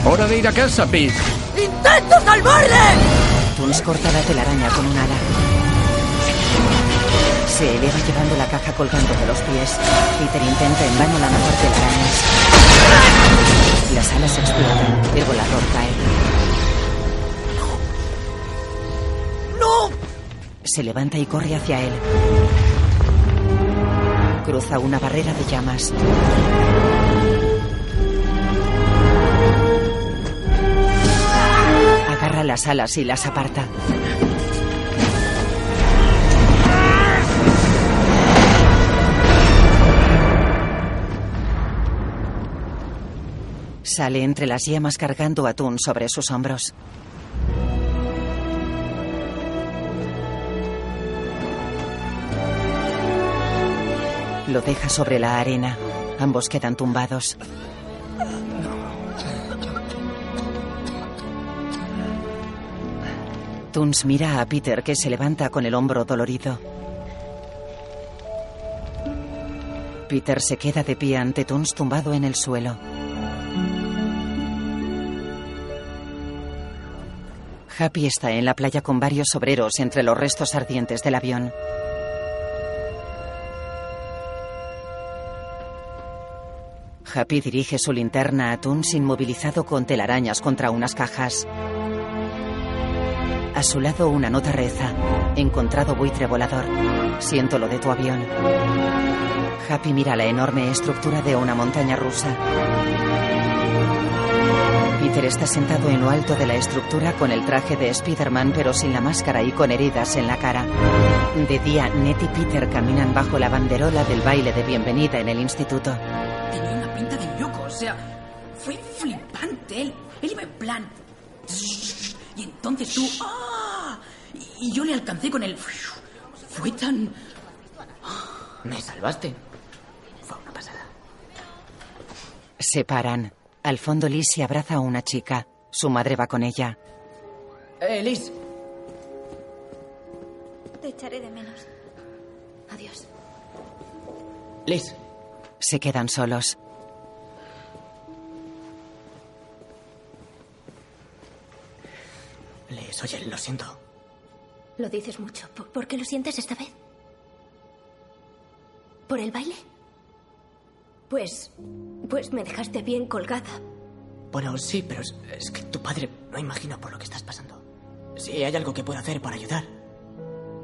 Hora de ir a casa, Pete. ¡Intento salvarle! Tunes corta la telaraña con un ala. Se eleva llevando la caja colgando de los pies. Peter intenta en vano lanzar telarañas. Las alas explotan. El volador cae. ¡No! Se levanta y corre hacia él. Cruza una barrera de llamas. Agarra las alas y las aparta. Sale entre las llamas cargando atún sobre sus hombros. Lo deja sobre la arena. Ambos quedan tumbados. Toons mira a Peter que se levanta con el hombro dolorido. Peter se queda de pie ante Toons tumbado en el suelo. Happy está en la playa con varios obreros entre los restos ardientes del avión. Happy dirige su linterna a Toons inmovilizado con telarañas contra unas cajas. A su lado una nota reza. Encontrado buitre volador. Siento lo de tu avión. Happy mira la enorme estructura de una montaña rusa. Peter está sentado en lo alto de la estructura con el traje de Spider-Man pero sin la máscara y con heridas en la cara. De día, Ned y Peter caminan bajo la banderola del baile de bienvenida en el instituto. Tenía una pinta de loco, o sea, fue flipante. Él, él iba en plan. Y entonces tú. ¡Ah! Y yo le alcancé con el. Fue tan. Me salvaste. Fue una pasada. Se paran. Al fondo Liz se abraza a una chica. Su madre va con ella. Eh, Liz, Te echaré de menos. Adiós. Liz. Se quedan solos. Pues oye, lo siento. Lo dices mucho. ¿Por, por qué lo sientes esta vez? ¿Por el baile? Pues. Pues me dejaste bien colgada. Bueno, sí, pero es, es que tu padre no imagina por lo que estás pasando. Si hay algo que pueda hacer para ayudar.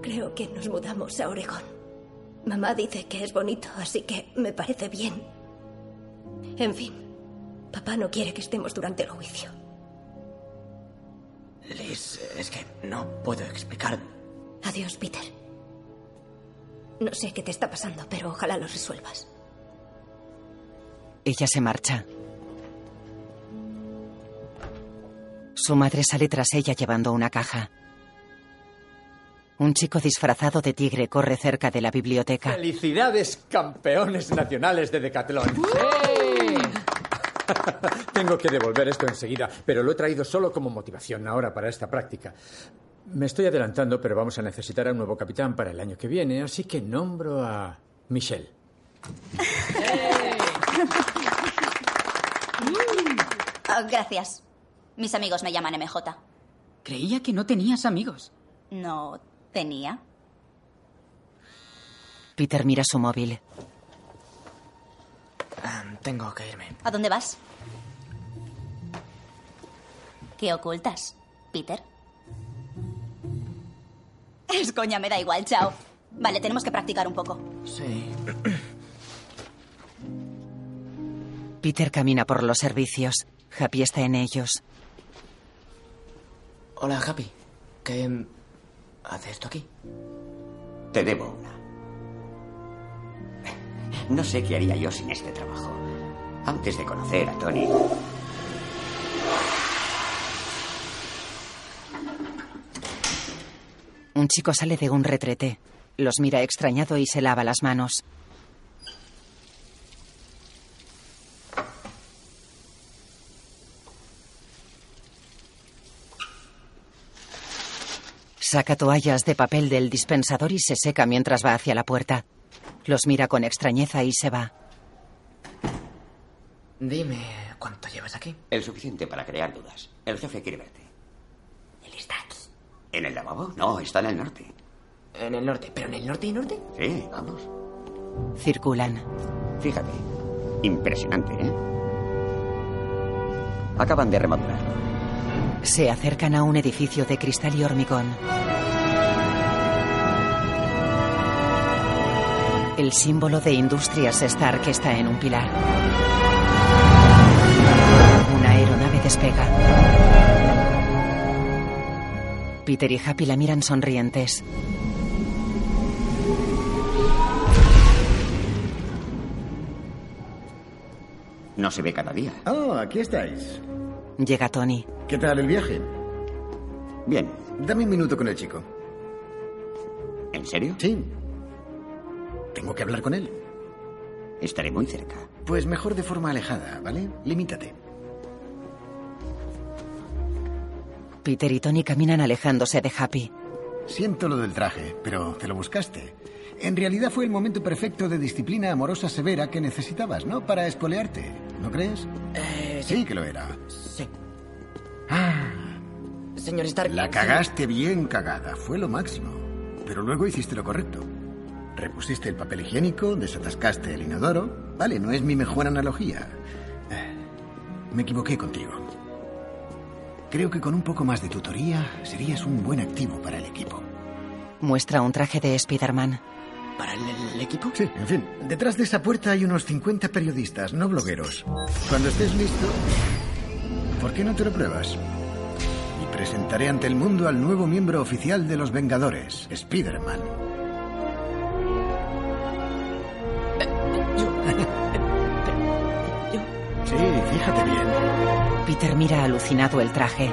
Creo que nos mudamos a Oregón. Mamá dice que es bonito, así que me parece bien. En fin, papá no quiere que estemos durante el juicio. Liz, es que no puedo explicar. Adiós, Peter. No sé qué te está pasando, pero ojalá lo resuelvas. Ella se marcha. Su madre sale tras ella llevando una caja. Un chico disfrazado de tigre corre cerca de la biblioteca. Felicidades, campeones nacionales de decatlón. <laughs> Tengo que devolver esto enseguida, pero lo he traído solo como motivación ahora para esta práctica. Me estoy adelantando, pero vamos a necesitar a un nuevo capitán para el año que viene, así que nombro a Michelle. Ah, gracias. Mis amigos me llaman MJ. Creía que no tenías amigos. No tenía. Peter mira su móvil. Ah, tengo que irme. ¿A dónde vas? ¿Qué ocultas, Peter? Es coña, me da igual, chao. Vale, tenemos que practicar un poco. Sí. <clears throat> Peter camina por los servicios. Happy está en ellos. Hola, Happy. ¿Qué mm, hace esto aquí? Te debo una. No sé qué haría yo sin este trabajo. Antes de conocer a Tony. Un chico sale de un retrete. Los mira extrañado y se lava las manos. Saca toallas de papel del dispensador y se seca mientras va hacia la puerta. Los mira con extrañeza y se va. Dime, ¿cuánto llevas aquí? El suficiente para crear dudas. El jefe quiere verte. ¿Él está aquí? ¿En el lavabo? No, está en el norte. En el norte, pero en el norte y norte. Sí, vamos. Circulan. Fíjate. Impresionante, ¿eh? Acaban de remodelarlo. Se acercan a un edificio de cristal y hormigón. El símbolo de Industrias Stark está en un pilar. Una aeronave despega. Peter y Happy la miran sonrientes. No se ve cada día. Oh, aquí estáis. Llega Tony. ¿Qué tal el viaje? Bien. Dame un minuto con el chico. ¿En serio? Sí. Tengo que hablar con él. Estaré muy cerca. Pues mejor de forma alejada, ¿vale? Limítate. Peter y Tony caminan alejándose de Happy. Siento lo del traje, pero te lo buscaste. En realidad fue el momento perfecto de disciplina amorosa severa que necesitabas, ¿no? Para espolearte, ¿no crees? sí que lo era. Ah, Sí. Señor Stark. La cagaste bien cagada, fue lo máximo. Pero luego hiciste lo correcto. Repusiste el papel higiénico, desatascaste el inodoro. Vale, no es mi mejor analogía. Eh, Me equivoqué contigo. Creo que con un poco más de tutoría serías un buen activo para el equipo. Muestra un traje de Spider-Man. ¿Para el, el equipo? Sí, en fin. Detrás de esa puerta hay unos 50 periodistas, no blogueros. Cuando estés listo, ¿por qué no te lo pruebas? Y presentaré ante el mundo al nuevo miembro oficial de los Vengadores, Spider-Man. Sí, fíjate bien. Peter mira alucinado el traje.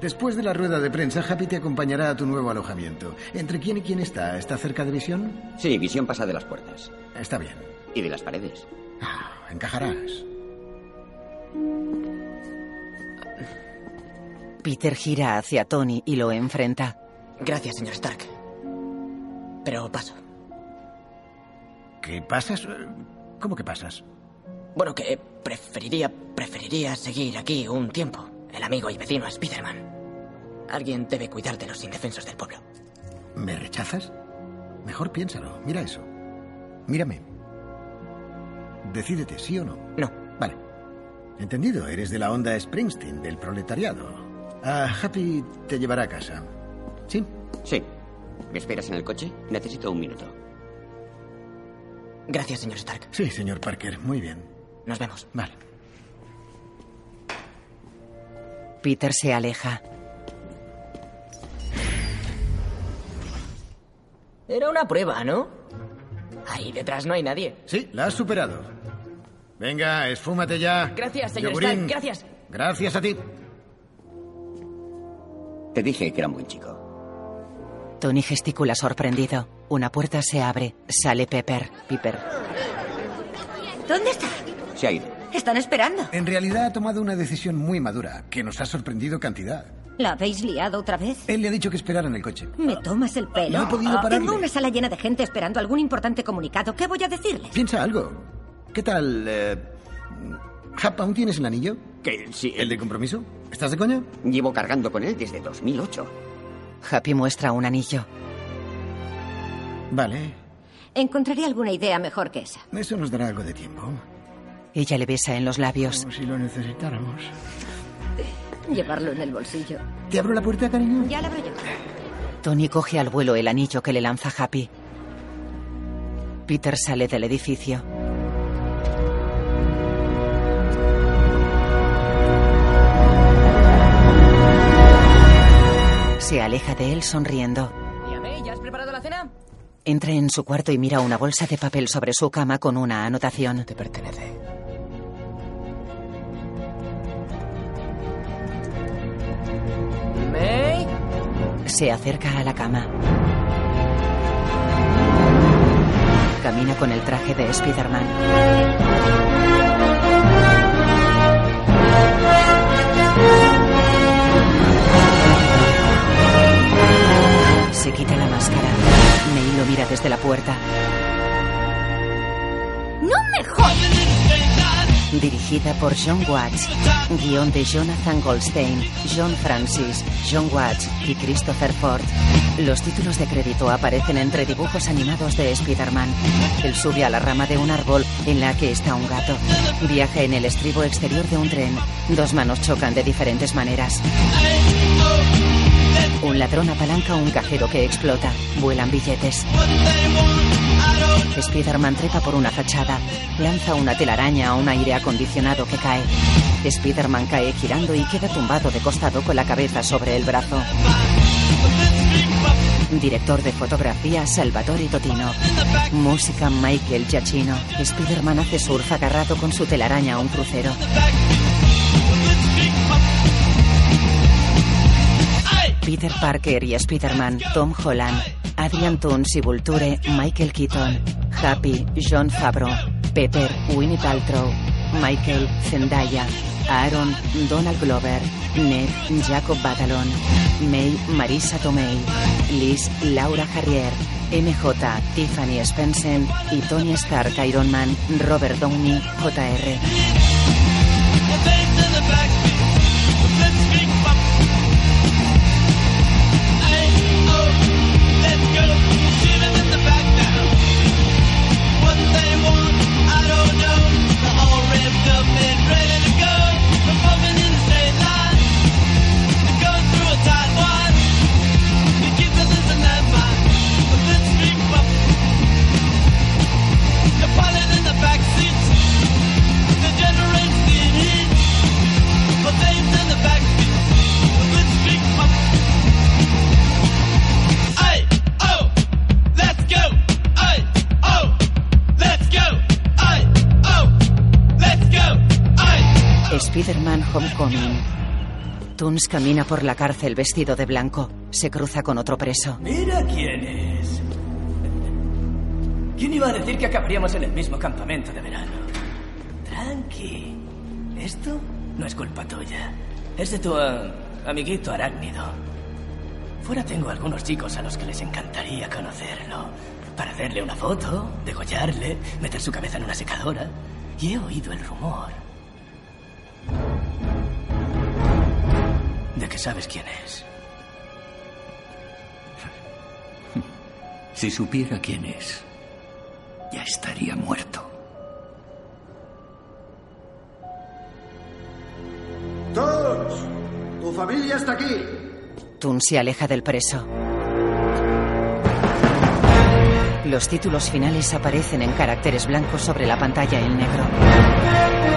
Después de la rueda de prensa, Happy te acompañará a tu nuevo alojamiento. ¿Entre quién y quién está? ¿Está cerca de visión? Sí, visión pasa de las puertas. Está bien. Y de las paredes. Encajarás. Peter gira hacia Tony y lo enfrenta. Gracias, señor Stark. Pero paso. ¿Qué pasas? ¿Cómo que pasas? Bueno, que preferiría, preferiría seguir aquí un tiempo. El amigo y vecino Spiderman. Alguien debe cuidar de los indefensos del pueblo. ¿Me rechazas? Mejor piénsalo. Mira eso. Mírame. Decídete, sí o no. No. Vale. Entendido, eres de la onda Springsteen, del proletariado. Ah, Happy te llevará a casa. ¿Sí? Sí. ¿Me esperas en el coche? Necesito un minuto. Gracias, señor Stark. Sí, señor Parker. Muy bien. Nos vemos. Vale. Peter se aleja. Era una prueba, ¿no? Ahí detrás no hay nadie. Sí, la has superado. Venga, esfúmate ya. Gracias, señor Yogurín. Stark. Gracias. Gracias a ti. Te dije que era un buen chico. Tony gesticula sorprendido. Una puerta se abre. Sale Pepper. Piper. ¿Dónde está? Se ha ido. Están esperando. En realidad ha tomado una decisión muy madura, que nos ha sorprendido cantidad. ¿La habéis liado otra vez? Él le ha dicho que esperara en el coche. ¿Me tomas el pelo? Ah, No he podido pararle. Tengo una sala llena de gente esperando algún importante comunicado. ¿Qué voy a decirles? Piensa algo. ¿Qué tal? Eh... Hap, ¿aún tienes el anillo? ¿Que sí? ¿El de compromiso? ¿Estás de coña? Llevo cargando con él desde 2008. Happy muestra un anillo. Vale. Encontraré alguna idea mejor que esa. Eso nos dará algo de tiempo. Ella le besa en los labios. Si lo necesitáramos. Llevarlo en el bolsillo. ¿Te abro la puerta, cariño? Ya la abro yo. Tony coge al vuelo el anillo que le lanza Happy. Peter sale del edificio. Se aleja de él sonriendo. ¿Y a May, ¿Ya has preparado la cena? Entra en su cuarto y mira una bolsa de papel sobre su cama con una anotación. Te pertenece. ¿May? Se acerca a la cama. Camina con el traje de Spider-Man. Se quita la máscara. May lo mira desde la puerta. ¡No me jodas! Dirigida por John Watts. Guión de Jonathan Goldstein, John Francis, John Watts y Christopher Ford. Los títulos de crédito aparecen entre dibujos animados de Spider-Man. Él sube a la rama de un árbol en la que está un gato. Viaja en el estribo exterior de un tren. Dos manos chocan de diferentes maneras. Un ladrón apalanca un cajero que explota. Vuelan billetes. Spider-Man trepa por una fachada. Lanza una telaraña a un aire acondicionado que cae. Spider-Man cae girando y queda tumbado de costado con la cabeza sobre el brazo. Director de fotografía Salvatore Totino. Música Michael Giacchino. Spider-Man hace surf agarrado con su telaraña a un crucero. Peter Parker y Spider-Man, Tom Holland, Adrian Toons y Vulture, Michael Keaton, Happy, John Favreau, Pepper, Winnie Paltrow, Michael, Zendaya, Aaron, Donald Glover, Ned, Jacob Batalon, May, Marisa Tomei, Liz, Laura Harrier, MJ, Tiffany Spencer y Tony Stark, Iron Man, Robert Downey, JR. Spider-Man Homecoming. Toons camina por la cárcel vestido de blanco. Se cruza con otro preso. Mira quién es. ¿Quién iba a decir que acabaríamos en el mismo campamento de verano? Tranqui. Esto no es culpa tuya. Es de tu ah, amiguito arácnido. Fuera tengo algunos chicos a los que les encantaría conocerlo. Para hacerle una foto, degollarle, meter su cabeza en una secadora y he oído el rumor de que sabes quién es. Si supiera quién es, ya estaría muerto. ¡Todos! ¡Tu familia está aquí! Tun se aleja del preso. Los títulos finales aparecen en caracteres blancos sobre la pantalla en negro.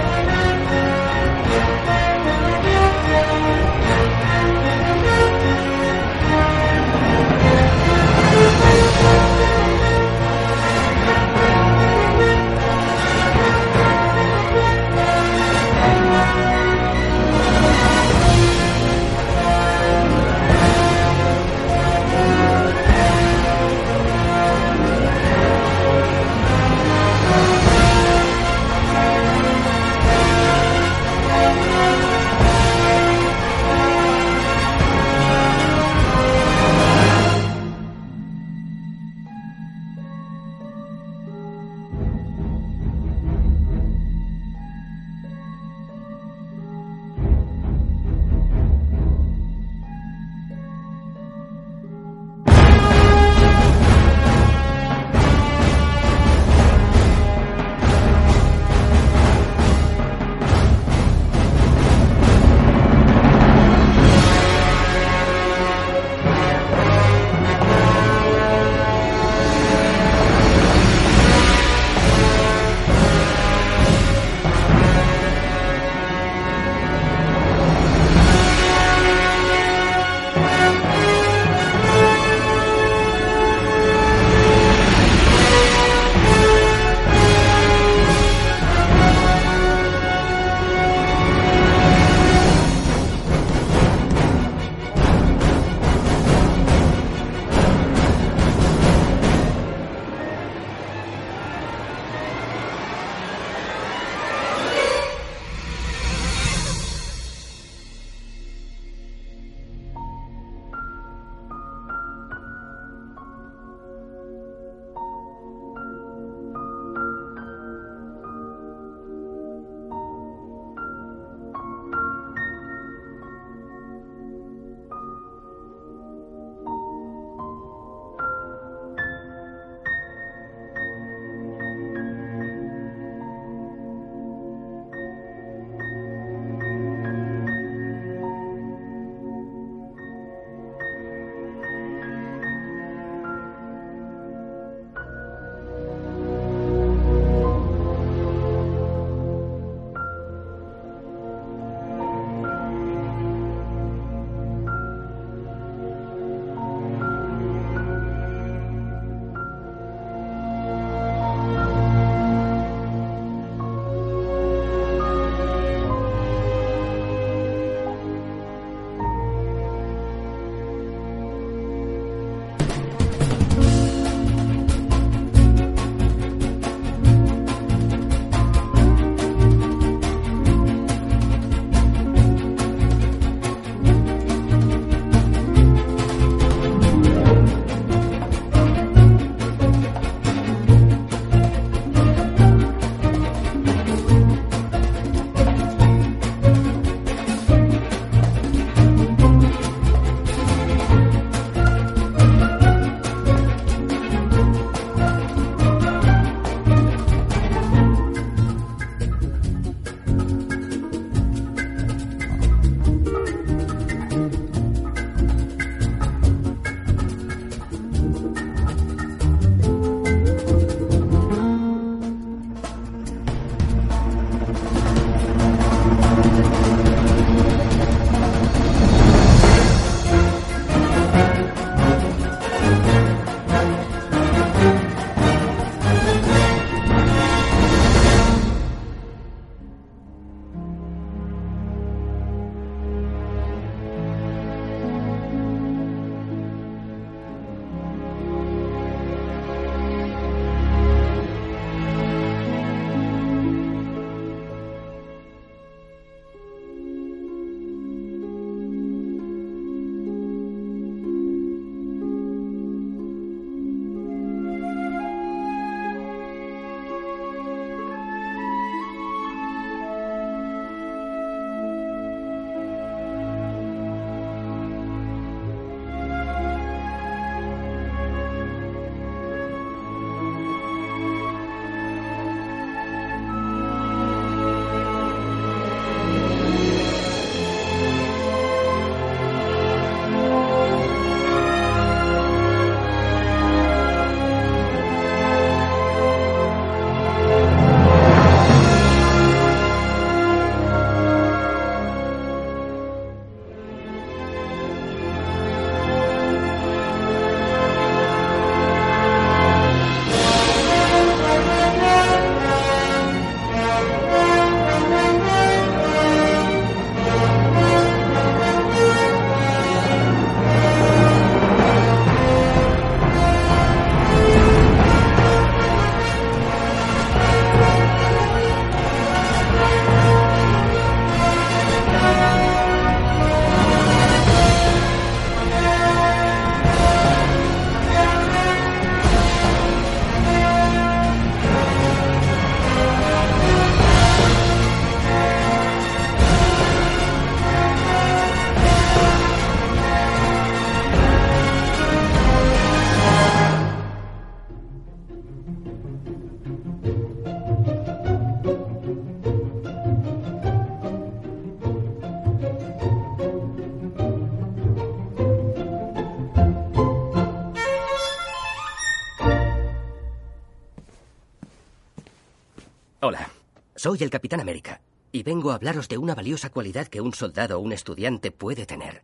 Soy el Capitán América y vengo a hablaros de una valiosa cualidad que un soldado o un estudiante puede tener.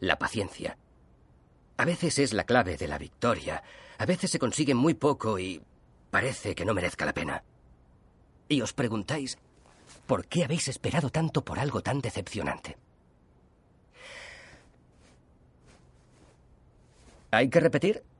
La paciencia. A veces es la clave de la victoria, a veces se consigue muy poco y parece que no merezca la pena. Y os preguntáis, ¿por qué habéis esperado tanto por algo tan decepcionante? ¿Hay que repetir?